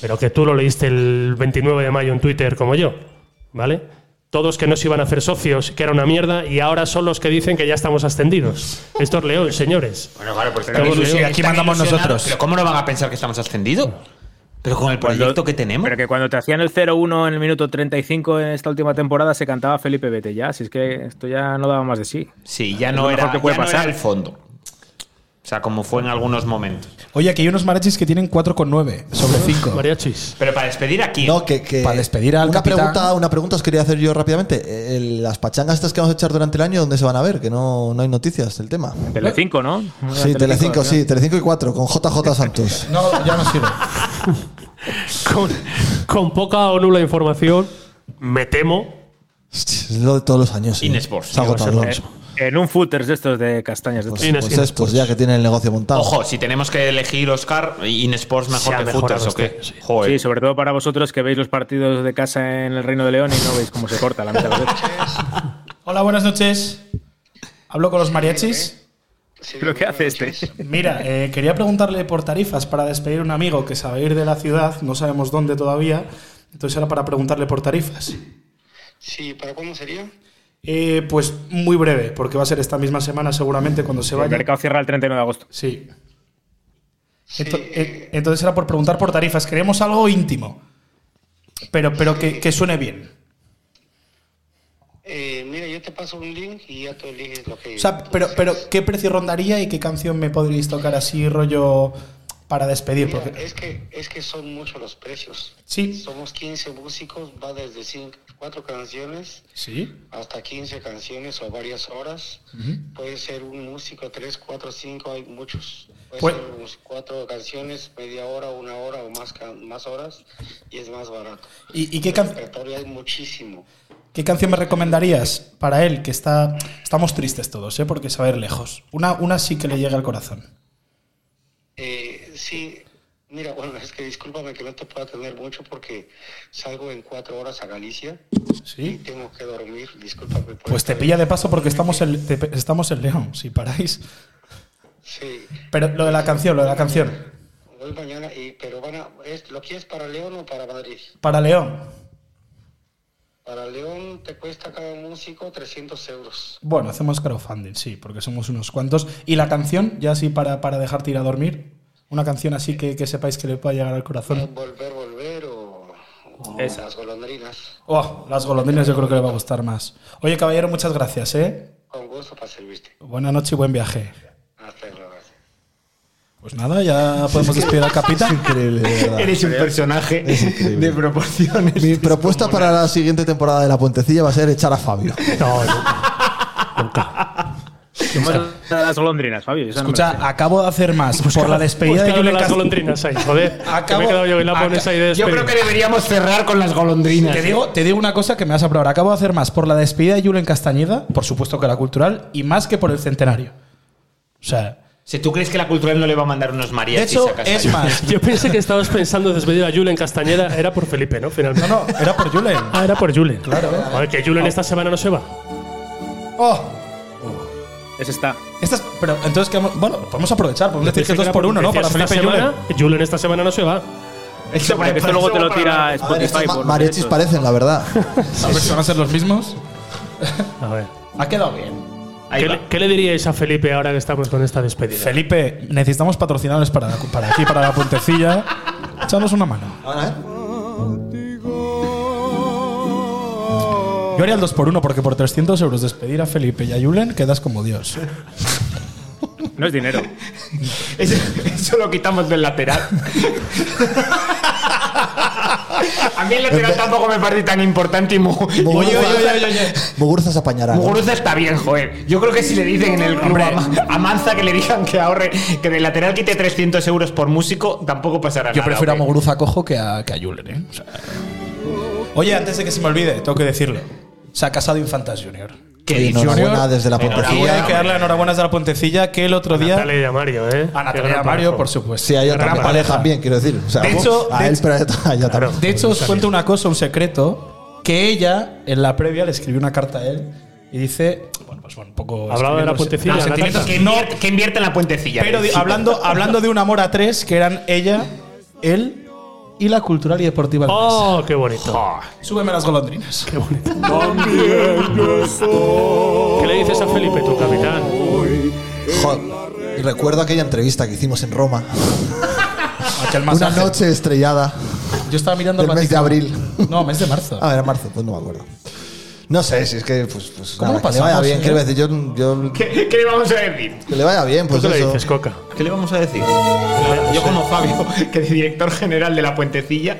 Pero que tú lo leíste el 29 de mayo en Twitter como yo, ¿vale? Todos que no se iban a hacer socios, que era una mierda, y ahora son los que dicen que ya estamos ascendidos. Esto es León, señores.
Bueno, claro,
pues
porque
Pero sí,
aquí mandamos nosotros.
Pero ¿cómo no van a pensar que estamos ascendidos? Pero con el proyecto que tenemos.
Pues Pero que cuando te hacían el 0-1 en el minuto 35 en esta última temporada se cantaba Felipe Vete ya. Si es que esto ya no daba más de sí.
Sí, ya
Es
no,
lo mejor
era,
que puede
ya no
pasar.
era el fondo. O sea, como fue en algunos momentos.
Oye, aquí hay unos marachis que tienen 4,9 sobre 5.
Mariachis.
Pero para despedir aquí.
No, que, que-
Para despedir al
una
capitán.
Pregunta, una pregunta os quería hacer yo rápidamente. El- las pachangas estas que vamos a echar durante el año, ¿dónde se van a ver? Que no, no hay noticias del tema.
Telecinco, ¿no?
Sí, Telecinco, sí, Telecinco y 4, con JJ Santos.
No, ya no sirve.
con, con poca o nula información, me temo.
Es lo de todos los años.
Ines Borst.
Es agotador.
Eh, en un footers de estos de castañas de
Pues,
estos.
Ines,
pues
Ines,
es, pues ya que tiene el negocio montado.
Ojo, si tenemos que elegir Oscar, Inesports
Se
Pues mejor
ha
que Footers,
mejorado
¿o qué?
este, sí.
Joder.
Sí, sobre todo para vosotros que veis los partidos de casa en el Reino de León y no veis cómo se corta la mitad de las veces.
Hola, buenas noches. Hablo con los mariachis.
¿Pero qué hace este?
Mira, eh, quería preguntarle por tarifas para despedir a un amigo que sabe ir de la ciudad, no sabemos dónde todavía. Entonces era para preguntarle por tarifas.
Sí, ¿para cuándo sería?
Eh, pues muy breve, porque va a ser esta misma semana seguramente cuando se
El
vaya.
mercado cierra el 31 de agosto.
Sí. Ento- eh, Entonces era por preguntar por tarifas. Queremos algo íntimo, pero, pero que, que suene bien.
Eh, mira, yo te paso un link y ya tú eliges lo que...
O sea, pero, pero ¿qué precio rondaría y qué canción me podríais tocar así rollo para despedir?
Mira,
Porque,
es, que, es que son muchos los precios.
sí.
Somos 15 músicos, va desde 4 canciones
Sí.
hasta 15 canciones o varias horas. Puede ser un músico, 3, 4, 5, hay muchos. Puede
Pues-
ser unos cuatro canciones, media hora, una hora o más, can- más horas y es más barato.
¿Y, y qué, can-
Repertorio hay muchísimo.
qué canción me recomendarías para él? Que está. Estamos tristes todos, ¿eh? Porque saber lejos. Una, una sí que le llega al corazón.
Eh, sí, mira, bueno, es que discúlpame que no te pueda atender mucho porque salgo en cuatro horas a Galicia y
Sí.
tengo que dormir, discúlpame. por
Pues te
esto.
pilla de paso porque estamos en, te pe- estamos en León, si paráis.
Sí,
Pero lo de la canción, lo de la canción.
voy mañana, y, pero van a, es, ¿lo quieres para León o para Madrid?
Para León.
Para León te cuesta cada músico 300 euros.
Bueno, hacemos crowdfunding, sí, porque somos unos cuantos. ¿Y la canción? Ya así para, para dejarte ir a dormir. Una canción así que, que sepáis que le pueda llegar al corazón.
Volver, volver o, o
Esa.
las golondrinas.
Oh, las golondrinas yo creo que le va a gustar más. Oye, caballero, muchas gracias, ¿eh?
Con gusto para servirte.
Buena noche y buen viaje.
Hasta luego.
Pues nada, ya podemos despedir al
Es
capitán.
increíble, de verdad.
Eres un personaje
increíble.
de proporciones.
Mi propuesta para la siguiente temporada de La Puentecilla va a ser echar a Fabio.
No,
¿Qué más da las golondrinas, Fabio? Esa no me la sé.
Escucha, acabo de hacer más por la despedida de
Pues claro,
Julen
las
Cast-
golondrinas ahí, joder. que
Acabo-
me he quedado yo en la pones
Acá-
ahí de
Yo creo
despedida.
que deberíamos cerrar con las golondrinas. ¿eh?
Te digo, te digo una cosa que me vas a probar. Acabo de hacer más por la despedida de Julen Castañeda, por supuesto que la cultural, y más que por el centenario. O sea,
Si tú crees que la cultura no le va a mandar unos
de
mariachis
hecho,
a casa.
es más.
Yo pensé que estabas pensando en despedir a Julen Castañeda. Era por Felipe, ¿no? Finalmente.
No, no, era por Julen. Ah.
Ah, era por Julen. Claro. A ver, que Julen esta semana no se va.
Oh,
Esa está.
estas, pero entonces, ¿qué vamos- bueno, podemos aprovechar, podemos decir que
Pensé
es dos
era
por uno, ¿no? Para
decías,
Felipe
esta
Julen.
semana, Julen esta semana no se va.
Eso, porque esto luego te lo tira
A ver, estos
Spotify.
ma-
por
mariachis
derechos.
parecen, la verdad.
A ver si van a ser los mismos.
A ver.
Ha quedado bien.
Ahí
¿Qué
va.
le, qué le diríais a Felipe ahora que estamos con esta despedida?
Felipe, necesitamos patrocinadores para, para aquí, para la puentecilla. Echamos una mano. Yo haría el 2 por 1 porque por 300 euros despedir a Felipe y a Julen quedas como Dios.
No es dinero.
Eso, eso lo quitamos del lateral. A mí el lateral tampoco me parece tan importante y mu-
Muguruza-
oye.
Muguruza se apañará. ¿no?
Muguruza está bien, joder. Yo creo que si le dicen en el club a, Ma- a Manza que le digan que ahorre, que del lateral quite 300 euros por músico, tampoco pasará
Yo
nada.
prefiero a
hombre.
Moguruza Cojo que a, que a Julen, ¿eh? O sea- Oye, antes de que se me olvide, tengo que decirlo. Se ha casado Infantas Junior.
¿Qué
Oye,
dices?
enhorabuena
Junior,
desde La
Y
Puentecilla.
hay que darle enhorabuena a la Pontecilla que el otro día.
Natalia y a Mario, ¿eh?
A
Qué
Natalia
gran
Mario,
trabajo.
por supuesto.
Sí, a ella
Gran
también. A él
pareja.
también, quiero decir. O sea,
De hecho,
a
de
él,
hecho-
pero a ella también.
De hecho, os cuento una cosa, un secreto, que ella en la previa le escribió una carta a él y dice, bueno, pues bueno, un poco...
Hablaba de la
escribiendo-
puentecilla,
Ah,
la
sentimientos
tata.
que
Que
no,
invierte, que invierte en la puentecilla.
pero di- hablando, hablando de un amor a tres, que eran ella, él y la cultural y deportiva. Leonesa.
¡Oh, qué bonito!
Ah.
Súbeme las golondrinas.
¡Qué bonito! ¿Qué le dices a Felipe, tu capitán?
Jo, recuerdo aquella entrevista que hicimos en Roma.
Aquel
Una
masaje.
noche estrellada
Yo estaba mirando
del
el
mes de
Vaticano.
abril.
No, mes de marzo.
Ah.
A ver, marzo, pues no me acuerdo. No sé, si es que pues, pues
¿Cómo
nada,
lo
que le vaya
pasamos,
bien,
eh?
quiero decir, yo, yo-
¿Qué, qué le vamos a decir?
que le vaya bien, pues
¿Qué le
eso.
dices, Coca?
¿Qué le vamos a decir?
Yo como Fabio, que es director general de la puentecilla.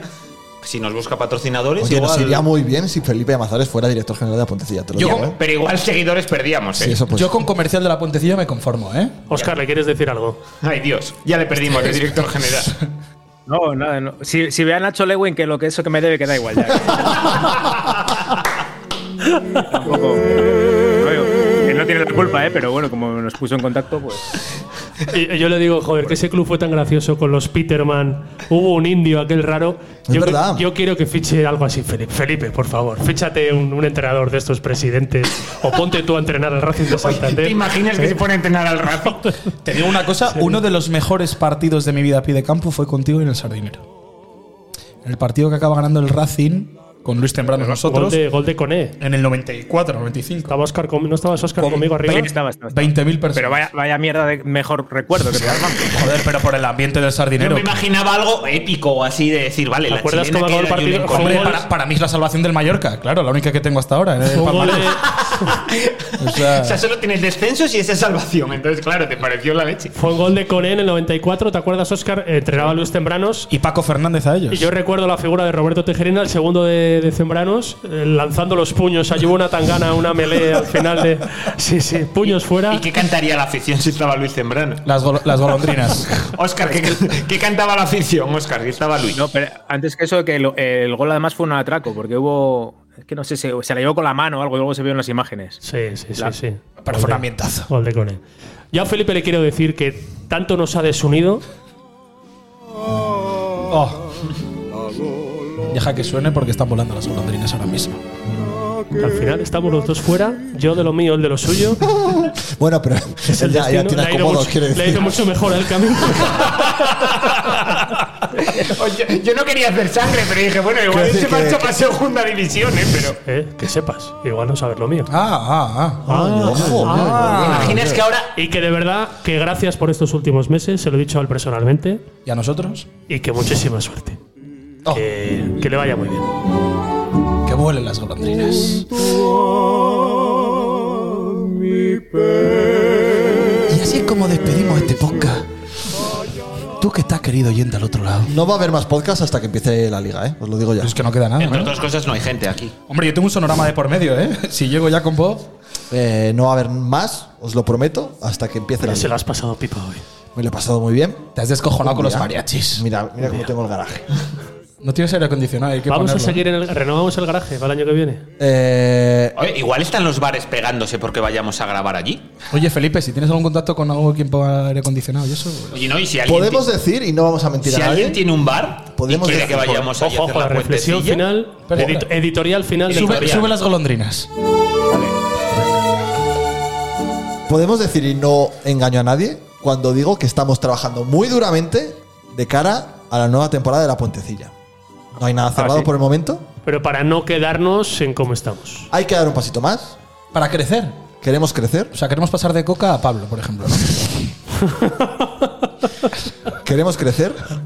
Si nos busca patrocinadores,
Oye, nos
igual-
iría muy bien si Felipe Amazares fuera director general de la Pontecilla, te lo
Yo
digo.
como-
¿eh?
pero igual seguidores perdíamos, eh.
Sí, eso pues.
Yo con comercial de la Puentecilla
Oh,
me conformo, ¿eh?
Oscar, ¿le quieres decir algo?
Ay Dios, ya le perdimos de director general.
No, nada, no. Si, si ve a Nacho Lewin que lo que eso que me debe queda igual ya. Tampoco. Oye, él no tiene la culpa, ¿eh? pero bueno, como nos puso en contacto, pues.
Y- y Yo le digo, joder, que ese club fue tan gracioso con los Peterman. Hubo un indio aquel raro.
Es
yo,
verdad.
yo quiero que fiche algo así, Felipe. Felipe, por favor, fíchate un, un entrenador de estos presidentes o ponte tú a entrenar al Racing de Santander.
¿Te imaginas que
Eh,
se pone a entrenar al rato?
Te digo una cosa, uno de los mejores partidos de mi vida a pie de campo fue contigo en el Sardinero. En el partido que acaba ganando el Racing con Luis Tembrano y
Gol
nosotros.
de, gol de Coné.
En el 94, 95.
Estaba Oscar con- no estabas Oscar conmigo arriba.
veinte- 20.000 personas.
Pero vaya, vaya mierda de mejor recuerdo que te das, vamos.
Joder, pero por el ambiente del
Yo
Sardinero.
me imaginaba algo épico o así de decir, vale,
¿Te
la
acuerdas
chilena
cómo
que
acabó
era
el
Julen
partido? Fue
Correa.
Hombre,
goles-
para, para mí es la salvación del Mallorca, claro, la única que tengo hasta ahora. en el
Fue un gol
palmarés.
de-
O sea,
O sea, solo tienes descensos y esa es salvación. Entonces, claro, te pareció la leche.
Fue un gol de Coné en el 94, ¿te acuerdas, Oscar? Eh, Entrenaba a Luis Tembranos
y Paco Fernández a ellos.
Y yo recuerdo la figura de Roberto Tejerina, el segundo de, de Zembranos, eh, lanzando los puños. Allí hubo una tangana, una melee al final de. Sí, sí, puños fuera.
¿Y qué cantaría la afición si estaba Luis Tembrano?
Las, gol- las golondrinas.
Óscar, ¿qué, qué cantaba la afición, Óscar? ¿Qué estaba Luis?
No, pero antes que eso, que lo- el gol además fue un atraco, porque hubo. Es que no sé, se, se la llevó con la mano o algo, y luego se vio en las imágenes.
Sí, sí, sí,
La-
sí.
Pero fue un ambientazo.
Gol de Cone. Yo a Felipe le quiero decir que tanto nos ha desunido.
Oh. Deja que suene porque están volando las golondrinas ahora mismo.
que Al final estamos los dos fuera, yo de lo mío, él de lo suyo.
Bueno, pero
Es el
ya, ya
destino.
tienes
Le ha ido
cómodo,
mucho-
quiero
le ha ido
decir.
mucho mejor el camino.
Oye, yo no quería hacer sangre, pero dije, bueno, igual
Quiero
se
decir
marcha
que-
para segunda división, ¿eh? Pero.
Eh, que sepas, igual no sabes lo mío.
Ah, ah, ah.
Ah, joder.
¿Te imaginas que ahora.
Y que de verdad, que gracias por estos últimos meses, se lo he dicho a él personalmente,
¿Y a nosotros?
y que muchísima suerte.
Oh.
Que- que le vaya muy bien.
Que vuelen las golondrinas. Y así es como despedimos este podcast. Tú que estás querido yendo al otro lado. Pues
No va a haber más podcast hasta que empiece la liga, ¿eh? Os lo digo ya.
Es que no queda nada.
Entre
¿no?
otras cosas, no hay gente aquí.
Hombre, yo tengo un sonorama de por medio, ¿eh? Si llego ya con vos.
Eh, no va a haber más, os lo prometo, hasta que empiece la
Se lo
liga.
has pasado pipa hoy.
Me lo he pasado muy bien.
Te has descojonado con los
Mira,
mariachis.
Mira, mira cómo tengo el garaje.
No tienes aire acondicionado. Hay que
Vamos
ponerlo.
a seguir en el. Renovamos el garaje para el año que viene.
Eh,
Oye, igual están los bares pegándose porque vayamos a grabar allí.
Oye, Felipe, si tienes algún contacto con algo que ponga aire acondicionado y eso. pues,
Oye, no, y si alguien.
podemos decir, y no vamos a mentir
Si
a
alguien
nadie,
tiene un bar
Podemos
y quiere
decir,
que vayamos allí
Ojo,
a hacer
ojo, la
la
reflexión
puentecilla,
final.
Pero-
edit- editorial final del
Sube,
Guardián.
sube las golondrinas.
podemos decir, y no engaño a nadie, cuando digo que estamos trabajando muy duramente de cara a la nueva temporada de La Puentecilla. No hay
Ah,
nada cerrado
sí.
por el momento.
Pero para no quedarnos en cómo estamos.
Hay que dar un pasito más.
Para crecer.
Queremos crecer.
O sea, queremos pasar de coca a Pablo, por ejemplo. ¿no?
Queremos crecer.
Ah,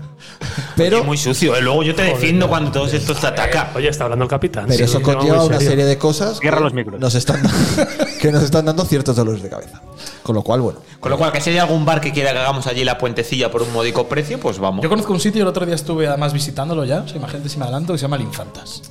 Pero
Pero,
muy sucio. ¿eh? Luego yo te defiendo cuando todos estos te atacan.
Oye, está hablando el capitán.
pero
Sí,
eso
un tema
conlleva
muy
una
serio.
serie de cosas
Cierra
que
los micros.
Nos están, que nos están dando ciertos dolores de cabeza. Con lo cual, bueno.
Con lo cual, que si hay algún bar que quiera que hagamos allí la puentecilla por un módico precio, pues vamos.
Yo conozco un sitio, el otro día estuve además visitándolo ya, o sea, imagínate si me adelanto, que se llama El Infantas.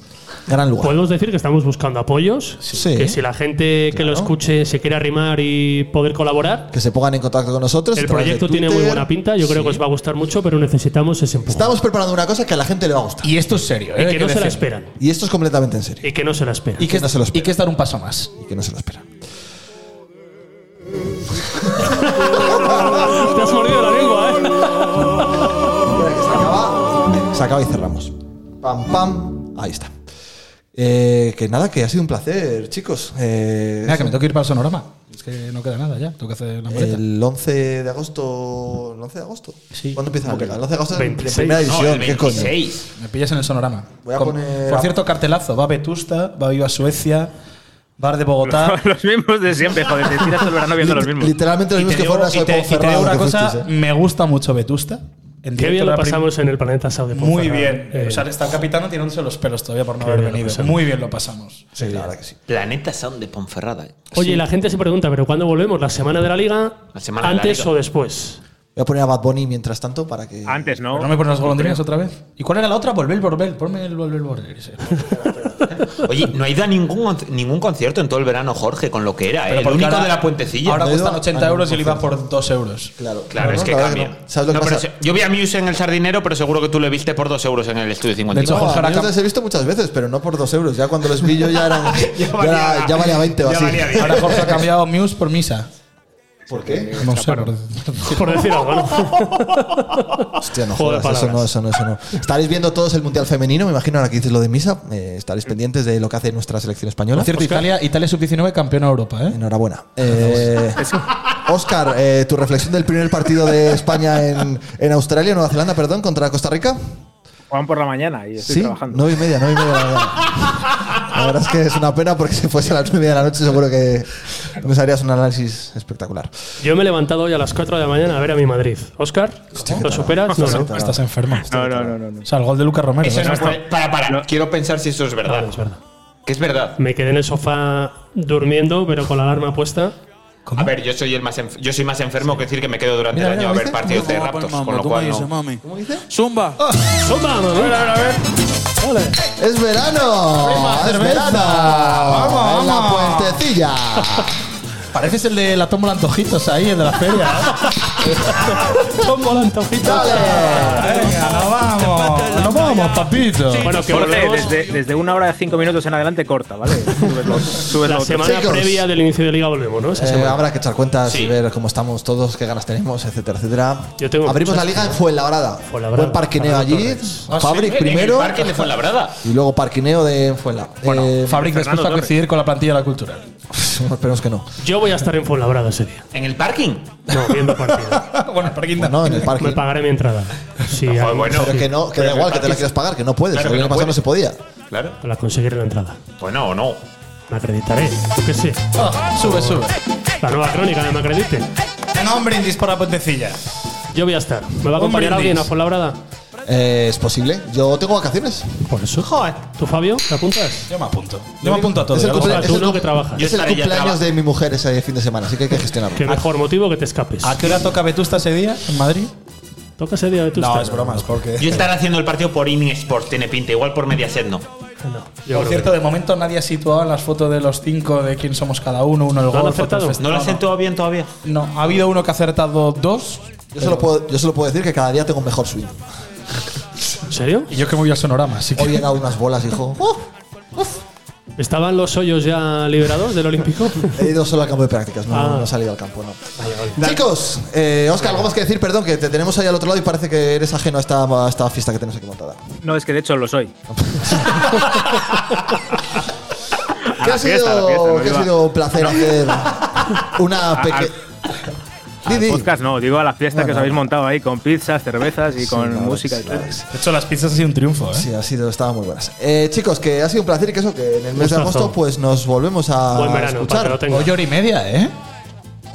Gran lugar.
Podemos decir que estamos buscando apoyos.
Sí.
Que si la gente que lo
Claro.
escuche se quiere arrimar y poder colaborar,
que se pongan en contacto con nosotros.
el
a través de
proyecto tiene
Twitter.
muy buena pinta. Yo creo que os va a gustar mucho, pero necesitamos ese empujón.
Estamos preparando una cosa que a la gente le va a gustar.
Y esto es serio, ¿eh?
y
Hay
que no se la
decirlo.
esperan.
Y esto es completamente en serio.
Y que no se la esperan.
Y que,
no se lo
y
espera.
que es dar un paso más.
Y que no se lo espera.
Te has mordido la lengua, ¿eh?
Espera, que se acaba. Se acaba y cerramos. Pam, pam. Ahí está. Eh, que nada, que ha sido un placer, chicos. Eh,
Mira, que me tengo que ir para el sonorama. Es que no queda nada ya, tengo que hacer la maleta.
el 11 de agosto. ¿El 11 de agosto?
Sí.
¿Cuándo empieza la liga? El 11 de agosto es
26.
en primera
No,
división.
el
¿Qué coño?
26.
Me pillas en el sonorama.
Voy a poner-
Por cierto, cartelazo, va Vetusta, va Viva Suecia, Bar de Bogotá.
los mismos de siempre, joder, te tiras todo el verano viendo los mismos.
Literalmente los
y
mismos
te
que
digo,
fueron a
y te- y te digo
Ferrado
una
que
cosa,
fuisteis, ¿eh?
me gusta mucho Vetusta. En
Qué
directo
bien lo
era la prim-
pasamos en el planeta Sao de
Muy
Ponferrada.
bien.
Eh,
o sea, está el capitán tirándose los pelos todavía por no haber
bien lo
venido.
pasamos.
Muy bien lo pasamos.
Sí, la verdad que sí.
Planeta Sound de Ponferrada. ¿eh?
Oye, y la gente se pregunta, ¿pero cuándo volvemos? ¿La semana de la liga?
La semana de la
¿Antes
liga.
o después?
Voy a poner a Bad Bunny mientras tanto para que.
Antes,
¿Pero
¿no?
¿No me pones las golondrinas otra vez? ¿Y cuál era la otra? Volver, volver. Ponme el volver, volver. ese.
Oye, no ha ido a ningún, ningún concierto en todo el verano, Jorge, con lo que era. ¿eh? El único de la puentecilla.
Ahora
No he ido
cuestan
a
80 euros y el
ningún
IVA por 2 euros.
Claro,
Claro, es que cambia. No, pero se- yo vi a Muse en el Sardinero, pero seguro que tú le viste por dos euros en el Estudio
De
54.
hecho, Jorge Aracam- los he visto muchas veces, pero no por 2 euros. Ya cuando los vi yo ya eran. ya, valía, ya valía 20 o así.
Ahora Jorge ha cambiado Muse por Misa.
¿Por qué?
No sé. Por,
Por decir algo, ¿no?
Hostia, no
Joder,
jodas, eso no,
palabras.
eso no, eso no. Estaréis viendo todos el Mundial Femenino, me imagino, ahora que dices lo de misa. eh, estaréis pendientes de lo que hace nuestra selección española.
Por cierto, Italia, Italia sub-19 campeona de Europa, ¿eh?
Enhorabuena. Eh, Oscar, eh, tu reflexión del primer partido de España en, en Australia, Nueva Zelanda, perdón, contra Costa Rica.
Juegan por la mañana y estoy
Sí,
trabajando.
nueve y media, nueve y media de la mañana. La verdad es que es una pena porque si fuese a las nueve y media de la noche seguro que nos harías un análisis espectacular.
Yo me he levantado hoy a las 4 de la mañana a ver a mi Madrid. Oscar, ¿lo superas? No, no.
Estás enfermo.
No, no, no, no, no.
O sea, el gol de Lucas Romero.
Eso
¿eh?
no puede- Para, para. Quiero pensar si eso es verdad.
es verdad.
Que es verdad.
Me quedé en el sofá durmiendo, pero con la alarma puesta.
A ver, yo soy el más enf- yo soy más enfermo que decir que me quedo durante
Mira,
el año
mira,
a ver
¿viste?
partidos de
Mira,
Raptors,
mamá,
con lo
tú
cual
me
no.
dices,
mami.
¿Cómo dice?
Zumba.
Zumba, mamá.
¡Es verano! ¡Es verano! ¡Vamos, en la puentecilla!
Pareces el de la tómbola antojitos ahí, el de la feria. ¿eh? tómbola antojitos. Venga, nos vamos. Nos vamos, papito.
Jorge, desde, desde una hora de cinco minutos en adelante corta, ¿vale? Súbelo, súbelo.
La semana
Chicos.
previa del inicio de liga volvemos, ¿no? Esa
Eh,
semana.
habrá que echar cuentas y ver cómo estamos todos, qué ganas tenemos, etcétera, etcétera.
Yo tengo
Abrimos la
muchas-
liga en Fuenlabrada.
Fuenlabrada.
Buen parquineo
Fernando
allí.
Torres.
Ah, sí,
Fabric
en el
primero.
parque de Fuenlabrada.
Y luego parquineo de Fuenlabrada. Eh,
Fabric después va a coincidir con la plantilla de la cultura.
Esperemos que no.
Yo voy a estar en Fuenlabrada ese día.
¿En el parking?
No, viendo partido.
bueno, el parking
No, en el parque.
Me pagaré mi entrada. Sí, algo-
pero
sí.
que no, que
Pero
da
en
igual,
el
que te
parking-
la quieras pagar, que no puedes.
Claro
el
que
año
no
pasado no
puedes.
se podía.
Claro.
Para conseguir la entrada.
Bueno, o no.
Me acreditaré. Yo qué sé.
Ah,
Sube, sube.
La nueva crónica de me acredite.
No, un brindis por la puentecilla.
Yo voy a estar. ¿Me va a
Un
acompañar alguien a
brindis.
Fuenlabrada?
Eh, es posible. Yo tengo vacaciones.
Por eso. ¿Tú, Fabio? ¿Te apuntas?
Yo me apunto. Yo me apunto a todo.
Es el,
ya lo
cumple-
sabes.
es el
tú no,
cum-
que trabajas. Yo
es el
estaré ya
cumpleaños
trabajando.
de mi mujer ese fin de semana, así que hay que gestionarlo.
Qué mejor motivo que te escapes.
¿A qué hora toca Vetusta ese día en Madrid?
Toca ese día de tu
No,
stand.
es broma, es porque.
Yo estaré haciendo el partido por In Sports, tiene pinta. Igual por Mediaset no.
No, yo
Por
creo
cierto, de momento nadie ha situado las fotos de los cinco de quién somos cada uno, uno el
han
gol,
acertado?
foto del
¿No lo has
festival.
sentado bien todavía?
No, ha habido uno que ha acertado dos.
Yo solo, puedo, yo solo puedo decir que cada día tengo un mejor swing.
que- ¿En serio?
Y yo que me voy al sonorama, así que.
Hoy he dado unas bolas, hijo. ¡Oh!
¿Estaban los hoyos ya liberados del Olímpico?
He ido solo al campo de prácticas, no,
Ah.
no he salido al campo, no. Chicos, eh, Oscar, algo más que decir, perdón, que te tenemos ahí al otro lado y parece que eres ajeno a esta, a esta fiesta que tenemos aquí montada.
No, es que de hecho lo soy.
Que ha,
fiesta, a la
sido,
fiesta, no
que ha
iba-
sido un placer hacer una
A-
pequeña.
al podcast no, digo a la fiesta que os
Bueno.
habéis montado ahí con pizzas, cervezas y
Sí,
con
la verdad
música
que
y
sí,
tal.
la verdad que
De hecho, las pizzas ha sido un triunfo, ¿eh?
Sí, ha sido, estaban muy buenas. Eh, chicos, que ha sido un placer y que eso, que en el mes de
Gustazo.
agosto pues nos volvemos a
Buen verano, para que lo
escuchar.
tenga.
Hoy hora y media, ¿eh?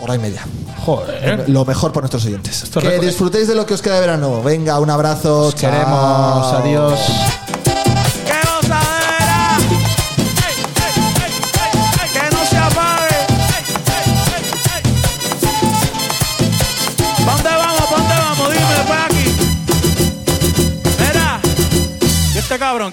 Hora y media.
Joder. ¿eh?
Lo mejor para nuestros oyentes.
Esto es
que
récord.
disfrutéis de lo que os queda de verano. Venga, un abrazo.
Os queremos.
chao.
Adiós.
¡Que no se adhiera! ¡Ey, ey, ey, ey, ey! ¡Que no se apague! ¡Ey, ey, ey, ey! ¿Pa' dónde vamos? ¿Pa' dónde vamos? Dime, pa' aquí. Mira, ¿y este cabrón